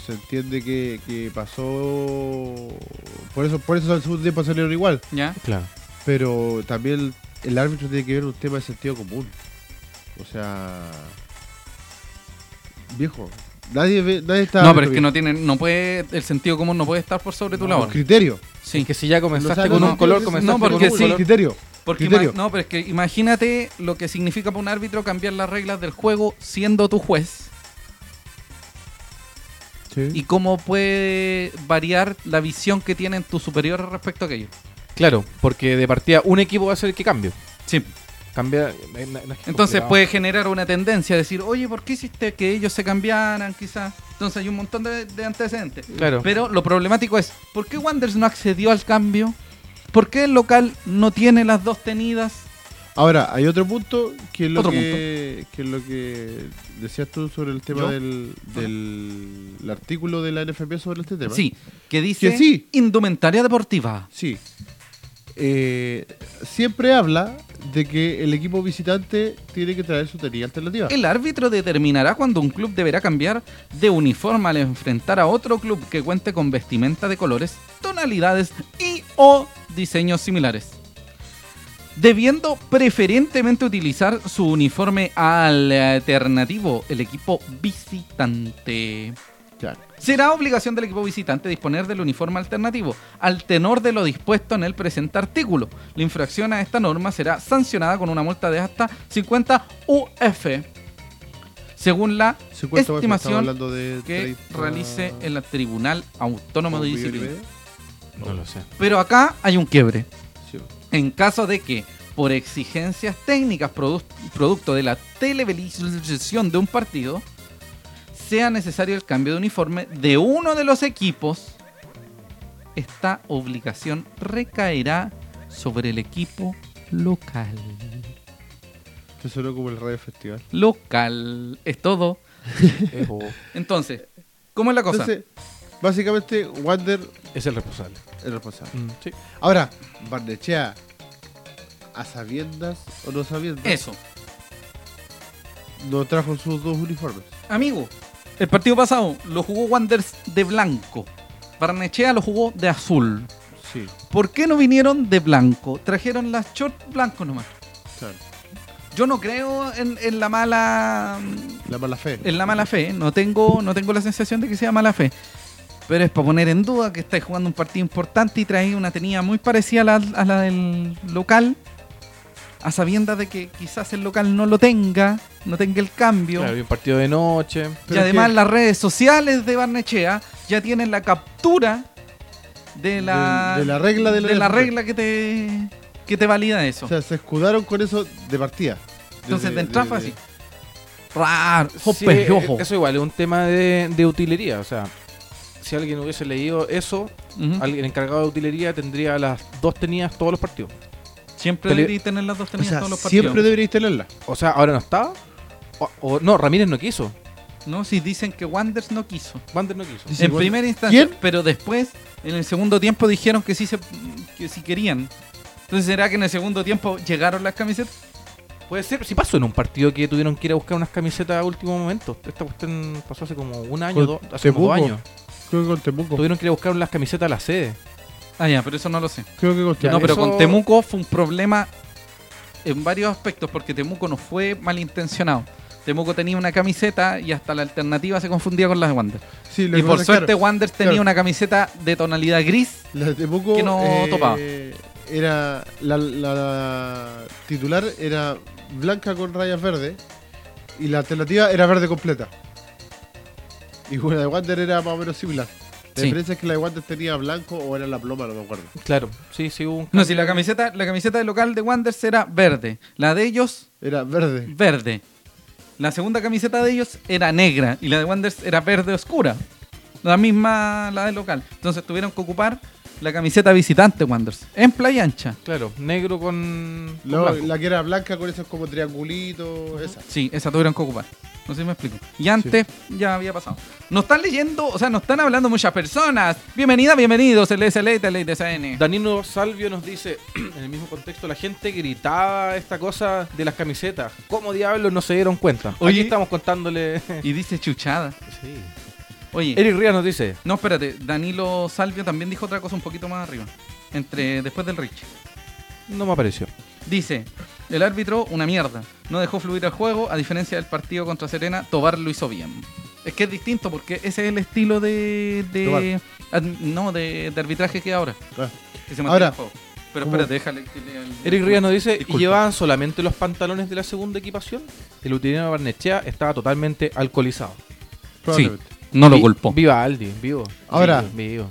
S2: se entiende que, que pasó. Por eso, por eso al segundo tiempo salieron igual.
S1: ¿Ya?
S3: Claro.
S2: Pero también el, el árbitro tiene que ver un tema de sentido común. O sea. Viejo, nadie, ve, nadie está.
S1: No, pero es que
S2: bien.
S1: no tiene, no puede, el sentido común no puede estar por sobre tu labor.
S2: Criterio.
S1: Sí.
S3: Que si ya comenzaste
S2: sabe
S3: con
S2: con
S3: un
S2: un
S3: color,
S2: tío,
S3: comenzaste
S1: no, porque
S3: con un
S1: sí.
S3: color.
S2: Criterio.
S1: Porque ima-
S2: criterio.
S1: no, pero es que imagínate lo que significa para un árbitro cambiar las reglas del juego siendo tu juez
S2: Sí.
S1: y cómo puede variar la visión que tienen tus superiores respecto a aquello.
S3: Claro, porque de partida un equipo va a ser el que cambie.
S1: Sí.
S3: Cambia. no es- no es que es
S1: Entonces
S3: complicado.
S1: puede generar una tendencia a decir, oye, ¿por qué hiciste que ellos se cambiaran? Quizás. Entonces hay un montón de, de antecedentes.
S3: Claro.
S1: Pero lo problemático es, ¿por qué Wanders no accedió al cambio? ¿Por qué el local no tiene las dos tenidas?
S2: Ahora, hay otro punto que es lo,
S1: Otro
S2: que, que es lo que decías tú sobre el tema
S1: ¿Yo?
S2: del, del el artículo de la NFP sobre este tema.
S1: Sí, que dice
S2: Que sí.
S1: indumentaria deportiva.
S2: Sí. Eh, siempre habla de que el equipo visitante tiene que traer su teoría alternativa.
S1: El árbitro determinará cuando un club deberá cambiar de uniforme al enfrentar a otro club que cuente con vestimenta de colores, tonalidades y o diseños similares. Debiendo preferentemente utilizar su uniforme alternativo, el equipo visitante.
S2: Claro.
S1: Será obligación del equipo visitante disponer del uniforme alternativo, al tenor de lo dispuesto en el presente artículo. La infracción a esta norma será sancionada con una multa de hasta 50 UF, según la
S2: 50 UF, estamos
S1: estimación
S2: hablando de
S1: que
S2: 30
S1: realice el Tribunal Autónomo de
S2: millones y
S1: Disciplina.
S2: medio.
S3: No lo sé.
S1: Pero acá hay un quiebre.
S2: Sí.
S1: En caso de que, por exigencias técnicas produ- producto de la televisión de un partido, sea necesario el cambio de uniforme de uno de los equipos, esta obligación recaerá sobre el equipo local.
S2: Esto sonó como el radio festival.
S1: Local. Es todo.
S3: Ejo.
S1: Entonces, ¿cómo es la cosa?
S2: Entonces, básicamente, Wander
S3: Es el responsable.
S2: es responsable.
S3: Mm, sí.
S2: Ahora, Barnechea, a sabiendas o no sabiendas,
S1: Eso.
S2: no trajo sus dos uniformes.
S1: Amigo, el partido pasado lo jugó Wanderers de blanco. Barnechea lo jugó de azul.
S2: Sí,
S1: ¿Por qué no vinieron de blanco? Trajeron las shorts blancos nomás.
S2: claro.
S1: Yo no creo en, en la mala en
S2: La mala fe.
S1: la mala fe. ¿eh? No tengo, no tengo la sensación de que sea mala fe. Pero es para poner en duda que estáis jugando un partido importante y traéis una tenía muy parecida a la, a la del local. A sabiendas de que quizás el local no lo tenga, no tenga el cambio.
S3: Claro, había un partido de noche.
S1: Y además las redes sociales de Barnechea ya tienen la captura de la,
S2: De- de la regla de la NFP.
S1: regla que te, que te valida eso.
S2: O sea, se escudaron con eso de partida.
S1: Entonces
S2: Desde-
S1: de entrada fue
S2: desde-
S1: así. Rar,
S3: Sí,
S1: hope,
S3: eh,
S1: yojo.
S3: Eso igual, es un tema de, de utilería. O sea, si alguien hubiese leído eso,
S1: Ujú.
S3: alguien encargado de utilería tendría las dos tenidas todos los partidos.
S1: Siempre
S3: tele-
S1: debí tener las dos
S2: O
S1: tenidas
S2: sea,
S1: todos los partidos.
S2: siempre deberíais tenerla.
S3: O sea, ahora no está. O, o- no, Ramírez no quiso.
S1: No, si dicen que Wanders no quiso.
S3: Wander no quiso.
S2: Dice,
S1: en
S2: bueno,
S1: primera instancia,
S2: ¿quién?
S1: pero después, en el segundo tiempo dijeron que sí se que sí querían. Entonces, ¿será que en el segundo tiempo llegaron las camisetas?
S3: Puede ser, si pasó en un partido que tuvieron que ir a buscar unas camisetas a último momento. Esta cuestión pasó hace como un año,
S2: Con
S3: dos, hace como dos
S2: Temuco.
S3: años.
S2: Creo que con Temuco.
S3: Tuvieron que ir a buscar las camisetas a la sede.
S1: Ah, ya, pero eso no lo sé.
S2: Creo que con
S3: Ya,
S1: no, pero
S3: eso-
S1: con Temuco fue un problema en varios aspectos, porque Temuco no fue malintencionado. Temuco tenía una camiseta y hasta la alternativa se confundía con las de Wander.
S2: Sí, lo
S1: Y
S2: que
S1: por
S2: pasa es,
S1: suerte Wander tenía
S2: claro.
S1: una camiseta de tonalidad gris.
S2: claro, la de Temuco
S1: que no
S2: eh,
S1: topaba.
S2: Era la, la titular era blanca con rayas verdes y la alternativa era verde completa. Y bueno, la de Wander era más o menos similar. La
S1: Sí.
S2: diferencia es que la de Wander tenía blanco o era la pluma, no me acuerdo.
S3: Claro, sí, sí hubo un
S1: No, si la camiseta, la camiseta del local de Wander era verde. La de ellos,
S2: Era verde.
S1: verde. La segunda camiseta de ellos era negra y la de Wander era verde oscura. La misma, la del local. Entonces tuvieron que ocupar la camiseta visitante Wander en playa ancha.
S3: Claro, negro con. con
S2: La,
S3: blanco.
S2: la que era blanca con esos como triangulitos, esa.
S1: Sí, esa tuvieron que ocupar. No sé si me explico. Y antes ya había pasado. Nos están leyendo, o sea, nos están hablando muchas personas. Bienvenida, bienvenidos, LSL, TLTCN.
S3: Danilo Salvio nos dice, en el mismo contexto, la gente gritaba esta cosa de las camisetas. ¿Cómo diablos no se dieron cuenta? Hoy
S1: Oye.
S3: estamos contándole.
S1: Y dice chuchada. Oye,
S3: Eric Rías nos dice,
S1: no, espérate. Danilo Salvio también dijo otra cosa un poquito más arriba. Entre, después del Rich.
S3: no me apareció.
S1: Dice, el árbitro, una mierda. No dejó fluir el juego, a diferencia del partido contra Serena, Tobar lo hizo bien. Es que es distinto porque ese es el estilo de... de ad- no, de, de arbitraje que ahora.
S2: Ah.
S1: Que se mantiene
S2: Ahora,
S1: el juego. Pero
S2: ¿cómo?
S1: espérate, déjale que lea el-
S3: Eric Rías nos dice,
S1: Disculpa.
S3: ¿y llevaban solamente los pantalones de la segunda equipación? El utilero de Barnechea estaba totalmente alcoholizado.
S2: Probablemente.
S1: No lo
S3: Vi-
S1: culpó.
S3: Viva Aldi, vivo.
S2: Ahora.
S3: Vivo, vivo.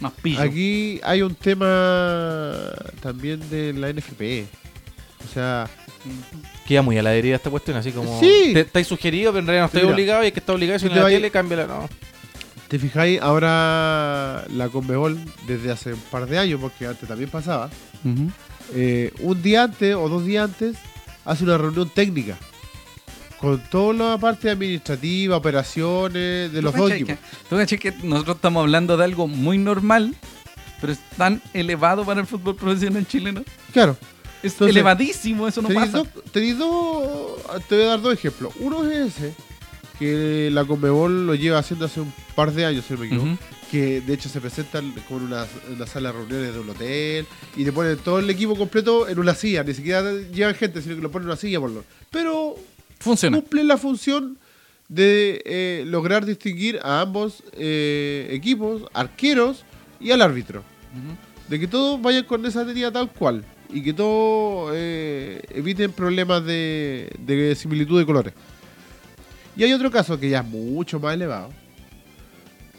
S1: Más pillo.
S2: Aquí hay un tema también de la NFP. O sea,
S3: Queda muy a la deriva esta cuestión, así como...
S2: Sí.
S3: Te, estáis sugerido, pero en realidad no estáis
S2: Mira.
S3: obligado y el que está obligado si
S2: Te
S3: no la
S2: vaya-
S3: tele, cámbiala, no.
S2: ¿te fijáis? Ahora la Conmebol, desde hace un par de años, porque antes también pasaba,
S1: Ujú.
S2: eh, un día antes o dos días antes hace una reunión técnica con toda la parte administrativa, operaciones de los
S1: ¿Tú
S2: dos
S1: cachai
S2: equipos.
S1: que- tú cachai que nosotros estamos hablando de algo muy normal, pero es tan elevado para el fútbol profesional chileno.
S2: Claro.
S1: Es
S2: Entonces,
S1: elevadísimo, eso no
S2: Tenéis
S1: pasa.
S2: dos- tenéis dos- te voy a dar dos ejemplos. Uno es ese, que la Conmebol lo lleva haciendo hace un par de años, si no me equivoco.
S1: Ujú.
S2: Que de hecho se presentan como en una, en una sala de reuniones de un hotel y te ponen todo el equipo completo en una silla. Ni siquiera llevan gente, sino que lo ponen en una silla. Por lo... Pero
S1: Funciona.
S2: cumple la función de eh, lograr distinguir a ambos eh, equipos, arqueros y al árbitro. De que todos vayan con esa teoría tal cual y que todos eh, eviten problemas de, de similitud de colores. Y hay otro caso que ya es mucho más elevado,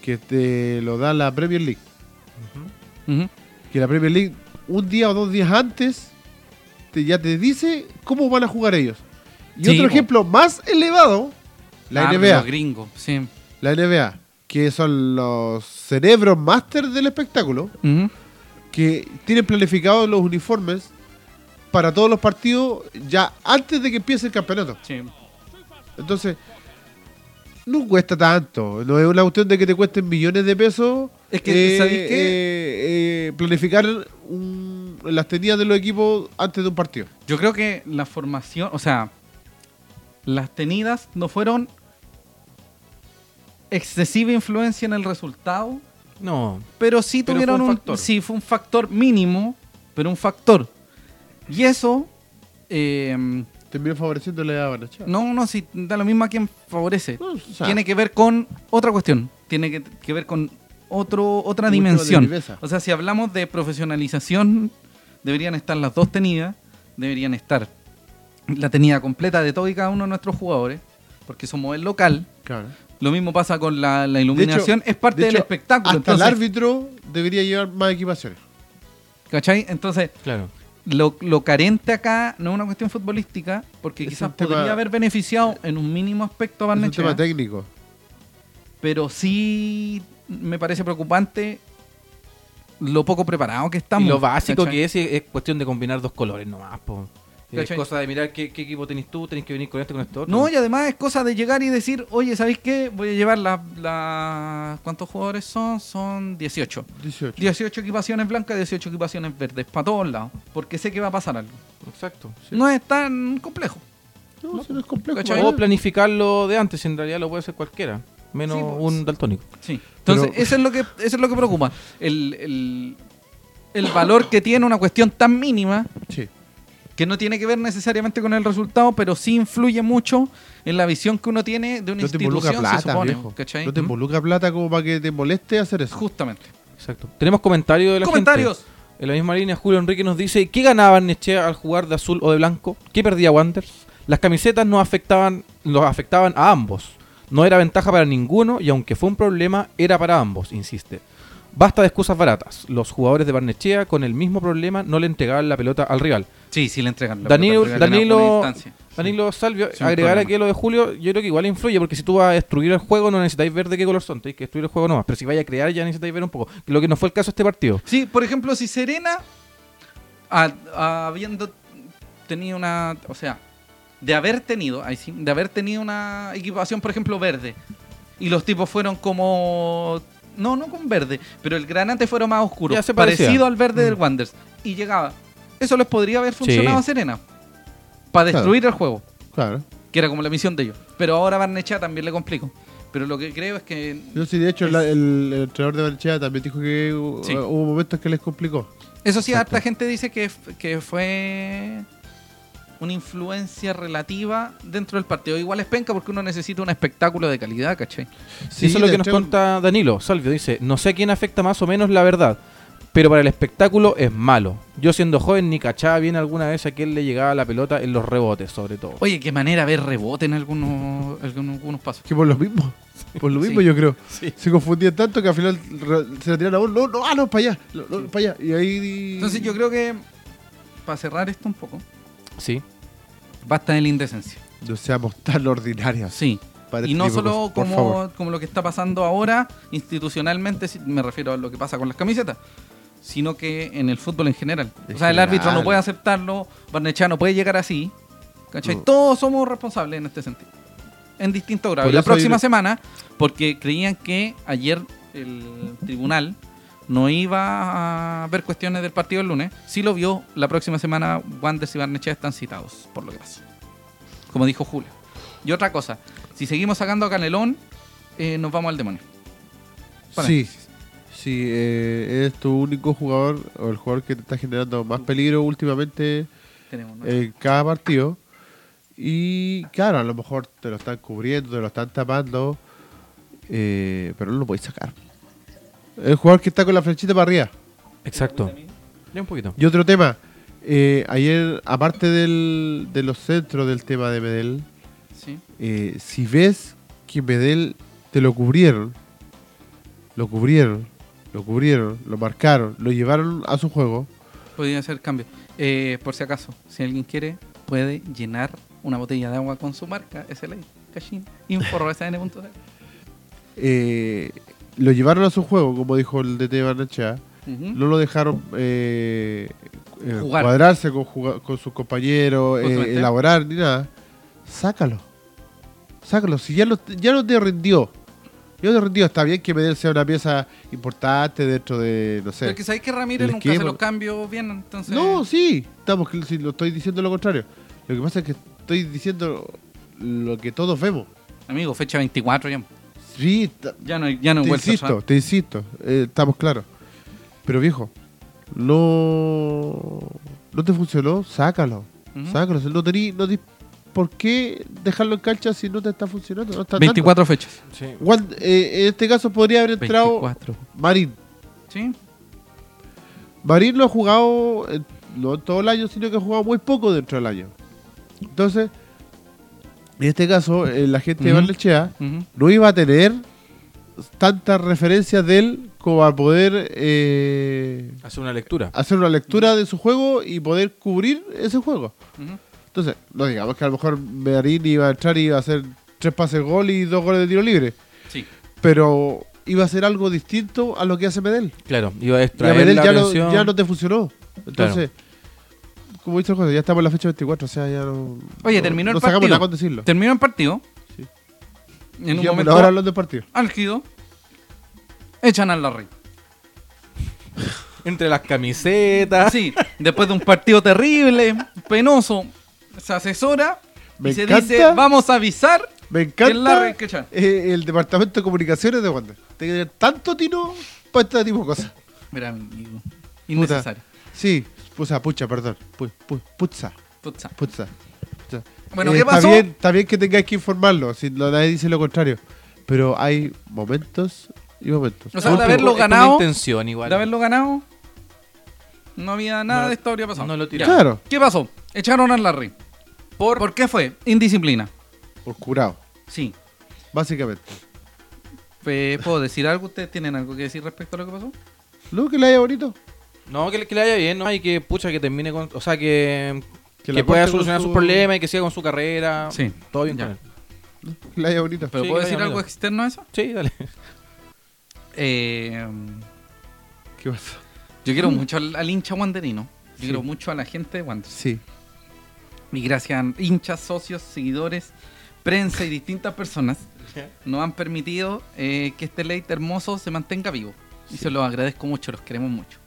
S2: que te lo da la Premier League.
S1: Ujú.
S2: Que la Premier League un día o dos días antes te- ya te dice cómo van a jugar ellos. Y
S1: Sí,
S2: otro
S1: po.
S2: ejemplo más elevado, la
S1: Ah,
S2: NBA.
S1: pero gringo, sí.
S2: La NBA, que son los cerebros máster del espectáculo,
S1: Ujú.
S2: que tienen planificados los uniformes para todos los partidos ya antes de que empiece el campeonato.
S1: Sí.
S2: Entonces, no cuesta tanto. No es una cuestión de que te cuesten millones de pesos.
S1: Es que,
S2: eh,
S1: ¿sabéis qué?
S2: eh, eh, planificar un- las tenidas de los equipos antes de un partido.
S1: Yo creo que la formación, o sea, las tenidas no fueron excesiva influencia en el resultado,
S3: No.
S1: pero sí
S3: Pero
S1: tuvieron
S3: fue un
S1: un,
S3: factor.
S1: sí fue un factor mínimo, pero un factor. Y eso eh,
S2: Terminó favoreciéndole a Barnechea.
S1: no no si da lo mismo a quien favorece.
S2: No, o sea,
S1: Tiene que ver con otra cuestión, tiene que, que ver con otro otra
S2: Mucho
S1: dimensión.
S2: de viveza.
S1: O sea, si hablamos de profesionalización, deberían estar las dos tenidas, deberían estar la tenida completa de todo y cada uno de nuestros jugadores, porque somos el local.
S2: claro.
S1: Lo mismo pasa con la, la
S2: De hecho-
S1: iluminación, es parte
S2: de
S1: del
S2: hecho,
S1: espectáculo.
S2: Hasta
S1: entonces,
S2: el árbitro debería llevar más equipaciones.
S1: ¿Cachai? Entonces,
S3: Claro.
S1: lo, lo carente acá no es una cuestión futbolística, porque
S2: Es
S1: quizás
S2: un tema-
S1: podría haber beneficiado en un mínimo aspecto a
S2: Es un
S1: Barnechea,
S2: tema técnico.
S1: pero sí me parece preocupante lo poco preparado que estamos.
S3: y lo básico
S1: ¿cachai?
S3: que es, es es cuestión de combinar dos colores nomás, po. Es
S1: ¿Cachai?
S3: cosa de mirar qué, qué equipo tenés tú, tenés que venir con este, con este otro.
S1: No, y además es cosa de llegar y decir, oye, ¿sabéis qué? Voy a llevar las... La... ¿Cuántos jugadores son? Son 18.
S2: 18.
S1: 18 equipaciones blancas, 18 equipaciones verdes, para todos lados, porque sé que va a pasar algo.
S3: Exacto.
S1: No es tan complejo.
S2: No, si no es complejo.
S1: ¿Cachai?
S2: ¿vale?
S3: O planificarlo de antes, en realidad lo puede hacer cualquiera, menos
S1: Sí, pues.
S3: un daltónico.
S1: Sí. Entonces,
S2: Pero-
S1: eso es lo que eso es lo que preocupa. El, el- el valor que tiene una cuestión tan mínima
S2: Sí.
S1: que no tiene que ver necesariamente con el resultado, pero sí influye mucho en la visión que uno tiene de una
S2: No te involucra
S1: institución,
S2: plata,
S1: se supone,
S2: viejo.
S1: ¿cachai?
S2: No te
S1: Mm.
S2: involucra plata como para que te moleste hacer eso.
S1: Justamente.
S3: Exacto. Tenemos comentarios de la
S1: Comentarios.
S3: gente. En la misma línea, Julio Enrique nos dice, ¿qué ganaba Nechea al jugar de azul o de blanco? ¿Qué perdía Wanderers? Las camisetas nos afectaban, nos afectaban a ambos. No era ventaja para ninguno y aunque fue un problema, era para ambos, insiste. Basta de excusas baratas. Los jugadores de Barnechea con el mismo problema no le entregaban la pelota al rival.
S1: Sí, sí le entregan la
S3: Danilo,
S1: pelota, entregan a una
S3: Danilo,
S1: instancia.
S3: Danilo Salvio,
S1: Sin
S3: agregar
S1: problema.
S3: aquí lo de Julio, yo creo que igual influye, porque si tú vas a destruir el juego no necesitáis ver de qué color son, tenéis que destruir el juego nomás, pero si vais a crear ya necesitáis ver un poco, lo que no fue el caso de este partido.
S1: Sí, por ejemplo, si Serena, a- a- habiendo tenido una. O sea, de haber tenido, ahí sí, de haber tenido una equipación, por ejemplo, verde, y los tipos fueron como. No, no con verde, pero el granate fueron más oscuro,
S3: Ya se parecía.
S1: parecido al verde del Wanders, y llegaba. Eso les podría haber funcionado
S3: Sí.
S1: a Serena, para
S2: Claro.
S1: destruir el juego
S2: Claro.
S1: que era como la misión de ellos. Pero ahora Barnechea también le complico. Pero lo que creo es que.
S2: Yo sí, de hecho, la- el, el entrenador de Barchea también dijo que hu-
S1: Sí.
S2: hubo momentos que les complicó.
S1: Eso sí, harta gente dice que, f- que fue una influencia relativa dentro del partido. Igual es penca porque uno necesita un espectáculo de calidad, ¿cachai?
S2: Sí,
S3: Eso es lo
S2: de
S3: que nos
S2: hecho,
S3: cuenta Danilo Salvio, dice, no sé a quién afecta más o menos la verdad, pero para el espectáculo es malo. Yo siendo joven ni cachaba bien alguna vez a quién le llegaba la pelota en los rebotes, sobre todo.
S1: Oye, qué manera ver rebote en algunos, algunos, algunos pasos.
S2: Que por lo mismo. Por lo mismo,
S1: Sí.
S2: yo creo. Se confundían tanto que al final re- se la tiraron a uno. No, no, ah, no, para allá. no, no, para allá. Y ahí.
S1: Entonces yo creo que, para cerrar esto un poco,
S3: Sí,
S1: basta de la indecencia.
S2: No seamos tan ordinarios.
S1: Sí.
S2: para
S1: Y
S2: este
S1: no
S2: tipo de
S1: solo
S2: cosas, por favor.
S1: como, como lo que está pasando ahora institucionalmente, si- me refiero a lo que pasa con las camisetas, sino que en el fútbol en general.
S5: En
S1: o sea, el árbitro
S5: general.
S1: no puede aceptarlo, Barnechea no puede llegar así. ¿Cachai? Todos somos responsables en este sentido. En distinto grado.
S2: Por
S1: Y La
S2: eso
S1: próxima
S2: yo-
S1: semana, porque creían que ayer el tribunal no iba a ver cuestiones del partido el lunes. Sí lo vio. La próxima semana Wanders y Barnechea están citados, por lo que pasa. Como dijo Julio. Y otra cosa, si seguimos sacando a Canelón, eh, nos vamos al demonio.
S2: Sí, sí, eh, es tu único jugador o el jugador que te está generando más peligro últimamente
S1: Tenemos, ¿no?
S2: en eh, cada partido. Y claro, a lo mejor te lo están cubriendo, te lo están tapando, eh, pero no lo podéis sacar. El jugador que está con la flechita para arriba.
S3: Exacto. Ya un poquito.
S2: Y otro tema. eh, ayer, aparte del, de los centros del tema de Medel,
S1: Sí.
S2: eh, si ves que Medel te lo cubrieron, lo cubrieron, lo cubrieron, lo marcaron, lo llevaron a su juego,
S1: Podría hacer cambio. Eh, por si acaso, si alguien quiere, puede llenar una botella de agua con su marca, SLA, Cashin, info.sn.cl.
S2: eh, lo llevaron a su juego, como dijo el DT Barnechea,
S1: Ujú.
S2: no lo dejaron eh, eh,
S1: Jugar.
S2: cuadrarse con, juga- con sus compañeros, eh,
S1: Justamente.
S2: elaborar ni nada. Sácalo. Sácalo. Si ya, lo, ya no te rindió. Ya no te rindió. Está bien que Medel sea una pieza importante dentro de, no sé.
S1: Pero que sabéis que Ramírez
S2: El
S1: nunca se
S2: esquema.
S1: los cambios bien, entonces.
S2: No, sí. Estamos, si lo estoy diciendo lo contrario. Lo que pasa es que estoy diciendo lo que todos vemos.
S1: Amigo, fecha 24 ya.
S2: Sí, ta-
S1: Ya no, hay- ya no hay
S2: te
S1: vuelta
S2: insisto,
S1: atrás.
S2: te insisto, eh, estamos claros. Pero viejo, no, no te funcionó, sácalo,
S1: Ujú.
S2: sácalo. Si No tení, no tení- ¿Por qué dejarlo en cancha si no te está funcionando? No está andando.
S1: 24 fechas.
S2: Juan, eh, en este caso podría haber entrado
S1: 24.
S2: Marín.
S1: Sí.
S2: Marín lo ha jugado eh, no todo el año, sino que ha jugado muy poco dentro del año. Entonces, en este caso, eh, la gente de
S1: Ujú.
S2: Barnechea
S1: Ujú.
S2: no iba a tener tantas referencias de él como para poder eh,
S3: Hace una lectura.
S2: hacer una lectura de su juego y poder cubrir ese juego.
S1: Ujú.
S2: Entonces, no digamos que a lo mejor Marín iba a entrar y iba a hacer tres pases de gol y dos goles de tiro libre,
S1: Sí.
S2: pero iba a ser algo distinto a lo que hace Medel.
S3: Claro, iba a
S2: Y a
S3: extraer
S2: Medel
S3: la
S2: ya no,
S3: atención.
S2: ya no te funcionó. Entonces, como dice el juego, ya estamos en la fecha 24, o sea, ya no.
S1: Oye,
S2: no-
S1: terminó el
S2: no sacamos
S1: partido.
S2: nada con decirlo.
S1: Terminó el partido.
S2: Sí.
S1: En un
S2: Ya,
S1: momento
S2: Ahora hablando del partido.
S1: álgido, echan al Larry.
S3: Entre las camisetas.
S1: Sí, después de un partido terrible, penoso, se asesora
S2: Me
S1: y se
S2: encanta.
S1: dice, vamos a avisar.
S2: Me
S1: El Larry
S2: encanta
S1: Esquechá.
S2: eh, el departamento de comunicaciones de Wander. Tiene tanto tino para este tipo de cosas.
S1: Mira, amigo, innecesario.
S2: Sí, pucha, pucha, perdón. Pu- pu- putza,
S1: Puta.
S2: putza, putza. Eh,
S1: Bueno, ¿qué pasó?
S2: Está bien, está bien que tengáis que informarlo, si no, nadie dice lo contrario. Pero hay momentos y momentos.
S1: O sea, de
S3: Es por-
S1: haberlo
S3: es por la
S1: ganado-
S3: intención igual.
S1: De haberlo ganado, no había nada
S3: No-
S1: de esto habría pasado.
S3: no lo
S1: Ya.
S3: tiraron.
S2: Claro.
S1: ¿Qué pasó? Echaron al Larry. ¿Por? qué fue? Indisciplina.
S2: Por curado,
S1: Sí.
S2: básicamente.
S1: Fe- ¿Puedo decir algo? ¿Ustedes tienen algo que decir respecto a lo que pasó?
S2: Lo que le haya bonito.
S3: No, que, le- que le vaya bien, ¿no? Y que pucha, que termine con. O sea, que.
S2: Que
S3: Que,
S2: la corte
S3: pueda
S2: con
S3: solucionar
S2: su-
S3: sus problemas y que siga con su carrera.
S1: Sí,
S3: Todo bien
S1: ya.
S3: con él.
S2: Que le haya bonito.
S1: ¿Pero
S3: Sí,
S1: puedo
S3: que
S1: decir
S3: vaya,
S1: algo
S3: amigo.
S1: externo a eso?
S3: Sí, dale.
S1: Eh,
S2: ¿Qué pasa?
S1: yo quiero mucho al, al hincha wanderino. Yo quiero mucho a la gente de Wander.
S2: Sí.
S1: Y gracias a hinchas, socios, seguidores, prensa y distintas personas, nos han permitido eh, que este late hermoso se mantenga vivo. Y se los agradezco mucho, los queremos mucho.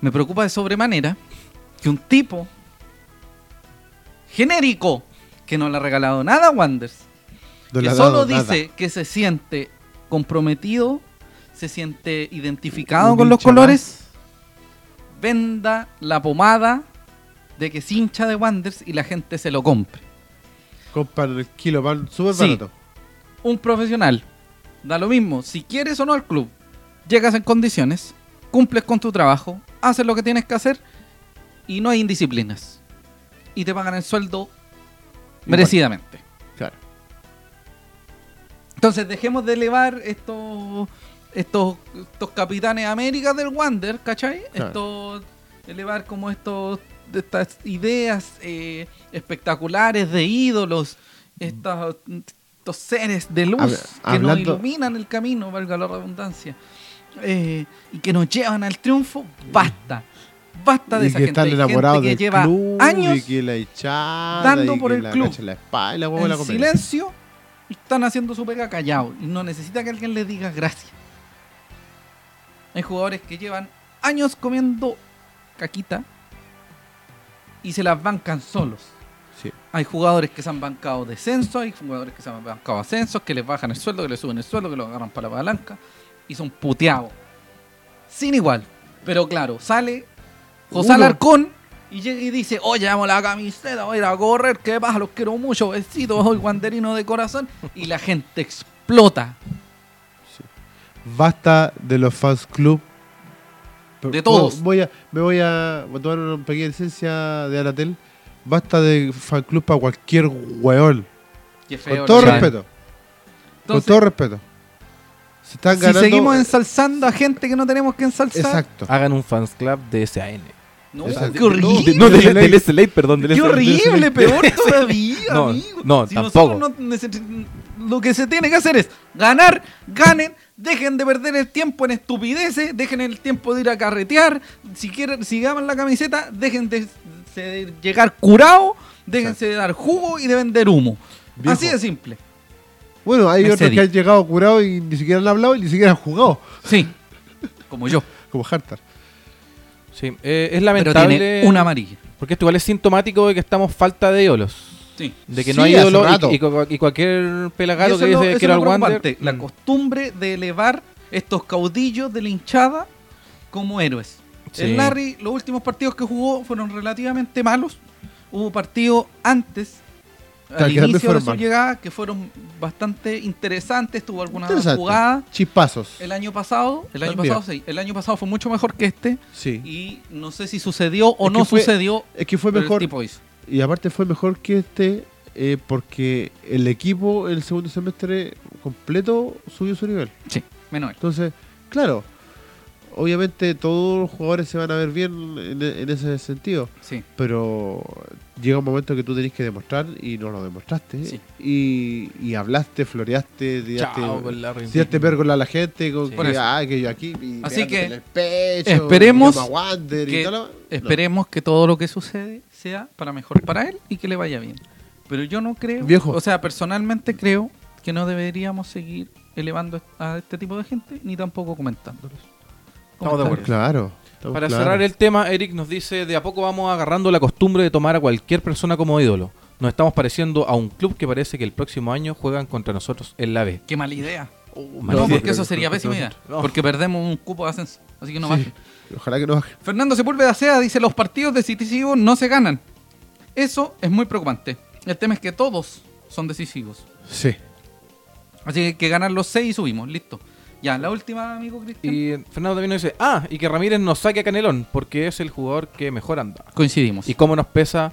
S1: Me preocupa de sobremanera que un tipo genérico que no le ha regalado nada a Wanders,
S2: No le
S1: que
S2: ha
S1: solo
S2: dado nada.
S1: dice que se siente comprometido, se siente identificado
S2: Un
S1: con los
S2: hincha
S1: colores, venda la pomada de que es hincha de Wanders y la gente se lo compre.
S2: Compran el kilo pan súper
S1: Sí.
S2: barato.
S1: Un profesional, da lo mismo, si quieres o no al club, llegas en condiciones, cumples con tu trabajo, haces lo que tienes que hacer y no hay indisciplinas. Y te pagan el sueldo merecidamente.
S2: Claro.
S1: Entonces dejemos de elevar estos estos, estos capitanes América del Wander, ¿cachai?
S2: Claro.
S1: Estos elevar como estos de estas ideas eh, espectaculares de ídolos, estas- estos seres de luz
S2: Hab-
S1: que no
S2: hablando-
S1: iluminan el camino, valga la redundancia. eh, y que nos llevan al triunfo, basta. Basta de
S2: Y
S1: esa
S2: que
S1: gente.
S2: están
S1: Hay gente
S2: enamorados
S1: que
S2: del
S1: lleva
S2: club
S1: años
S2: y que la echada
S1: dando
S2: y
S1: por
S2: que
S1: el
S2: la
S1: club.
S2: cacha en la espalda y la hueá
S1: en
S2: la comida.
S1: silencio están haciendo su pega callado y no necesita que alguien les diga gracias. Hay jugadores que llevan años comiendo caquita y se las bancan solos.
S2: Sí.
S1: Hay jugadores que se han bancado descenso, hay jugadores que se han bancado ascensos, que les bajan el sueldo, que les suben el sueldo, que los agarran para la palanca y son puteados. Sin igual. Pero claro, sale José
S2: Uno.
S1: Alarcón y llega y dice, oye, amo la camiseta, voy a ir a correr, que pasa, los quiero mucho, besitos, soy guanderino de corazón. Y la gente explota.
S2: Basta de los fans club. Pero
S1: De todos.
S2: Voy a, me voy a, voy a tomar una pequeña licencia de Anatel. Basta de fan club para cualquier hueón.
S1: Qué
S2: Con
S1: feo,
S2: todo
S1: ¿no?
S3: verdad.
S2: respeto. con
S1: Entonces,
S2: todo respeto. Se están
S1: si
S2: ganando. eh,
S1: seguimos ensalzando a gente que no tenemos que ensalzar,
S2: Exacto.
S3: Hagan un fans club de SAN.
S1: no,
S2: Exacto.
S1: qué horrible.
S3: De- no, del
S2: Del
S3: del SLA, perdón. del
S1: Qué
S3: SLA.
S1: horrible, peor todavía,
S3: No,
S1: amigo.
S3: no,
S1: Si
S3: tampoco.
S1: nosotros no necesit- lo que se tiene que hacer es ganar, ganen, dejen de perder el tiempo en estupideces, dejen el tiempo de ir a carretear, si quieren, si ganan la camiseta, dejen de, de llegar curado, déjense de dar jugo y de vender humo.
S2: Viejo.
S1: Así de simple.
S2: Bueno, hay
S1: Me
S2: otros
S1: cedí.
S2: que han llegado curados y ni siquiera han hablado y ni siquiera han jugado.
S1: Sí, como yo.
S2: Como Hartar.
S3: Sí, eh, es
S1: Pero
S3: lamentable.
S1: tiene una amarilla.
S3: Porque esto igual es sintomático de que estamos falta de ídolos.
S1: Sí.
S3: De que
S2: Sí,
S3: no hay
S2: hace
S3: ídolos y-
S2: rato.
S3: y, cu- y cualquier
S1: Y
S3: pelagato
S1: eso
S3: que
S1: es lo-
S3: dice
S1: eso
S3: quiero
S1: es
S3: al
S1: lo
S3: Wander.
S1: preocupante, La
S3: mm,
S1: costumbre de elevar estos caudillos de la hinchada como héroes.
S3: Sí.
S1: El Larry, los últimos partidos que jugó fueron relativamente malos. Hubo partidos antes,
S2: Está
S1: al
S2: quedando
S1: inicio de su
S2: formal.
S1: llegada, que fueron bastante interesantes. Tuvo alguna
S2: Interesante.
S1: jugada.
S2: Chispazos.
S1: El año pasado, el año
S2: También.
S1: pasado, sí, el año pasado fue mucho mejor que este.
S2: Sí.
S1: Y no sé si sucedió o
S2: Es que
S1: no
S2: fue-
S1: sucedió.
S2: Es que fue
S1: pero el
S2: mejor.
S1: tipo hizo.
S2: Y aparte fue mejor que este eh, porque el equipo el segundo semestre completo subió su nivel.
S1: Sí, menos él.
S2: Entonces, claro, obviamente todos los jugadores se van a ver bien en, en ese sentido,
S1: Sí.
S2: pero llega un momento que tú tenés que demostrar y no lo demostraste.
S1: Sí.
S2: Y, y hablaste, floreaste, tiraste,
S3: Chao con Larry.
S2: tiraste pérgola a la gente, con
S3: Sí.
S1: Por
S2: que,
S1: eso.
S2: "Ay, que yo aquí, y
S1: Así
S2: pegándote
S1: que
S2: en el pecho,
S1: esperemos
S2: llama a Wander y
S1: que-
S2: tal, no.
S1: Esperemos que todo lo que sucede sea para mejor para él y que le vaya bien. Pero yo no creo,
S2: Viejo.
S1: o sea, personalmente creo que no deberíamos seguir elevando a este tipo de gente ni tampoco comentándolos.
S3: Estamos de acuerdo.
S2: Claro. estamos
S3: Para
S2: claros.
S3: cerrar el tema, Eric nos dice, de a poco vamos agarrando la costumbre de tomar a cualquier persona como ídolo. Nos estamos pareciendo a un club que parece que el próximo año juegan contra nosotros en la B.
S1: Qué mala idea.
S2: Uh,
S3: mala
S1: no,
S3: idea.
S1: porque eso sería pésima idea.
S3: No.
S1: Porque perdemos un cupo de ascenso. Así que no baje.
S2: Ojalá que no baje.
S1: Fernando Sepúlveda Sea dice, los partidos decisivos no se ganan. Eso es muy preocupante. El tema es que todos son decisivos.
S2: Sí.
S1: Así que hay que ganar los seis y subimos. Listo. Ya, la última, amigo Cristian.
S3: Y Fernando también nos dice, ah, y que Ramírez nos saque a Canelón, porque es el jugador que mejor anda.
S1: Coincidimos.
S3: Y cómo nos pesa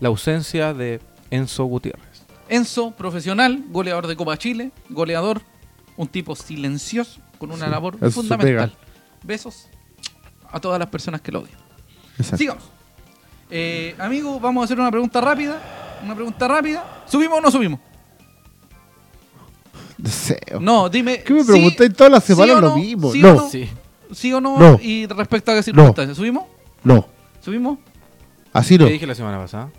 S3: la ausencia de Enzo Gutiérrez.
S1: Enzo, profesional, goleador de Copa Chile, goleador, un tipo silencioso, con una labor
S2: es su
S1: fundamental. Besos a todas las personas que lo odian.
S2: Exacto.
S1: Sigamos. Eh, amigo, vamos a hacer una pregunta rápida. Una pregunta rápida. ¿Subimos o no subimos?
S2: Deseo.
S1: No, dime.
S2: ¿Qué me
S1: Mm, sí,
S2: preguntáis todas las
S1: sí o
S2: semanas
S1: no,
S2: lo mismo?
S1: sí o
S2: no,
S1: no.
S3: Sí.
S1: ¿Sí o no?
S2: No.
S1: Y respecto a qué circunstancias. ¿Subimos?
S2: no.
S1: ¿Subimos?
S2: Así no.
S3: Te dije la semana pasada.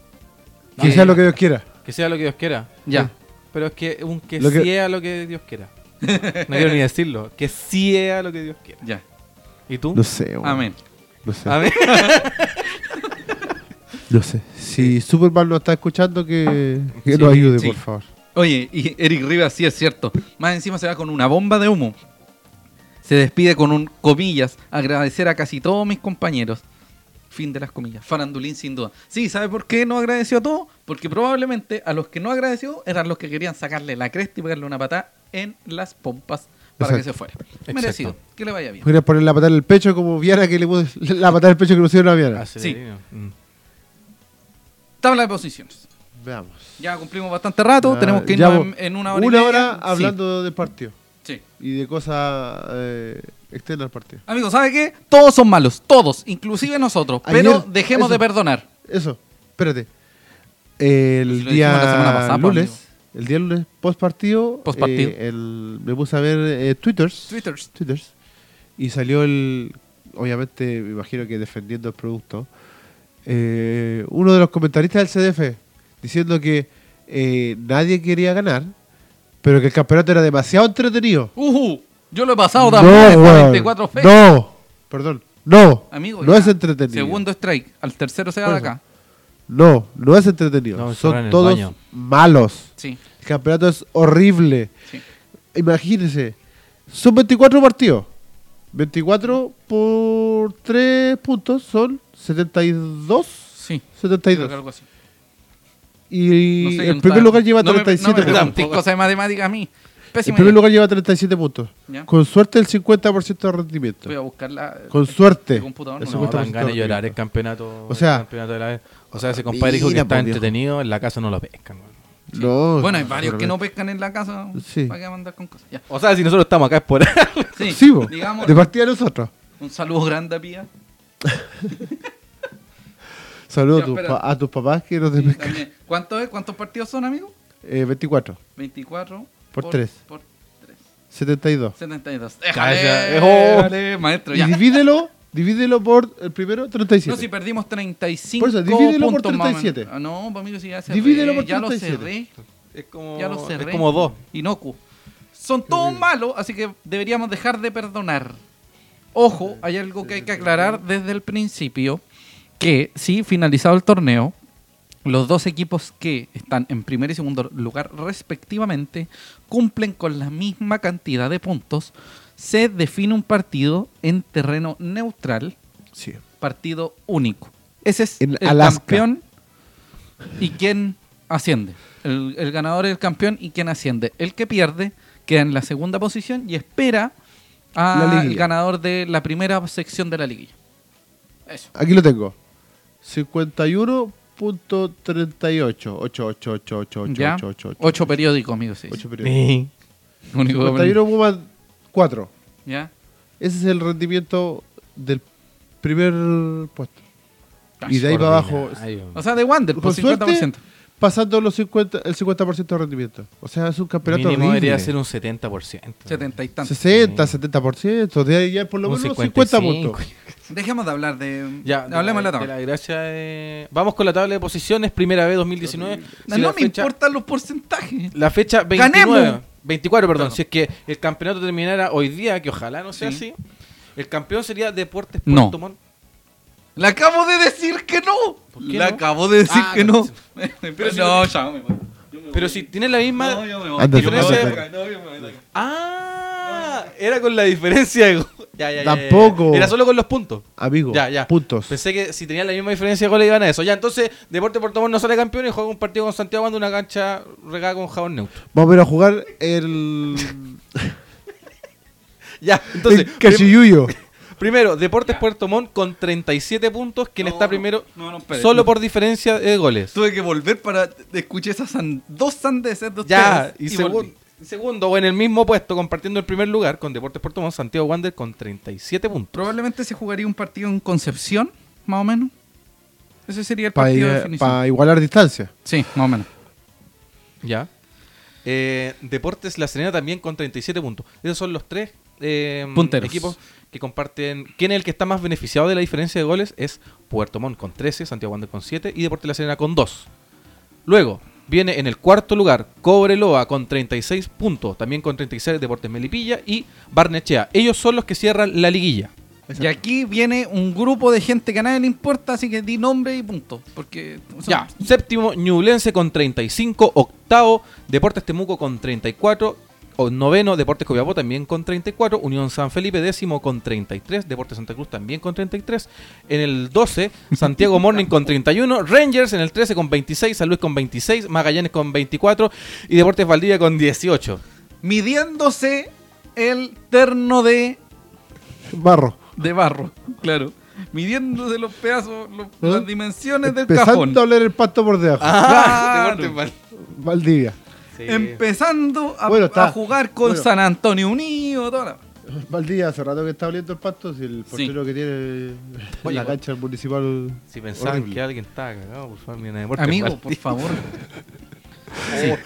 S2: Que
S1: "Ah,
S2: sea lo que Eh, Dios quiera.
S3: Que sea lo que Dios quiera.
S1: Eh, Ya.
S3: Pero es que un que,
S2: Lo que-
S3: sea lo que Dios quiera. No quiero ni decirlo. Que sea lo que Dios quiera.
S1: Ya.
S3: ¿Y tú?
S2: No sé, weón.
S1: Amén.
S2: No sé.
S3: A ver.
S2: No sé. Si Superman nos está escuchando, que, que nos ayude,
S1: sí.
S2: por favor.
S1: Oye, y Eric Rivas sí es cierto. Más encima se va con una bomba de humo. Se despide con un comillas, agradecer a casi todos mis compañeros. Fin de las comillas. Farandulín sin duda. Sí, ¿sabe por qué no agradeció a todos? Porque probablemente a los que no agradeció eran los que querían sacarle la cresta y pegarle una patada en las pompas para que
S2: Exacto.
S1: se fuera.
S3: Exacto.
S1: Merecido. Que le vaya bien.
S2: Podrías poner la patada en el pecho como Viana que le puso la patada en el pecho que le pusieron a Viana.
S1: Sí.
S3: Mm.
S1: Tabla de posiciones.
S2: Veamos.
S1: Ya cumplimos bastante rato.
S2: Ah,
S1: Tenemos que
S2: ya
S1: irnos
S2: vo-
S1: en, en una hora. y media. Sí,
S2: hablando del partido
S1: sí.
S2: y de cosas eh, externas al partido.
S1: Amigos, ¿sabe qué? Todos son malos, todos, inclusive nosotros,
S2: Ayer,
S1: pero dejemos
S2: eso.
S1: de perdonar.
S2: Eso, espérate. El
S1: Pues Si lo
S2: día
S1: dijimos la semana pasada, pues,
S2: lunes, el día lunes post partido,
S1: Postpartido.
S2: me puse a ver eh, twitters,
S1: Twitters.
S2: twitters, y salió el, obviamente me imagino que defendiendo el producto, eh, uno de los comentaristas del CDF diciendo que eh, nadie quería ganar, pero que el campeonato era demasiado entretenido.
S1: ¡Ujú! Yo lo he pasado también
S2: no,
S1: por
S2: weón,
S1: 24 fe.
S2: no, perdón, no,
S1: Amigo,
S2: no
S1: ya.
S2: es entretenido.
S1: Segundo strike, al tercero se da de acá.
S2: No, no es entretenido.
S3: No, se van en
S2: Son
S3: el
S2: todos
S3: baño.
S2: malos.
S1: Sí.
S2: El campeonato es horrible.
S1: Sí.
S2: Imagínense, son 24 partidos. 24 por 3 puntos son 72.
S1: Sí.
S2: 72.
S1: Algo así.
S2: Y
S1: No sé,
S2: el
S1: un
S2: primer
S1: tal-
S2: lugar lleva
S1: no me-
S2: 37
S1: No me
S2: puntos.
S1: preguntéis cosas de matemáticas a mí.
S2: El
S1: Pésima
S2: primer
S1: idea.
S2: lugar lleva 37 puntos.
S1: Ya.
S2: Con suerte el 50% de rendimiento.
S1: Voy a buscar la.
S2: Con
S1: el-
S2: suerte.
S1: el computador,
S2: Eso
S1: no.
S3: No,
S2: cuesta
S3: dan
S2: mucho
S3: ganas de llorar
S2: trabajo.
S3: el campeonato.
S2: O sea-
S3: el campeonato de la- o sea, ese compadre dijo que
S2: Mira,
S3: está
S2: pues, viejo.
S3: entretenido, en la casa no lo pescan. weón.
S2: No,
S1: Bueno, hay varios que
S2: seguramente.
S1: no pescan en la casa.
S2: Sí.
S1: ¿Para qué mandar con cosas? Ya.
S3: O sea, si nosotros estamos acá es por
S1: Sí,
S2: Sí, bo,
S1: digamos,
S2: de partida nosotros.
S1: un saludo grande a Pía.
S2: Saludos
S1: Ya,
S2: a, tus
S1: espera.
S2: pa- a tus papás que nos
S1: Sí,
S2: pescan.
S1: también. ¿Cuánto es? ¿Cuántos partidos son, amigo?
S2: Eh, 24.
S1: 24
S2: Por tres.
S1: Por 3.
S2: 72.
S1: 72.
S3: Calla.
S1: Déjale,
S3: Ejo.
S1: déjale, maestro,
S2: eh, oh. Y
S1: ya.
S2: divídelo, divídelo por el primero, 37.
S1: No, si perdimos 35
S2: Por eso, divídelo por
S1: puntos más o menos.
S2: 37.
S1: Ah, No, pues amigo, si ya cerré.
S2: Divídelo por
S1: ya lo
S2: 37.
S1: cerré.
S3: Es como,
S1: Ya lo cerré.
S3: es como dos.
S1: Inocuo. Son todos malos, así que deberíamos dejar de perdonar. Ojo, hay algo que hay que aclarar desde el principio, que sí, finalizado el torneo, los dos equipos que están en primer y segundo lugar respectivamente cumplen con la misma cantidad de puntos. Se define un partido en terreno neutral,
S2: Sí.
S1: partido único. Ese es
S2: En
S1: el
S2: Alaska.
S1: campeón y quien asciende. El, el ganador es el campeón y quien asciende. El que pierde queda en la segunda posición y espera
S2: La
S1: al
S2: liguilla.
S1: ganador de la primera sección de la liguilla. Eso.
S2: Aquí lo tengo. 51.38. 8, 8, 8, 8, 8,
S1: ¿Ya?
S2: 8, 8, 8,
S1: Ocho periódicos, amigo. Sí.
S2: 8
S1: Único que-
S2: 51.4.
S1: ¿Ya?
S2: Ese es el rendimiento del primer puesto.
S1: Casi.
S2: Y de ahí para abajo,
S3: Ordinario.
S1: O sea, de Wander, por
S2: Con
S1: 50%.
S2: suerte, pasando los 50, el 50% de rendimiento. O sea, es un campeonato
S3: Mínimo
S2: horrible.
S3: debería ser un 70%.
S1: 70 y tanto.
S2: 60, 70%, de ahí ya por lo
S3: Un
S2: menos 50
S3: 55.
S2: puntos.
S1: Dejemos de hablar de...
S3: Ya, de
S1: Hablemos de la
S3: la, de
S1: tabla.
S3: la gracia de- Vamos con la tabla de posiciones, primera vez 2019.
S1: No,
S3: Si
S1: no
S3: la
S1: me
S3: fecha-
S1: importan los porcentajes.
S3: La fecha 29,
S1: ¡Ganemos!
S3: 24, perdón.
S1: Perdón.
S3: Si es que el campeonato terminara hoy día, que ojalá no sea
S1: Sí.
S3: así, el campeón sería Deportes
S1: No.
S3: Puerto Montt.
S1: Le acabo de decir que no.
S3: ¿Por qué
S1: Le
S3: no?
S1: acabo de decir
S3: Ah,
S1: que
S3: no.
S1: no. Pero no, ya me voy. Yo me
S3: Pero
S1: voy.
S3: si tiene la misma.
S1: No, yo me voy.
S2: Anda,
S1: Yo me
S3: no
S1: voy
S3: se
S1: de
S3: puede.
S1: acá. No, yo me voy de acá.
S3: Ah, era con la diferencia. de go- Ya, ya, ya, ya, ya.
S2: Tampoco.
S3: Era solo con los puntos.
S2: Amigo,
S3: Ya, ya.
S2: puntos.
S3: Pensé que si tenían la misma diferencia de goles iban a eso. Ya, entonces, Deporte Puerto Montt no sale campeón y juega un partido con Santiago en una cancha regada con jabón neutro.
S2: Vamos a ir a jugar el,
S3: Ya, entonces,
S2: el
S3: prim-
S2: Cachiyuyo.
S3: primero, Deportes Puerto Montt con 37 puntos, quien
S1: No,
S3: está
S1: no,
S3: primero
S1: no, no, espere.
S3: solo por diferencia de goles.
S1: Tuve que volver para escuché esas san- dos sandeces de
S3: Ya,
S1: ustedes
S3: y,
S1: volví.
S3: segun- segundo, o en el mismo puesto, compartiendo el primer lugar con Deportes Puerto Montt, Santiago Wander con 37 puntos.
S1: Probablemente se jugaría un partido en Concepción, más o menos. Ese sería el partido de
S2: Para
S1: definición.
S2: igualar distancia.
S1: Sí, más o menos.
S3: Ya. Eh, Deportes La Serena también con 37 puntos. Esos son los tres eh,
S1: Punteros.
S3: equipos que comparten. ¿Quién es el que está más beneficiado de la diferencia de goles? Es Puerto Montt con 13, Santiago Wander con 7 y Deportes La Serena con 2. Luego viene en el cuarto lugar Cobreloa con 36 puntos, también con 36 Deportes Melipilla y Barnechea. Ellos son los que cierran la liguilla.
S1: Y aquí viene un grupo de gente que a nadie le importa, así que di nombre y punto. Porque son-
S3: Ya, séptimo, Ñublense con 35, octavo, Deportes Temuco con 34, o noveno, Deportes Copiapó también con 34, Unión San Felipe décimo con 33, Deportes Santa Cruz también con 33, en el 12, Santiago Morning con 31, Rangers en el 13 con 26, San Luis con 26, Magallanes con 24 y Deportes Valdivia con 18.
S1: midiéndose el terno de
S2: Barro.
S1: De barro, claro. Midiéndose los pedazos, los-
S2: ¿Eh?
S1: las dimensiones del cajón.
S2: Empezando a oler el pasto por debajo.
S1: Ah, Deportes
S2: Valdivia.
S1: Empezando a,
S2: Bueno, está-
S1: a jugar con
S2: bueno.
S1: San Antonio Unido. toda la-
S2: Valdivia, hace rato que está oliendo el pasto. Si el portero que tiene
S3: Oye,
S2: la cancha municipal.
S3: Si pensaban
S2: horrible.
S3: que alguien estaba cagado, por favor, miren, Deportes
S1: Amigo,
S3: Valdivia.
S1: por favor.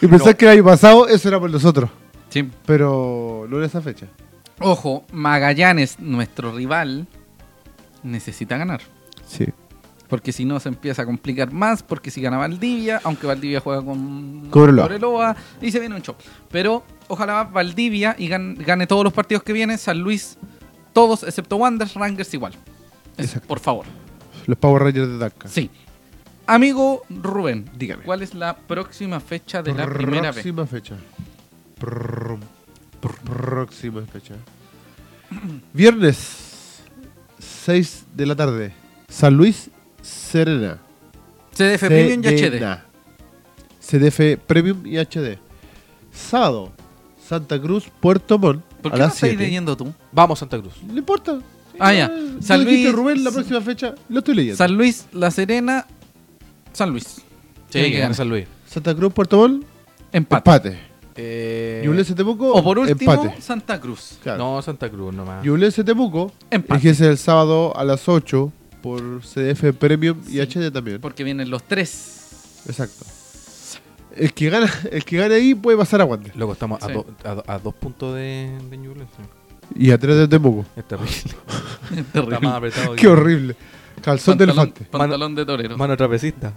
S2: Y pensar que el año pasado eso era por nosotros.
S1: Sí.
S2: Pero no era esa fecha.
S1: Ojo, Magallanes, nuestro rival, necesita ganar.
S2: Sí.
S1: Porque si no se empieza a complicar más, porque si gana Valdivia, aunque Valdivia juega con
S2: Cobreloa.
S1: y se viene un show. Pero ojalá Valdivia y gan- gane todos los partidos que vienen, San Luis, todos excepto Wanderers, Rangers igual. Eso,
S2: Exacto.
S1: por favor.
S2: Los Power Rangers de Dakar.
S1: Sí. Amigo Rubén,
S2: Dígame.
S1: ¿cuál es la próxima fecha de la primera vez?
S2: Próxima fecha. Prrr, próxima fecha. Viernes, 6 de la tarde. San Luis, Serena.
S1: CDF Premium y HD.
S2: Serena. CDF Premium y HD. Sábado, Santa Cruz, Puerto Montt.
S1: ¿Por
S2: a
S1: qué no
S2: las
S1: estás
S2: 7.
S1: leyendo tú?
S5: Vamos, Santa Cruz.
S2: No importa.
S1: Ah, ya.
S2: Lo
S1: San
S2: dijiste,
S1: Luis-
S2: Rubén, la próxima fecha. Lo estoy leyendo.
S1: San Luis, La Serena, San Luis. Tiene que ganar.
S5: San Luis.
S2: Santa Cruz, Puerto Montt.
S1: Empate.
S2: Empate.
S1: Eh,
S2: Ñublense Temuco.
S1: O por último,
S2: Empate.
S1: Santa Cruz.
S2: Claro.
S5: No, Santa Cruz nomás.
S2: Ñublense Temuco.
S1: Empate.
S2: Empieza el sábado a las 8 por CDF Premium y HD también.
S1: Porque vienen los tres.
S2: Exacto. El que gana, el que gane ahí puede pasar a Wander.
S5: Luego estamos a,
S1: Sí.
S5: do- a do- a dos puntos de, de Ñublense.
S2: Y a 3 de Temuco.
S5: Es terrible.
S1: Terrible.
S5: Está más apretado. que-
S2: Qué horrible. Calzón de
S1: Pantalón,
S2: elefante.
S1: pantalón de torero.
S5: Mano trapecista.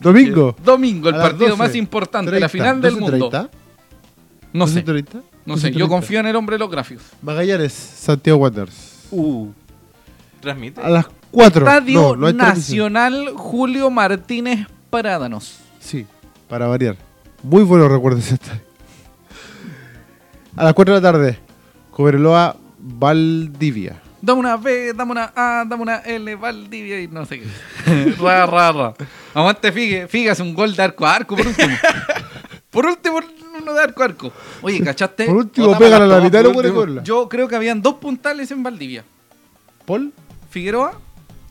S2: Domingo.
S1: Domingo, el
S2: a las
S1: partido
S2: 12,
S1: más importante, la
S2: 30,
S1: final del mundo.
S2: 12:30,
S1: No sé,
S2: 12:30,
S1: no sé. Yo
S2: 12:30.
S1: confío en el hombre de los gráficos.
S2: Magallanes, Santiago Wanderers.
S5: Transmite.
S2: A las 4.
S1: Estadio
S2: no, no hay transmisión.
S1: Nacional Julio Martínez Parádanos.
S2: Sí, para variar. Muy buenos recuerdos ese estadio. A las 4 de la tarde, Cobreloa, Valdivia.
S1: Dame una B, dame una A, dame una L, Valdivia y no sé qué. ra, ra, ra. Aguante, Figue. Figue hace un gol de arco a arco, por último. por último, uno de arco a arco. Oye, ¿cachaste?
S2: Por último,
S1: Otra
S2: pégala a la
S1: mala
S2: mitad y
S1: toma,
S2: no
S1: por
S2: puede
S1: último.
S2: cobrarla.
S1: Yo creo que habían dos puntales en Valdivia.
S2: Paul.
S1: Figueroa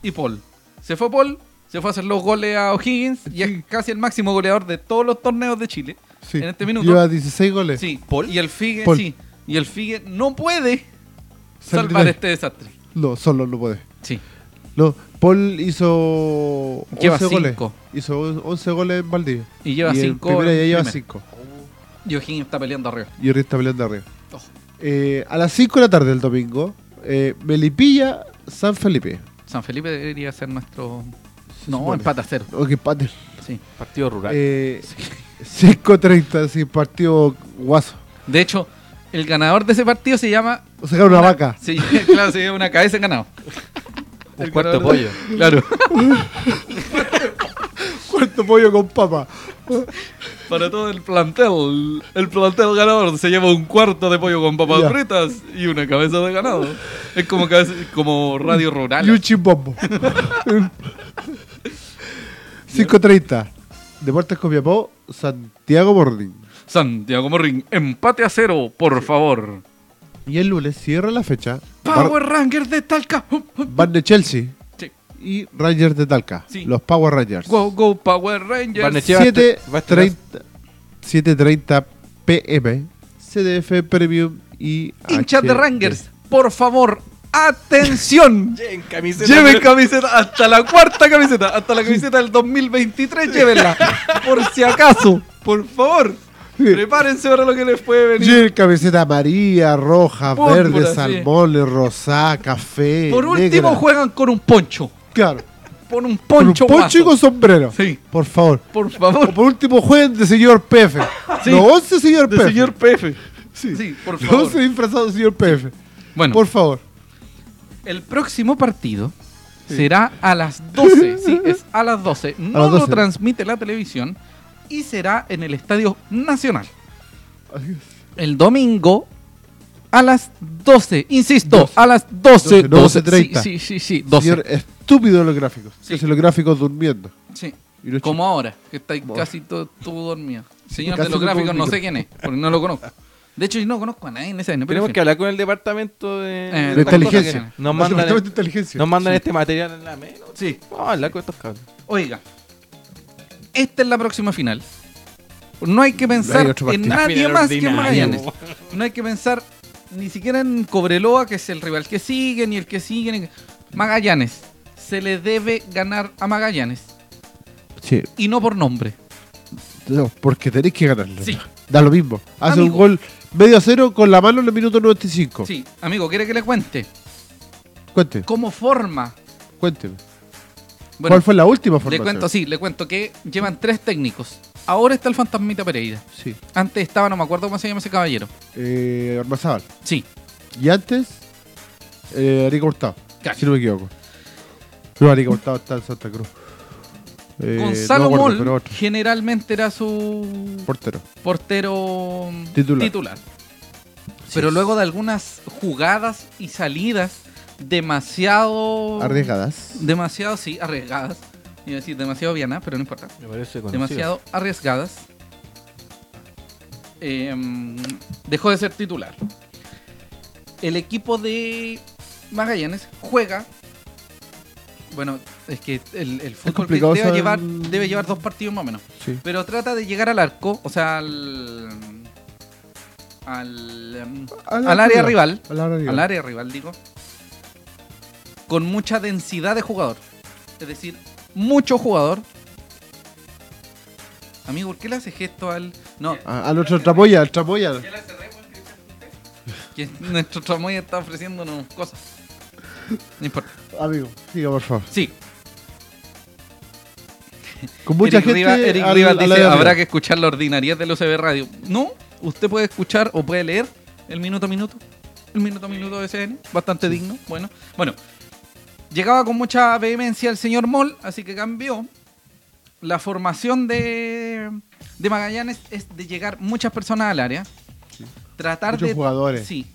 S1: y Paul. Se fue Paul, se fue a hacer los goles a O'Higgins y es casi el máximo goleador de todos los torneos de Chile.
S2: Sí.
S1: En este minuto.
S2: Lleva 16 goles.
S1: Sí, Paul. Y el Figue,
S2: Paul.
S1: sí. Y el Figue no puede
S2: Sal-
S1: salvar este desastre.
S2: No, solo no puede.
S1: Sí.
S2: No, Paul hizo
S1: Lleva
S2: 11 goles.
S1: cinco.
S2: Hizo 11 goles en Valdivia.
S1: Y lleva
S2: el
S1: cinco
S2: Primera
S1: en
S2: ya lleva
S1: primera.
S2: 5.
S1: Y O'Higgins está peleando arriba.
S2: Y ahorita está peleando arriba.
S1: Ojo.
S2: Eh, a las 5 de la tarde del domingo, eh, Melipilla, San Felipe.
S1: San Felipe debería ser nuestro.
S2: Se
S1: No,
S2: supone.
S1: empata cero.
S2: Oh, qué empate.
S1: Sí.
S5: Partido rural.
S2: Eh, 5.30, sí, partido guaso.
S1: De hecho, el ganador de ese partido se llama.
S2: O sacar una, vaca.
S1: Sí, claro, se llama una cabeza en ganado.
S5: un
S1: el
S5: cuarto de
S1: ganador
S5: pollo.
S1: Claro.
S2: Cuarto pollo con papa.
S1: Para todo el plantel. El plantel ganador se lleva un cuarto de pollo con papas
S2: Ya.
S1: fritas y una cabeza de ganado. Es como, cabeza- como radio
S2: Y un
S1: rural.
S2: chimbombo. 5.30. Deportes Copiapó, Santiago Morning.
S1: Santiago Morrin, empate a cero, por favor.
S2: Y el lunes cierra la fecha.
S1: Power Rangers de Talca.
S2: Van de Chelsea
S1: Sí.
S2: y Rangers de Talca.
S1: Sí.
S2: Los Power Rangers.
S1: Go, go, Power Rangers.
S5: Barnechea va a estre- va a estrenar-
S2: 7.30 7.30 pm. CDF Premium y.
S1: hinchas de
S2: HD.
S1: Rangers, por favor, atención.
S5: Lleven camiseta.
S1: Lleven camiseta hasta la cuarta camiseta, hasta la camiseta del 2023, llévenla. Por si acaso, por favor, prepárense ahora lo que les puede venir.
S2: Lleven camiseta amarilla, roja,
S1: Púrpura,
S2: verde,
S1: sí.
S2: salmón, rosá, café.
S1: Por último,
S2: negra.
S1: juegan con un poncho.
S2: Claro.
S1: Pon un
S2: Con un
S1: poncho.
S2: poncho y
S1: guaso.
S2: con sombrero.
S1: Sí.
S2: Por favor.
S1: Por
S2: O
S1: favor,
S2: por último, jueguen de señor PF.
S1: Sí.
S2: Los 11 señor
S1: de
S2: PF.
S1: señor PF. Sí, por
S2: Los
S1: favor.
S2: 11 disfrazados de señor PF.
S1: Bueno,
S2: Por favor.
S1: el próximo partido será a las 12. sí, es a las 12. No
S2: las 12.
S1: lo transmite la televisión y será en el Estadio Nacional. el domingo a las 12. Insisto,
S2: Doce.
S1: a las 12.
S2: Doce, no, 12:30.
S1: Sí, sí, sí, sí, 12.
S2: Señor estúpido de los gráficos.
S1: Sí.
S2: Es los gráficos durmiendo.
S1: Sí.
S2: Y los
S1: Como ahora, que está ahí
S2: Como
S1: casi todo, todo dormido. Señor
S2: Casi
S1: de los
S2: me pongo
S1: gráficos,
S2: el
S1: no
S2: micro.
S1: sé quién es, porque no lo conozco. De hecho, yo no conozco a nadie en ese año. Pero
S5: Tenemos
S1: en
S5: que
S1: fin.
S5: hablar con el departamento de,
S1: Eh,
S5: de-
S2: de inteligencia.
S1: cosas
S5: Nos
S2: Los
S5: mandan,
S2: departamentos de
S5: el-
S2: inteligencia.
S5: nos mandan este material en la mesa.
S1: Sí,
S5: Vamos a hablar con estos cabros.
S1: oiga. Esta es la próxima final. No hay que pensar
S2: otro partido.
S1: en nadie
S5: Final
S1: más que en
S5: ordinario.
S1: Magallanes. No hay que pensar ni siquiera en Cobreloa, que es el rival que sigue, ni el que sigue. ni- Magallanes. Se le debe ganar a Magallanes.
S2: Sí,
S1: y no por nombre.
S2: No, porque tenéis que ganarlo.
S1: Sí.
S2: Da lo mismo. Hace
S1: Amigo.
S2: un gol medio a cero con la mano en el minuto 95.
S1: Sí, amigo, ¿quiere que le cuente?
S2: Cuente,
S1: ¿Cómo forma?
S2: cuénteme.
S1: Bueno,
S2: ¿Cuál fue la última
S1: le
S2: formación?
S1: cuento, sí, le cuento que llevan tres técnicos. Ahora está el fantasmita Pereira.
S2: Sí.
S1: Antes estaba, no me acuerdo cómo se llama ese caballero.
S2: Eh, Ormazábal.
S1: Sí,
S2: Y antes, eh, Arica Hurtado.
S1: Claro.
S2: Si no me equivoco. No, Arica Hurtado está en Santa Cruz. Eh,
S1: Gonzalo
S2: no me acuerdo,
S1: Moll
S2: pero otro,
S1: generalmente era su
S2: portero.
S1: portero
S2: Titular.
S1: Pero luego de algunas jugadas y salidas demasiado
S2: Arriesgadas.
S1: demasiado sí, arriesgadas. Iba a decir demasiado viana, pero no importa.
S3: Me parece
S1: Demasiado arriesgadas. em, dejó de ser titular. El equipo de Magallanes juega. Bueno, es que el, el fútbol que
S2: complicado
S1: debe,
S2: saber-
S1: llevar, debe llevar dos partidos más o menos.
S2: Sí.
S1: Pero trata de llegar al arco, o sea, al. al, em,
S2: Al
S1: al área rival.
S2: Al área rival.
S1: Al área rival, digo. Con mucha densidad de jugador. Es decir, mucho jugador. Amigo, ¿por qué le hace gesto al.? No,
S2: A, a nuestro Tramoya, Ah, al Tramoya.
S1: que nuestro tramoy está ofreciéndonos cosas. No importa.
S2: Amigo, siga por favor.
S1: Sí,
S2: Con mucha
S1: Eric
S2: gente.
S1: Rivas- Eric
S2: al-
S1: Rivas
S2: al
S1: dice,
S2: área rival.
S1: habrá que escuchar la ordinariedad del UCB Radio. No, usted puede escuchar o puede leer el minuto a minuto. El minuto a minuto de CN, bastante digno. Bueno, bueno. Llegaba con mucha vehemencia el señor Moll, así que cambió. La formación de, de Magallanes es de llegar muchas personas al área. Tratar
S2: Muchos
S1: de...
S2: jugadores
S1: Sí.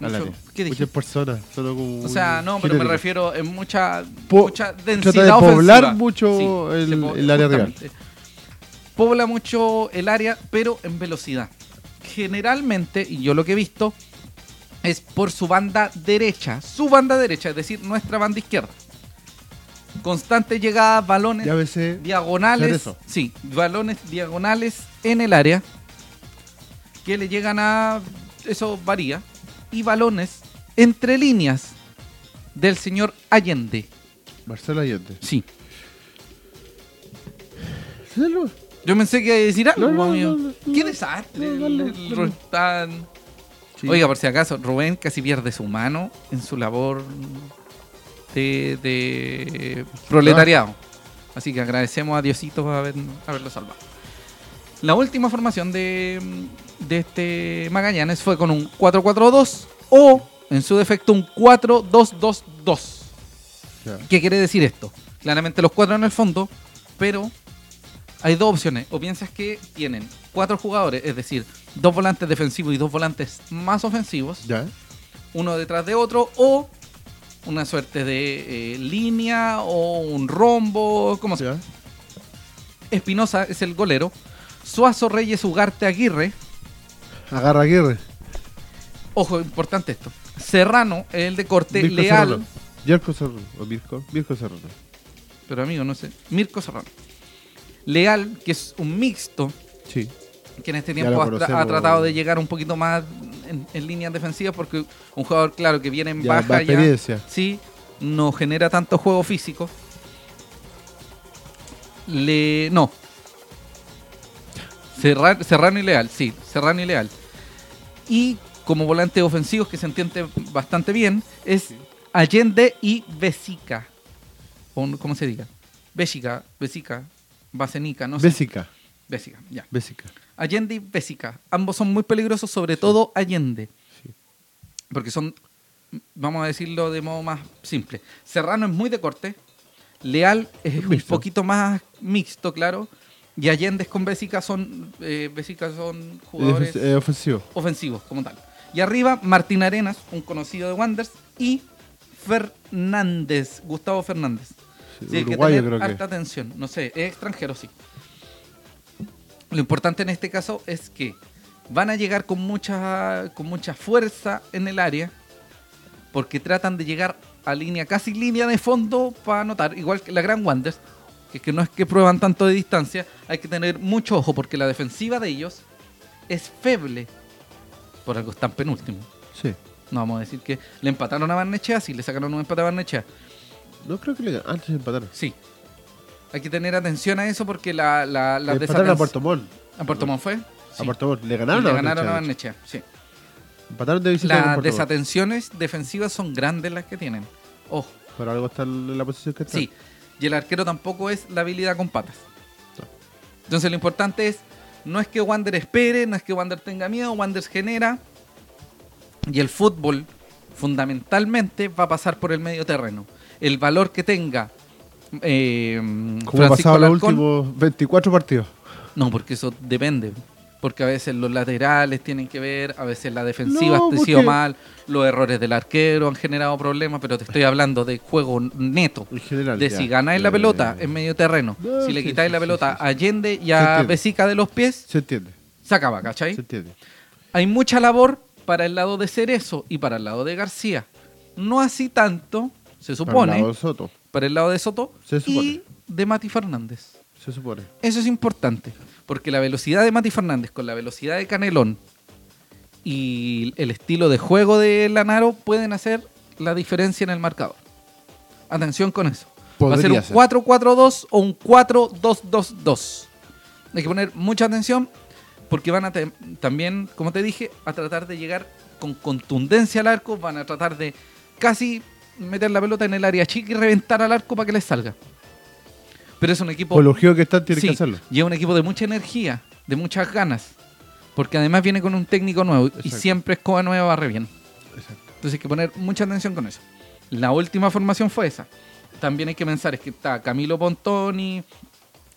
S2: al
S1: Mucho-
S2: área.
S1: ¿Qué dije?
S2: Muchas personas. Solo como
S1: O sea,
S2: un
S1: no, pero me
S2: genérico.
S1: refiero en mucha,
S2: Po-
S1: mucha
S2: trata de
S1: densidad
S2: poblar
S1: ofensiva.
S2: mucho el-
S1: se po-
S2: el área rival.
S1: justamente. Pobla mucho el área, pero en velocidad. Generalmente, y yo lo que he visto, es por su banda derecha, su banda derecha, es decir, nuestra banda izquierda. Constante llegada, balones
S2: Y a veces.
S1: diagonales.
S2: Hacer eso.
S1: Sí, balones diagonales en el área. Que le llegan a. Eso varía. Y balones entre líneas del señor Allende.
S2: Marcelo Allende.
S1: Sí.
S2: Marcelo,
S1: Yo pensé que iba a decir algo. pues,
S2: No, no,
S1: amigo.
S2: no, no, no.
S1: Qué desastre.
S2: No, no, no,
S1: el- el
S2: no.
S1: Roldán.
S2: Sí.
S1: Oiga, por si acaso, Rubén casi pierde su mano en su labor de, de proletariado.
S2: Ah.
S1: Así que agradecemos a Diosito por haber- haberlo salvado. La última formación de, de este Magallanes fue con un 4-4-2 o, en su defecto, un 4-2-2-2.
S2: Ya.
S1: ¿Qué quiere decir esto? Claramente los cuatro en el fondo, pero hay dos opciones. O piensas que tienen cuatro jugadores, es decir, dos volantes defensivos y dos volantes más ofensivos,
S2: Ya.
S1: uno detrás de otro, o una suerte de eh, línea o un rombo, como sea.
S2: Ya.
S1: Espinosa es el golero. Suazo Reyes Ugarte Aguirre.
S2: Agarra Aguirre.
S1: Ojo, importante esto. Serrano, el de corte
S2: Mirko
S1: leal.
S2: Serrano. Yerko Serrano. O Mirko. Mirko Serrano.
S1: Pero amigo, no sé. Mirko Serrano. Leal, que es un mixto,
S2: Sí.
S1: que en este
S2: Ya
S1: tiempo
S2: lo
S1: ha, tra- ha
S2: conocemos.
S1: tratado de llegar un poquito más en, en líneas defensivas porque un jugador, claro, que viene en
S2: Ya,
S1: baja
S2: más
S1: ya,
S2: experiencia.
S1: sí, no genera tanto juego físico. Le... No. Serra- Serrano y Leal, sí, Serrano y Leal. Y como volantes ofensivos, que se entiende bastante bien, es Allende y Besica. O no- ¿Cómo se diga? Besica, Besica, Basenica, no sé.
S2: Bésica.
S1: Besica, ya.
S2: Bésica.
S1: Allende y Bésica. Ambos son muy peligrosos, sobre todo Allende.
S2: Sí.
S1: Porque son, vamos a decirlo de modo más simple. Serrano es muy de corte. Leal es un
S2: mixto.
S1: poquito más mixto, claro. Y Allende es con Bésica son, eh, Bésica son jugadores
S2: Defen- eh, ofensivo.
S1: ofensivos como tal. Y arriba, Martín Arenas, un conocido de Wanderers, y Fernández, Gustavo Fernández.
S2: Sí,
S1: Sí, hay que
S2: uruguayo
S1: tener
S2: creo que.
S1: harta atención. No sé, es extranjero, sí. Lo importante en este caso es que van a llegar con mucha, con mucha fuerza en el área, porque tratan de llegar a línea, casi línea de fondo para anotar, igual que la Gran Wanders, que, que no es que prueban tanto de distancia, hay que tener mucho ojo porque la defensiva de ellos es feble, por algo están penúltimo.
S2: Sí.
S1: No vamos a decir que le empataron a Barnechea, sí, le sacaron un empate a Barnechea,
S2: No creo que le gan- Antes de empatar.
S1: sí. Hay que tener atención a eso porque la, la, la
S2: Le empataron a
S1: desatenc-
S2: Puerto Montt.
S1: ¿A Puerto Montt fue? Sí.
S2: A Puerto Montt. Le
S1: Y
S2: ganaron
S1: le
S2: a
S1: ganaron a
S2: Barnechea.
S1: Barnechea, sí.
S2: Empataron de visita con
S1: Las
S2: Puerto Montt.
S1: desatenciones defensivas son grandes las que tienen. Ojo,
S2: Por algo está en la posición que está.
S1: sí. Y el arquero tampoco es la habilidad con patas. Entonces lo importante es, no es que Wander espere, no es que Wander tenga miedo, Wander genera. Y el fútbol, fundamentalmente, va a pasar por el medio terreno. El valor que tenga eh,
S2: Como ha pasado los
S1: Alarcón-
S2: últimos 24 partidos.
S1: No, porque eso depende. Porque a veces los laterales tienen que ver, a veces la defensiva
S2: No,
S1: ha sido
S2: porque-
S1: mal, los errores del arquero han generado problemas, pero te estoy hablando de juego neto.
S2: En general.
S1: De
S2: ya.
S1: si ganáis la
S2: Eh,
S1: pelota en medio terreno,
S2: No,
S1: si le
S2: sí,
S1: quitáis
S2: sí,
S1: la
S2: sí,
S1: pelota
S2: sí,
S1: a Allende y
S2: Se
S1: a
S2: entiende.
S1: Vesica de los pies,
S2: Se entiende.
S1: se acaba, ¿cachai?
S2: Se entiende.
S1: Hay mucha labor para el lado de Cerezo y para el lado de García. No así tanto, se supone,
S2: Hablado Soto.
S1: para el lado de Soto
S2: Se supone.
S1: y de Mati Fernández.
S2: Se supone.
S1: Eso es importante, porque la velocidad de Mati Fernández con la velocidad de Canelón y el estilo de juego de Lanaro pueden hacer la diferencia en el marcador. Atención con eso. Va a ser
S2: Podría
S1: un
S2: ser.
S1: 4-4-2 o un 4-2-2-2. Hay que poner mucha atención porque van a te- también, como te dije, a tratar de llegar con contundencia al arco, van a tratar de casi meter la pelota en el área chica y reventar al arco para que les salga. Pero es un equipo
S2: Por lo que están, tiene
S1: Sí,
S2: que hacerlo.
S1: Y es un equipo de mucha energía, de muchas ganas. Porque además viene con un técnico nuevo y
S2: Exacto.
S1: siempre escoba nueva barre bien.
S2: Exacto.
S1: Entonces hay que poner mucha atención con eso. La última formación fue esa. También hay que pensar, es que está Camilo Pontoni,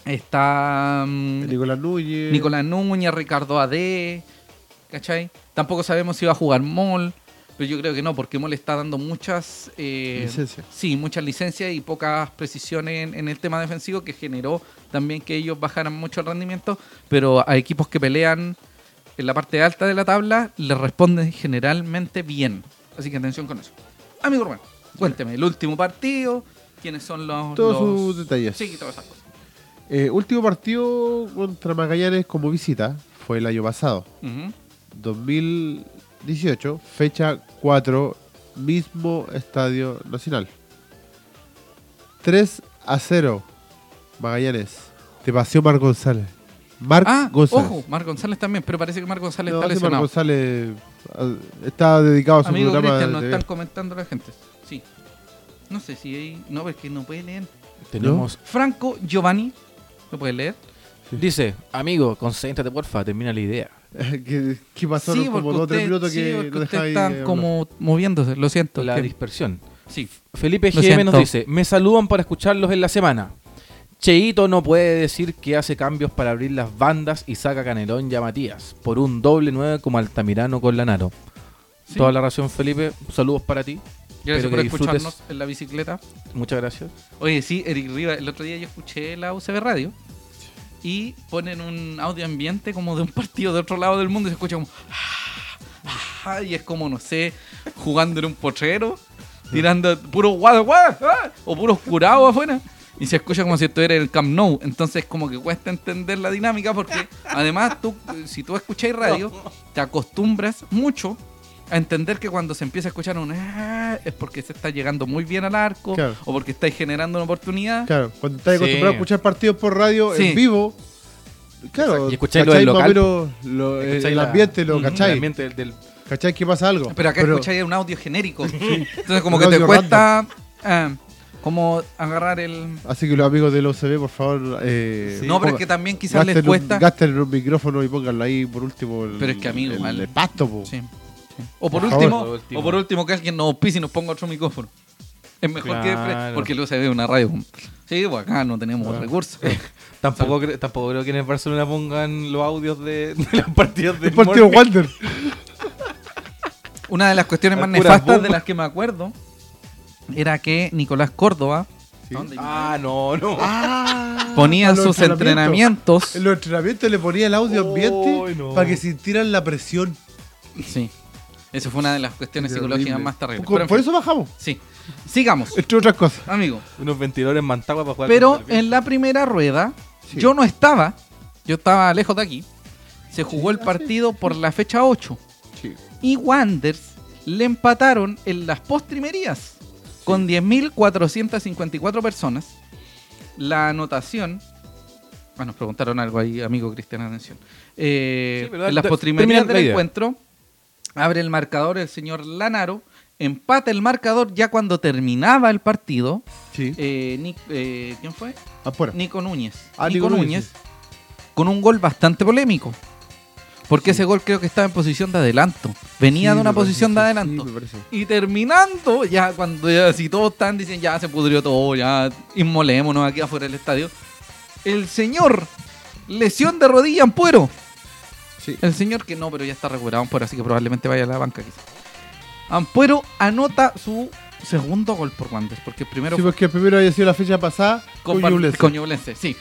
S1: está mm,
S2: Nicolás Núñez.
S1: Nicolás Núñez, Ricardo Ade, ¿cachai? Tampoco sabemos si va a jugar Mol, pero yo creo que no, porque Mol está dando muchas... eh,
S2: Licencias.
S1: Sí, muchas licencias y pocas precisiones en, en el tema defensivo que generó también que ellos bajaran mucho el rendimiento, pero a equipos que pelean en la parte alta de la tabla les responden generalmente bien. Así que atención con eso. Amigo Rubén, cuénteme, el último partido, quiénes son los...
S2: Todos
S1: los-
S2: sus detalles.
S1: Sí, todas esas cosas.
S2: Eh, último partido contra Magallanes como visita fue el año pasado,
S1: Ujú.
S2: 2018, fecha 4, mismo estadio nacional. 3 a 0, Magallanes. Te paseó Mar González. Marc
S1: Ah,
S2: González.
S1: ojo, Mar González también, pero parece que Mar González
S2: No,
S1: está
S2: sí, Marc
S1: lesionado.
S2: González ah, está dedicado a su
S1: Amigo
S2: programa.
S1: Cristian, nos
S2: de-
S1: están comentando la gente. Sí. No sé si hay... No, es que no puede leer.
S5: Tenemos.
S1: Franco Giovanni, ¿lo puedes leer?
S5: Dice, amigo, concéntrate, porfa, termina la idea.
S2: ¿Qué, qué pasó? como dos o tres minutos
S1: sí,
S2: que
S1: porque
S2: lo
S1: usted
S2: dejáis.
S1: está
S2: eh, hablar.
S1: como moviéndose, lo siento.
S5: La
S1: que-
S5: dispersión.
S1: sí.
S5: Felipe
S1: Lo
S5: GM nos
S1: siento.
S5: dice, me saludan para escucharlos en la semana. Cheito no puede decir que hace cambios para abrir las bandas y saca a Canelón y a Matías por un doble 9 como Altamirano con Lanaro.
S1: Sí.
S5: Toda la razón, Felipe. Saludos para ti.
S1: Gracias
S5: Espero
S1: por
S5: que disfrutes.
S1: escucharnos en la bicicleta.
S5: Muchas gracias.
S1: Oye, sí, Eric Riva, el otro día yo escuché la UCB Radio y ponen un audio ambiente como de un partido de otro lado del mundo y se escucha como... ah, y es como, no sé, jugando en un potrero, tirando puro guado, guado, ah, o puros curados afuera. Y se escucha como si estuviera en el Camp Nou. Entonces, como que cuesta entender la dinámica porque, además, tú, eh, si tú escucháis radio, te acostumbras mucho a entender que cuando se empieza a escuchar un ah, es porque se está llegando muy bien al arco
S2: Claro.
S1: o porque estáis generando una oportunidad.
S2: Claro, cuando estás
S5: Sí.
S2: acostumbrado a escuchar partidos por radio
S1: Sí.
S2: en vivo, claro,
S5: Exacto. Y escucháis lo
S2: cacháis
S5: del
S2: más o
S5: local,
S2: menos lo- el,
S5: ¿Cachai
S2: el
S5: la-
S2: ambiente, lo
S1: Ujú.
S2: cacháis.
S5: El ambiente del- del,
S2: Cacháis que pasa algo.
S1: Pero acá escucháis un audio genérico. Entonces, como
S2: Un
S1: que te
S2: audio
S1: cuesta eh, como agarrar el.
S2: Así que los amigos del OCB, por favor, eh,
S1: no, pero es
S2: ponga-
S1: que también quizás
S2: gasten
S1: les cuesta.
S2: Un, gasten un micrófono y pónganlo ahí por último. el-
S1: Pero es que, amigo,
S2: el,
S1: igual.
S2: el pasto, po.
S1: Sí, sí. O por,
S2: Por favor.
S1: último,
S5: Por último.
S1: o por último que alguien nos auspice y nos ponga otro micrófono. Es mejor que
S5: Claro.
S1: porque luego se ve una radio. Sí, pues acá no tenemos recursos.
S5: Tampoco, cre- tampoco creo que en el Barcelona pongan los audios de, de los partidos de
S2: El partido Wander.
S1: Una de las cuestiones más
S5: Puras
S1: nefastas
S5: bombas.
S1: de las que me acuerdo era que Nicolás Córdoba ¿a dónde iba?
S5: Ah, no, no.
S1: ponía
S2: a Ah, los
S1: sus entrenamientos.
S2: En los entrenamientos le ponía el audio
S5: Oh,
S2: ambiente
S5: no.
S2: para que sintieran la presión.
S1: Sí. Eso fue una de las cuestiones
S2: Terrible.
S1: psicológicas más terribles.
S2: Por,
S1: Pero en
S2: por
S1: fin,
S2: eso bajamos,
S1: Sí. Sigamos,
S2: entre otras cosas.
S1: amigo.
S5: Unos ventiladores en Mantagua para jugar.
S1: Pero
S5: contra el
S1: en la primera rueda,
S2: Sí.
S1: yo no estaba, yo estaba lejos de aquí. Se jugó el partido por la fecha 8.
S2: Sí.
S1: Y Wanders le empataron en las postrimerías con 10.454 personas. la anotación. Ah, nos preguntaron algo ahí, amigo Cristian, atención. Eh,
S5: Sí, pero da-
S1: en las
S5: da-
S1: postrimerías
S5: termina
S1: del
S5: la idea.
S1: encuentro, abre el marcador el señor Lanaro, empata el marcador ya cuando terminaba el partido.
S2: Sí.
S1: Eh, Nic- eh, ¿Quién fue?
S2: Afuera.
S1: Nico Núñez.
S2: Ah,
S1: Nico
S2: Nico Núñez,
S1: Núñez, con un gol bastante polémico. Porque ese gol creo que estaba en posición de adelanto. Venía
S2: Sí,
S1: de una
S2: me parece,
S1: posición
S2: sí,
S1: de
S2: sí,
S1: adelanto.
S2: me parece.
S1: Y terminando, ya cuando ya, si todos están diciendo ya se pudrió todo, ya inmolémonos aquí afuera del estadio. El señor, lesión de rodilla en puero.
S2: Sí.
S1: El señor que no, pero ya está recuperado Ampuero, así que probablemente vaya a la banca quizás. Ampuero anota su segundo gol por Wander, porque el primero
S2: Sí, porque el primero había sido la fecha pasada con
S1: Compar-
S2: Ñublense.
S1: con Ñublense, sí.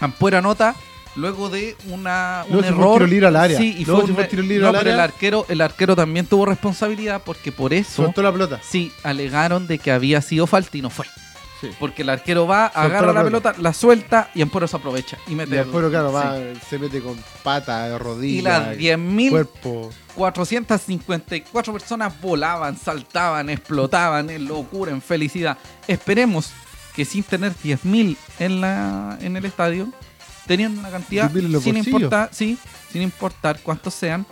S1: Ampuero anota luego de una, un
S2: Luego se fue
S1: error.
S2: tiro libre al área.
S1: Sí, y
S2: Luego
S1: fue un-
S2: se
S1: e-
S2: fue tiro libre
S1: no,
S2: al
S1: pero el
S2: área.
S1: arquero, el arquero también tuvo responsabilidad porque por eso
S2: Soltó la pelota.
S1: sí alegaron de que había sido falta y no fue.
S2: Sí.
S1: Porque el arquero va, agarra la
S2: la
S1: pelota, la suelta y Ampuero se aprovecha y mete
S2: Y
S1: el-
S2: después, claro,
S1: sí.
S2: va, se mete con pata, eh, rodilla,
S1: Y las 10.000
S2: cuerpo.
S1: 454 personas volaban, saltaban, explotaban en locura, en felicidad. Esperemos que sin tener 10.000 en, la- en el estadio, teniendo una cantidad
S2: 10.000 en los
S1: sin
S2: bolsillos.
S1: importar, sí, sin importar cuántos sean,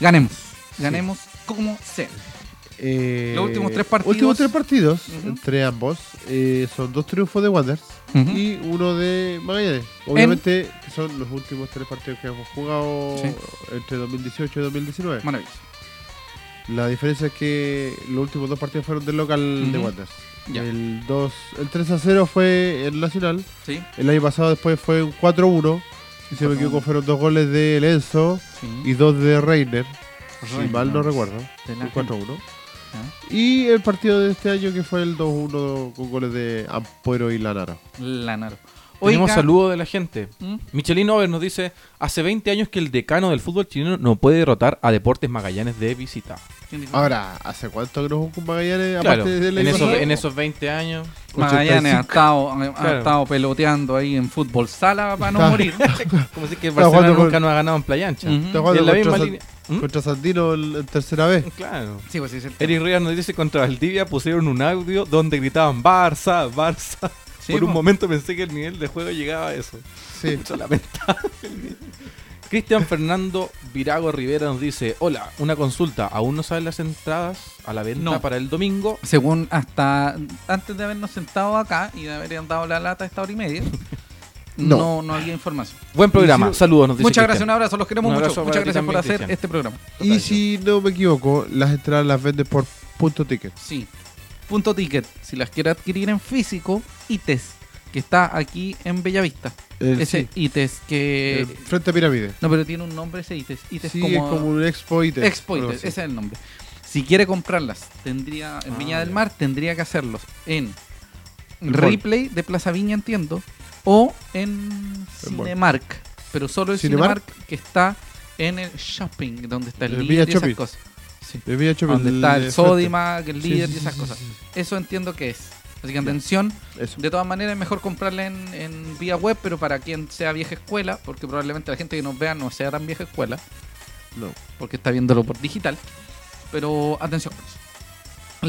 S1: ganemos. Ganemos como sea.
S2: Eh,
S1: Los últimos tres partidos.
S2: Últimos tres partidos,
S1: Ujú.
S2: entre ambos, eh, son dos triunfos de Wanderers
S1: Ujú.
S2: y uno de Magallanes. Obviamente, que son los últimos tres partidos que hemos jugado
S1: Sí.
S2: entre 2018 y 2019.
S1: Maravilloso.
S2: La diferencia es que los últimos dos partidos fueron del local de
S1: Ujú.
S2: Wanderers.
S1: Ya.
S2: El, 2, el 3 a 0 fue el Nacional.
S1: Sí,
S2: El año pasado después fue un 4-1. Si se me
S1: 4-1.
S2: equivoco, fueron dos goles de Lenzo
S1: sí.
S2: y dos de Reiner.
S1: Reiner.
S2: Si mal no recuerdo.
S1: De la
S2: Un 4-1.
S1: Ah.
S2: Y el partido de este año que fue el 2-1 con goles de Ampuero y Lanaro.
S1: Lanaro.
S5: Tenemos
S1: Oiga,
S5: saludo de la gente.
S1: ¿Mm?
S5: Michelin Over nos dice, hace 20 años que el decano del fútbol chileno no puede derrotar a Deportes Magallanes de visita.
S1: ¿Quién dice?
S2: Ahora, ¿hace cuánto que no jugó con Magallanes?
S5: Claro,
S2: aparte del
S5: en
S2: año
S5: esos,
S2: pasado?
S5: en esos 20 años...
S1: Magallanes ha
S2: 85.
S1: estado, ha
S5: Claro.
S1: estado peloteando ahí en fútbol sala para no
S2: Está-
S1: morir.
S5: Como si que
S2: Está jugando
S5: Barcelona nunca
S2: con-
S5: no ha ganado en playa ancha.
S1: Ujú.
S2: Está jugando
S5: ah. en la
S2: contra
S5: misma
S2: San-
S5: línea. ¿Mm?
S2: Contra Sandino el- en tercera vez.
S5: Claro.
S1: Sí, pues sí, es el tema.
S5: Eric Rivas nos dice contra Valdivia pusieron un audio donde gritaban Barça, Barça.
S1: Sí, pues.
S5: Por un
S1: po.
S5: momento pensé que el nivel de juego llegaba a eso.
S2: Sí.
S5: Mucho lamentable. Cristian Fernando Virago Rivera nos dice, hola, una consulta, ¿aún no saben las entradas a la venta
S1: No.
S5: para el domingo?
S1: Según hasta antes de habernos sentado acá y de haber dado la lata a esta hora y media, no,
S2: No.
S1: no, había información.
S5: Buen programa, saludos nos dice
S1: Muchas gracias,
S5: Cristian.
S1: un abrazo, los queremos
S5: Un
S1: mucho.
S5: abrazo para
S1: Muchas
S5: ti
S1: gracias por
S5: también,
S1: hacer
S5: Cristian.
S1: este programa.
S2: Y si no me equivoco, las entradas las venden por punto ticket.
S1: Sí. Punto ticket, si las quiere adquirir en físico, ITES, que está aquí en Bellavista.
S2: El-
S1: ese
S2: Eh, sí,
S1: ITES
S5: eh,
S1: que...
S2: el frente a pirámide.
S1: No, pero tiene un nombre ese E ITES. ITES
S2: Sí,
S1: como...
S2: es como un expo ítem,
S1: Expo
S2: algo
S1: ITES,
S2: así. Ah,
S1: ese es el nombre. Si quiere comprarlas, tendría en Viña del Mar, tendría que hacerlos en
S2: El
S1: Replay de Plaza Viña, entiendo, o en
S2: El mall.
S1: Cinemark, pero solo el Cinemark,
S2: ¿Cinemark?
S1: que está en el shopping, donde está el,
S2: El Villa
S1: líder y esas
S2: Shopping.
S1: cosas. Sí.
S2: Me había hecho
S1: Donde
S2: el-
S1: está el
S2: frente.
S1: Sodima, el
S2: Sí,
S1: líder
S2: sí,
S1: y esas
S2: sí,
S1: cosas.
S2: sí,
S1: Eso entiendo que es. Así que atención,
S2: Eso.
S1: de todas maneras es mejor comprarla en, en vía web, pero para quien sea vieja escuela, porque probablemente la gente que nos vea no sea tan vieja escuela
S2: No.
S1: porque está viéndolo por digital. Pero atención. con eso.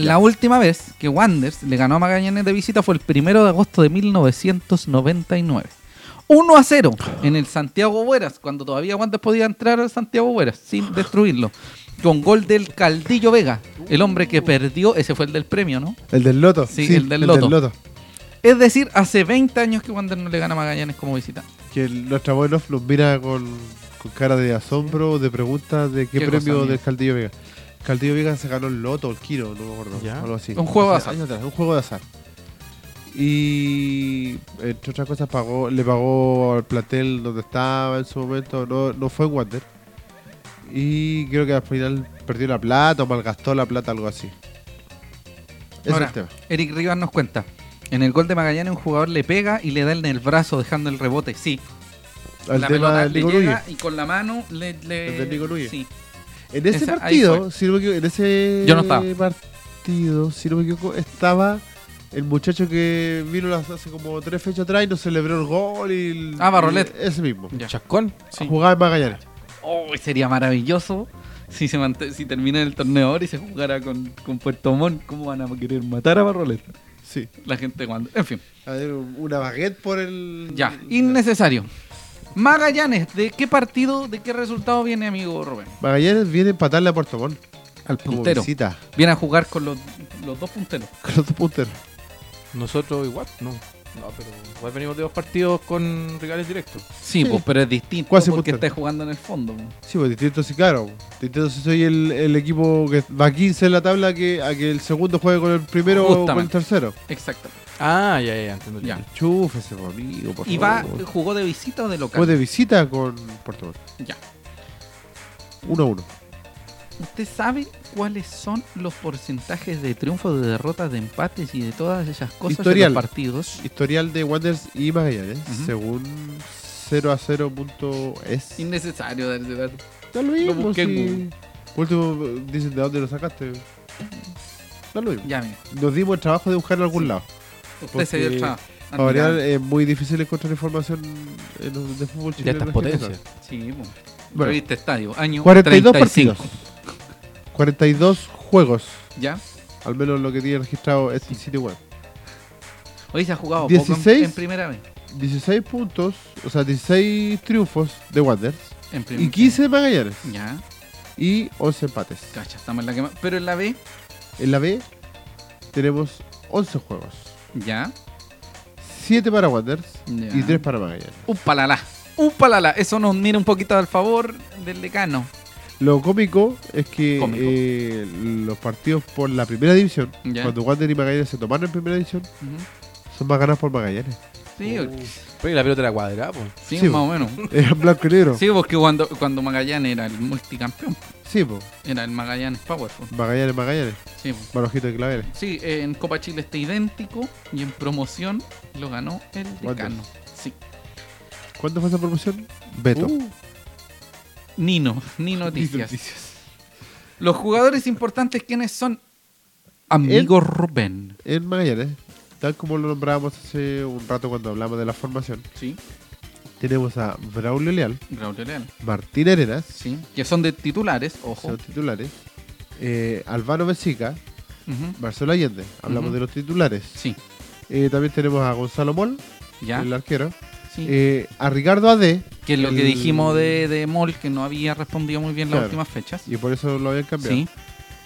S1: La última vez que Wanders le ganó a Magallanes de visita fue el primero de agosto de 1999. 1 a 0 en el Santiago Bueras, cuando todavía Wanders podía entrar al Santiago Bueras sin destruirlo. Con gol del Caldillo Vega, el hombre que perdió, ese fue el del premio, ¿no?
S2: El del loto.
S1: Sí, el del Loto. Es decir, hace 20 años que Wander no le gana a Magallanes como visitante.
S2: Que el- nuestra abuela nos mira con, con cara de asombro, de preguntas de qué,
S1: ¿Qué cosa,
S2: premio
S1: amigo?
S2: del Caldillo Vega. Caldillo Vega se ganó el loto, el kilo, no me acuerdo.
S5: Ya.
S2: Algo así.
S1: Un juego de
S2: Hace
S1: azar.
S2: años atrás, un juego de azar. Y entre otras cosas pagó, le pagó al platel donde estaba en su momento, no, no fue en Wander. Y creo que al final perdió la plata o malgastó la plata, algo así. Ese
S1: Ahora,
S2: es el tema.
S1: Eric Rivas nos cuenta. En el gol de Magallanes un jugador le pega y le da en el brazo dejando el rebote. Sí,
S2: Al
S1: la
S2: tema
S1: pelota
S2: del
S1: le
S2: Nico
S1: llega
S2: Núñez.
S1: y con la mano le... le-
S2: El de Nico Núñez.
S1: Sí.
S2: En ese
S1: Esa- ahí
S2: partido, si no me equivoco, en ese
S1: Yo no estaba.
S2: partido, si no me equivoco, estaba el muchacho que vino las- hace como tres fechas atrás y nos celebró el gol y
S1: Ah, Barrolet.
S2: y ese mismo.
S1: Ya.
S5: Chascón.
S1: Sí.
S2: Jugaba en Magallanes.
S1: Oh, sería maravilloso si se mante- si termina el torneo ahora y se jugara con, con Puerto Montt. ¿Cómo van a querer matar a Barrolet?
S2: Sí.
S1: La gente cuando. En fin.
S2: A ver, una baguette por el.
S1: Ya. Innecesario. Magallanes, ¿de qué partido, de qué resultado viene, amigo Rubén?
S2: Magallanes viene a empatarle a Puerto Montt.
S1: Al
S2: Como
S1: puntero.
S2: visita.
S1: Viene a jugar con los, los dos punteros.
S2: Con los dos punteros.
S5: Nosotros igual, no. No, pero igual venimos de dos partidos con rivales directos.
S1: Sí, pues, pero es distinto
S2: Cuasi
S1: porque
S2: puntero.
S1: está jugando en el fondo. po.
S2: Sí, pues distinto sí, claro. Distinto si soy el, el equipo que va 15 en la tabla que, a que el segundo juegue con el primero o con el
S1: Justamente.
S2: tercero.
S1: Exacto.
S5: Ah, ya, ya, ya, entiendo.
S1: Ya.
S2: Chúfese, por amigo, por
S1: Y va,
S2: favor.
S1: jugó de visita o de local.
S2: Fue de visita con Puerto Montt.
S1: Ya.
S2: 1 a 1.
S1: ¿Usted sabe cuáles son los porcentajes de triunfo, de derrotas, de empates y de todas esas cosas
S2: Historial.
S1: en los partidos?
S2: Historial de Wanderers y Magallanes,
S1: Ujú.
S2: según 0 a 0 punto es.
S1: Innecesario darse dato.
S2: Da lo mismo,
S1: busqué en
S2: sí.
S1: Google.
S2: Por Último, dicen de dónde lo sacaste. Da lo mismo.
S1: Ya, amigo.
S2: Nos dimos el trabajo de buscar en algún
S1: Sí. Ah,
S2: lado.
S1: Usted
S2: Porque
S1: se dio el trabajo.
S2: Para variar, es muy difícil encontrar información en los- de fútbol
S5: Ya
S2: chileno.
S5: estas
S2: en este
S5: potencias.
S2: general.
S1: Sí, bueno.
S2: eh, Bueno.
S1: Revista Estadio, año
S2: 42
S1: 35.
S2: partidos. 42 juegos.
S1: Ya.
S2: Al menos lo que tiene registrado este sitio web.
S1: Hoy se ha jugado poco en- en,
S2: 16.
S1: primera vez.
S2: 16 puntos, o sea, 16 triunfos de Wanderers.
S1: En primer-
S2: Y 15 de Magallanes.
S1: Ya,
S2: Y 11 empates.
S1: cacha, estamos en la que más. Pero en la B,
S2: En la B tenemos 11 juegos.
S1: ya.
S2: 7 para Wanderers
S1: Ya.
S2: y 3 para Magallanes.
S1: Upalala. Upalala. Eso nos mira un poquito al favor del decano.
S2: Lo cómico es que
S1: Cómico.
S2: eh, los partidos por la primera división,
S1: Ya.
S2: cuando Wander y Magallanes se tomaron en primera división,
S1: Ujú.
S2: son más ganados por Magallanes.
S1: Sí,
S5: Pero y la pelota era cuadrada, pues.
S1: Oh. sí,
S2: Sí,
S1: más o
S2: bo.
S1: menos.
S2: Eran blanco y negro. Sí,
S1: Sí, porque cuando, cuando Magallanes era el multicampeón,
S2: po.
S1: era el Magallanes Powerful.
S2: Magallanes, Magallanes.
S1: Sí, bo.
S2: Barojito de claveles.
S1: Sí, eh, en Copa Chile está idéntico y en promoción lo ganó el
S2: Wander.
S1: decano. Sí. Uh.
S2: ¿Cuándo fue esa promoción? Beto.
S1: Nino, ni noticias. Los jugadores importantes, ¿quiénes son? Amigo Rubén.
S2: En Magallanes, tal como lo nombrábamos hace un rato cuando hablamos de la formación,
S1: Sí,
S2: tenemos a Braulio Leal,
S1: Braulio Leal.
S2: Martín Arenas,
S1: Sí, que son de titulares, ojo.
S2: son titulares, eh, Alvaro Vesica,
S1: Ujú,
S2: Marcelo Allende, hablamos
S1: Ujú.
S2: de los titulares.
S1: Sí,
S2: Eh, también tenemos a Gonzalo Mol,
S1: ya.
S2: el arquero,
S1: sí.
S2: eh, a Ricardo Ade,
S1: que es lo que
S2: el-
S1: dijimos de, de Mol, que no había respondido muy bien las
S2: Claro.
S1: últimas fechas.
S2: y por eso lo habían cambiado.
S1: Sí.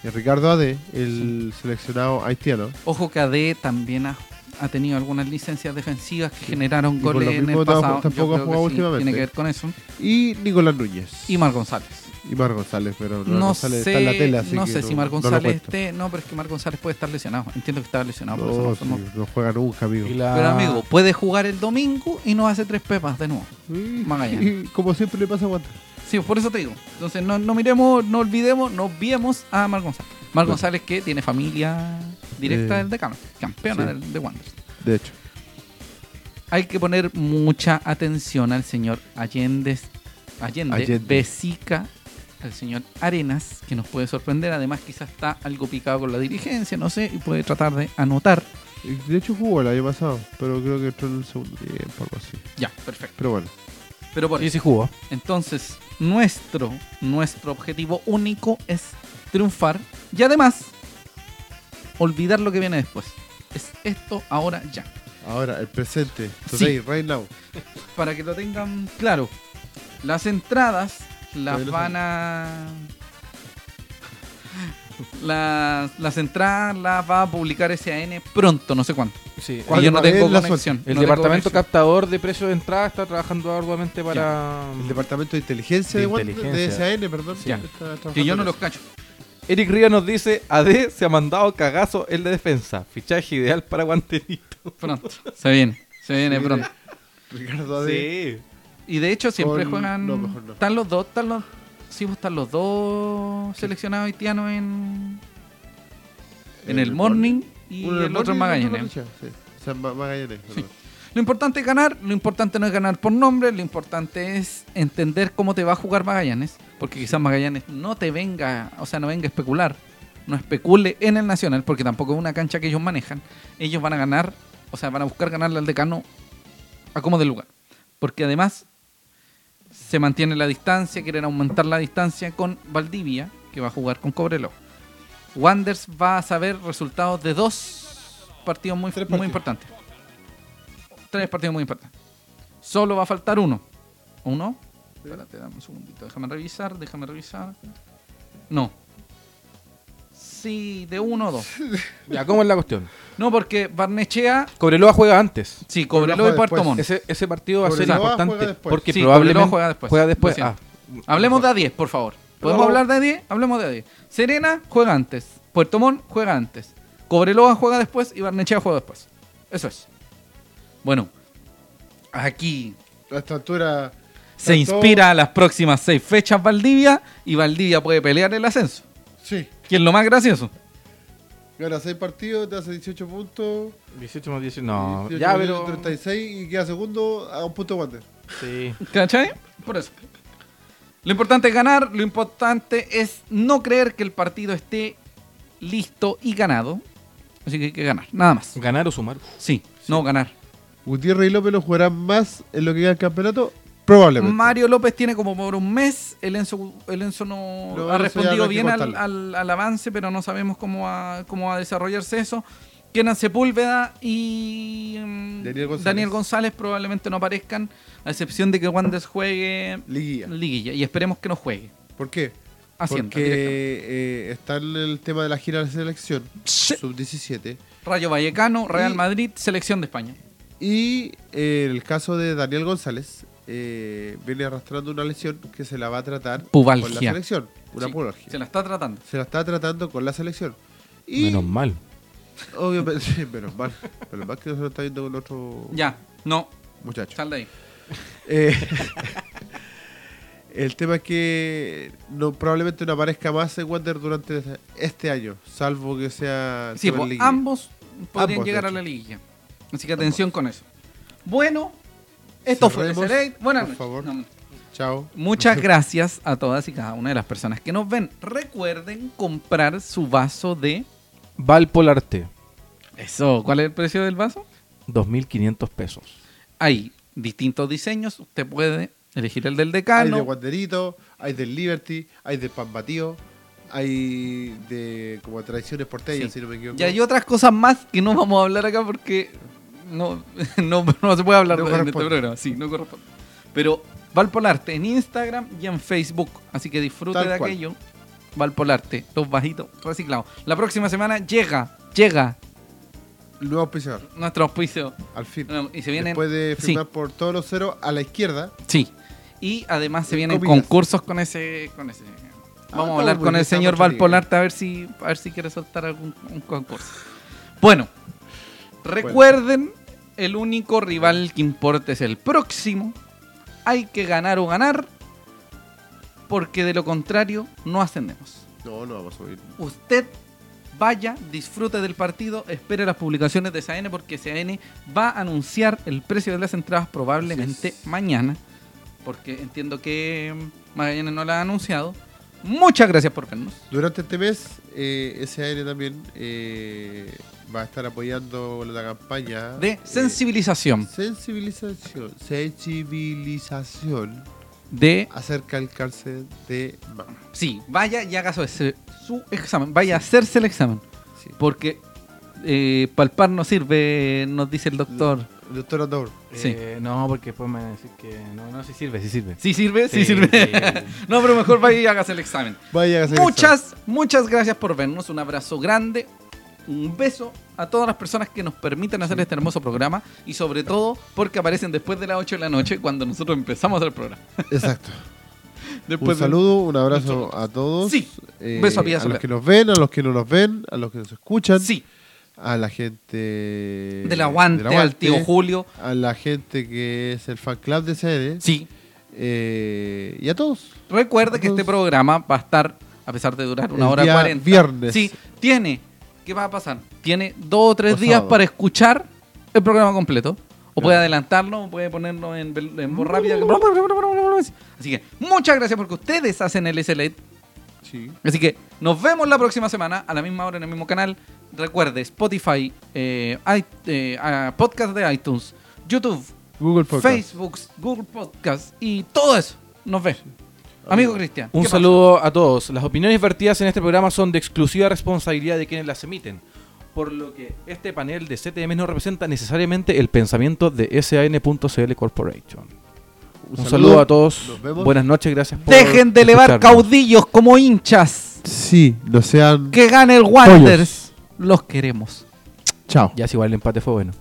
S2: Y Ricardo Ade, el seleccionado haitiano.
S1: Ojo que AD también ha, ha tenido algunas licencias defensivas que generaron
S2: por
S1: goles
S2: lo
S1: en el
S2: mismo
S1: pasado.
S2: tampoco- tampoco
S1: Yo
S2: ha
S1: creo que
S2: jugado
S1: sí,
S2: últimamente.
S1: Tiene que ver con eso.
S2: Y Nicolás Núñez.
S1: Y Mar González.
S2: Y Mar González, pero Mar
S1: No
S2: González está en la
S1: sé,
S2: tele, así
S1: no
S2: que
S1: sé si Mar
S2: no lo
S1: González
S2: cuento.
S1: esté. No, pero es que Mar González puede estar lesionado. Entiendo que estaba lesionado. por eso
S2: No,
S1: no
S2: sí, Ah.
S1: formó.
S2: no juega nunca, amigo.
S5: Y la-
S1: Pero amigo, puede jugar el domingo y nos hace tres pepas de nuevo.
S2: Y-
S1: Magallanes.
S2: y Mm. como siempre le pasa a Wander.
S1: Sí, por eso te digo. Entonces no, no miremos, no olvidemos, no viemos a Mar González. Mar
S2: Bueno.
S1: González que tiene familia directa
S2: Eh,
S1: del Decano, campeona
S2: sí.
S1: del, de Wanderers.
S2: De hecho.
S1: Hay que poner mucha atención al señor Allende, Allende,
S2: Allende.
S1: Besica, al señor Arenas, que nos puede sorprender. Además, quizás está algo picado con la dirigencia, no sé, y puede tratar de anotar.
S2: Y De hecho jugó el año pasado, pero creo que entró en el segundo tiempo, algo así.
S1: Ya, perfecto.
S2: Pero bueno,
S1: Pero por
S5: Sí, sí jugó.
S1: Entonces, nuestro, nuestro objetivo único es triunfar y además olvidar lo que viene después. Es esto ahora ya.
S2: ahora el presente, today, right now.
S1: Para que lo tengan claro, las entradas las
S2: Todavía lo
S1: van a... Las, las entradas las va a publicar SAN pronto, no sé cuándo.
S5: Sí.
S2: ¿Cuál?
S1: Y yo
S2: va
S1: no
S2: a ver
S1: tengo
S2: la
S1: conexión.
S5: El
S1: no tengo
S5: departamento
S1: conexión.
S5: captador de precios de entrada está trabajando arduamente para.
S2: El departamento de inteligencia
S5: De
S2: de, Wander-
S5: inteligencia.
S2: de SAN, perdón.
S1: Ya.
S2: está
S1: Que yo no
S2: trabajando en
S1: los
S2: eso.
S1: cacho.
S5: Eric Ría nos dice: AD se ha mandado cagazo en la defensa. Fichaje ideal para guanterito.
S1: Pronto. Se viene. Se viene pronto.
S2: Ricardo Ade.
S1: Y de hecho siempre
S2: Con-
S1: juegan.
S2: no, mejor no.
S1: Están los dos, están los. Sí, pues, están los dos seleccionados haitianos en. En el morning y
S2: Uno en
S1: el, otro en
S2: morning y
S1: Magallanes.
S2: en la noche, sí. O sea, Ma- Magallanes. perdón.
S1: Lo importante es ganar, lo importante no es ganar por nombre, lo importante es entender cómo te va a jugar Magallanes, porque quizás Magallanes no te venga, o sea, no venga a especular, no especule en el Nacional, porque tampoco es una cancha que ellos manejan. Ellos van a ganar, o sea, van a buscar ganarle al decano a como de lugar, porque además se mantiene la distancia, quieren aumentar la distancia con Valdivia, que va a jugar con Cobreloa. Wanders va a saber resultados de dos partidos muy,
S4: Tres
S1: muy
S4: partidos.
S1: importantes. Tres partidos muy importantes. Solo va a faltar uno. ¿O no? Espérate, dame un segundito. Déjame revisar, déjame revisar. No. Sí, de uno o dos.
S3: Ya, ¿cómo es la cuestión?
S1: No, porque Barnechea,
S3: Cobreloa juega antes.
S1: sí, Cobreloa y
S4: juega
S1: Puerto
S4: después.
S1: Montt.
S3: Ese, ese partido va a ser
S4: Cobreloa juega
S3: importante.
S4: después.
S3: Porque
S1: Sí,
S3: probablemente
S1: Cobreloa juega después.
S3: Juega
S1: Lo
S3: después.
S1: siento.
S3: Ah,
S1: Hablemos de A10, por favor. ¿Podemos hablar de A10? Hablemos de A10. Serena juega antes. Puerto Montt juega antes. Cobreloa juega después y Barnechea juega después. Eso es. Bueno, aquí
S4: A esta altura.
S1: se
S4: está todo-
S1: inspira a las próximas seis fechas Valdivia y Valdivia puede pelear el ascenso.
S4: Sí.
S1: Que es lo más gracioso.
S4: Gana 6 partidos, te hace 18 puntos.
S3: 18 más 18.
S5: no,
S4: 18
S5: ya,
S4: partidos,
S5: pero.
S4: 36 y queda segundo a un punto de Wander.
S5: Sí.
S1: ¿Cachai? Por eso. Lo importante es ganar, lo importante es no creer que el partido esté listo y ganado. Así que hay que ganar, nada más.
S5: Ganar o sumar.
S1: Sí, no ganar.
S2: Gutiérrez y López lo jugarán más en lo que queda el campeonato, probablemente.
S1: Mario López tiene como por un mes. El Enzo, el Enzo no
S2: No,
S1: ha
S2: eso ya
S1: respondido
S2: no hay que
S1: bien al,
S2: contarlo.
S1: al- al avance, pero no sabemos cómo va, cómo va a desarrollarse eso. Kenan Sepúlveda y mm,
S4: Daniel González.
S1: González probablemente no aparezcan, a excepción de que Wanderers juegue
S4: Liguilla.
S1: liguilla. Y esperemos que no juegue.
S2: ¿Por qué?
S1: Hacienda, directamente.
S2: Porque eh, está el, el tema de la gira de la selección,
S1: Sí.
S2: sub-17.
S1: Rayo Vallecano, Real
S2: Y-
S1: Madrid, selección de España.
S2: Y eh, en el caso de Daniel González, eh, viene arrastrando una lesión que se la va a tratar con la
S1: Pubalgia.
S2: selección. Una
S1: Sí,
S2: pubalgia.
S1: Se la está tratando.
S2: Se la está tratando con la selección. Y
S5: Menos mal.
S2: obviamente, sí, menos mal. Menos mal que no se lo está viendo con otro
S1: Ya, no,
S2: muchacho.
S1: sal de ahí.
S2: Eh, el tema es que no, probablemente no aparezca más en Wander durante este año, salvo que sea. el
S1: Sí,
S2: tema
S1: pues,
S2: de la liguilla.
S1: ambos podrían
S2: Ambos, de
S1: llegar a
S2: hecho.
S1: la liguilla. Así que atención con eso. Bueno, esto fue
S2: Cerremos,
S1: Serate. Buenas
S2: por
S1: noches.
S2: favor.
S1: No, no.
S2: Chao.
S1: Muchas gracias a todas y cada una de las personas que nos ven. Recuerden comprar su vaso de.
S5: Valpolarte.
S1: Eso, ¿cuál es el precio del vaso?
S5: 2.500 pesos.
S1: Hay distintos diseños. Usted puede elegir el del
S2: Hay de
S1: decano.
S2: Wanderito, hay del Liberty, hay del Pan Batido, hay de como tradiciones porteñas,
S1: Sí.
S2: si no me equivoco.
S1: Y hay otras cosas más que no vamos a hablar acá porque no, no, no se puede hablar
S2: No
S1: de- en este
S2: corresponde.
S1: programa. Sí, no corresponde. Pero Valpolarte en Instagram y en Facebook. Así que disfrute
S2: Tal
S1: de
S2: cual.
S1: aquello. Valpolarte, los bajitos reciclados. La próxima semana llega, llega
S2: El nuevo auspiciador,
S1: nuestro auspicio.
S2: al fin.
S1: No, Y se vienen.
S2: Después de
S1: sí.
S2: firmar por todos los ceros a la izquierda,
S1: Sí. Y además se vienen
S2: Comidas.
S1: concursos con ese. Con ese. Vamos a
S2: Ah, no,
S1: hablar
S2: porque
S1: con el
S2: está
S1: señor
S2: mucho libre.
S1: Valpolarte a ver si a ver si quiere soltar algún un concurso. Bueno, recuerden, el único rival que importa es el próximo. Hay que ganar o ganar, porque de lo contrario no ascendemos.
S2: no, no vamos a subir.
S1: Usted vaya, disfrute del partido, espere las publicaciones de SAN porque SAN va a anunciar el precio de las entradas probablemente mañana, porque entiendo que mm, Magallanes no la ha anunciado. Muchas gracias por vernos.
S2: Durante este mes, eh, SAN también eh, va a estar apoyando la campaña eh,
S1: De
S2: sensibilización.
S1: sensibilización
S2: sensibilización, sensibilización
S1: de
S2: acerca del cáncer de mama.
S1: sí, vaya y haga su, ese- su examen, vaya a hacerse el examen,
S2: Sí.
S1: porque eh, palpar no sirve, nos dice el doctor.
S2: Doctor Andor,
S1: Sí.
S5: Eh, no, porque después me van a decir que. No, no, sí sirve, sí sirve.
S1: Sí sirve, sí,
S5: Sí,
S1: sirve.
S5: sí.
S1: no, pero mejor vaya y hágase el examen.
S2: vaya a hacer
S1: Muchas, muchas gracias por vernos. Un abrazo grande. Un beso a todas las personas que nos permiten hacer este hermoso programa y sobre todo porque aparecen después de las 8 de la noche cuando nosotros empezamos a hacer el programa.
S2: examen. Exacto.
S1: Después
S2: un
S1: del-
S2: saludo, un abrazo a todos.
S1: Sí. Beso a Pía
S2: los
S1: Soledad.
S2: que nos ven, a los que no nos ven, a los que nos escuchan,
S1: Sí,
S2: a la gente Eh, del
S1: del aguante, al tío Julio.
S2: a la gente que es el fan club de sede
S1: Sí,
S2: eh, y a todos.
S1: recuerda que este
S2: Entonces-
S1: programa va a estar, a pesar de durar una
S2: El
S1: hora
S2: día
S1: cuarenta.
S2: viernes.
S1: Sí, tiene, ¿qué va a pasar? Tiene dos o tres
S2: O
S1: días
S2: sábado.
S1: para escuchar el programa completo. O puede adelantarlo, o puede ponerlo en, vel- en
S2: Mm.
S1: voz rápida. Así que muchas gracias porque ustedes hacen el SLA
S2: Sí.
S1: Así que nos vemos la próxima semana a la misma hora en el mismo canal. Recuerde Spotify, eh, i- eh, ah, podcast de iTunes, YouTube,
S2: Google Podcast.
S1: Facebook, Google Podcast y todo eso. Nos vemos. Amigo Cristian.
S5: Un
S1: ¿qué pasa?
S5: saludo a todos. Las opiniones vertidas en este programa son de exclusiva responsabilidad de quienes las emiten.
S3: por lo que este panel de CTM no representa necesariamente el pensamiento de SAN.cl Corporation. Un, saludo, a todos.
S2: Nos vemos.
S3: Buenas noches, gracias por
S1: Dejen de elevar
S3: escucharnos.
S1: caudillos como hinchas.
S2: Sí, no sean.
S1: Que gane el Wanderers. Los queremos.
S2: Chao.
S3: Ya, si igual el empate fue bueno.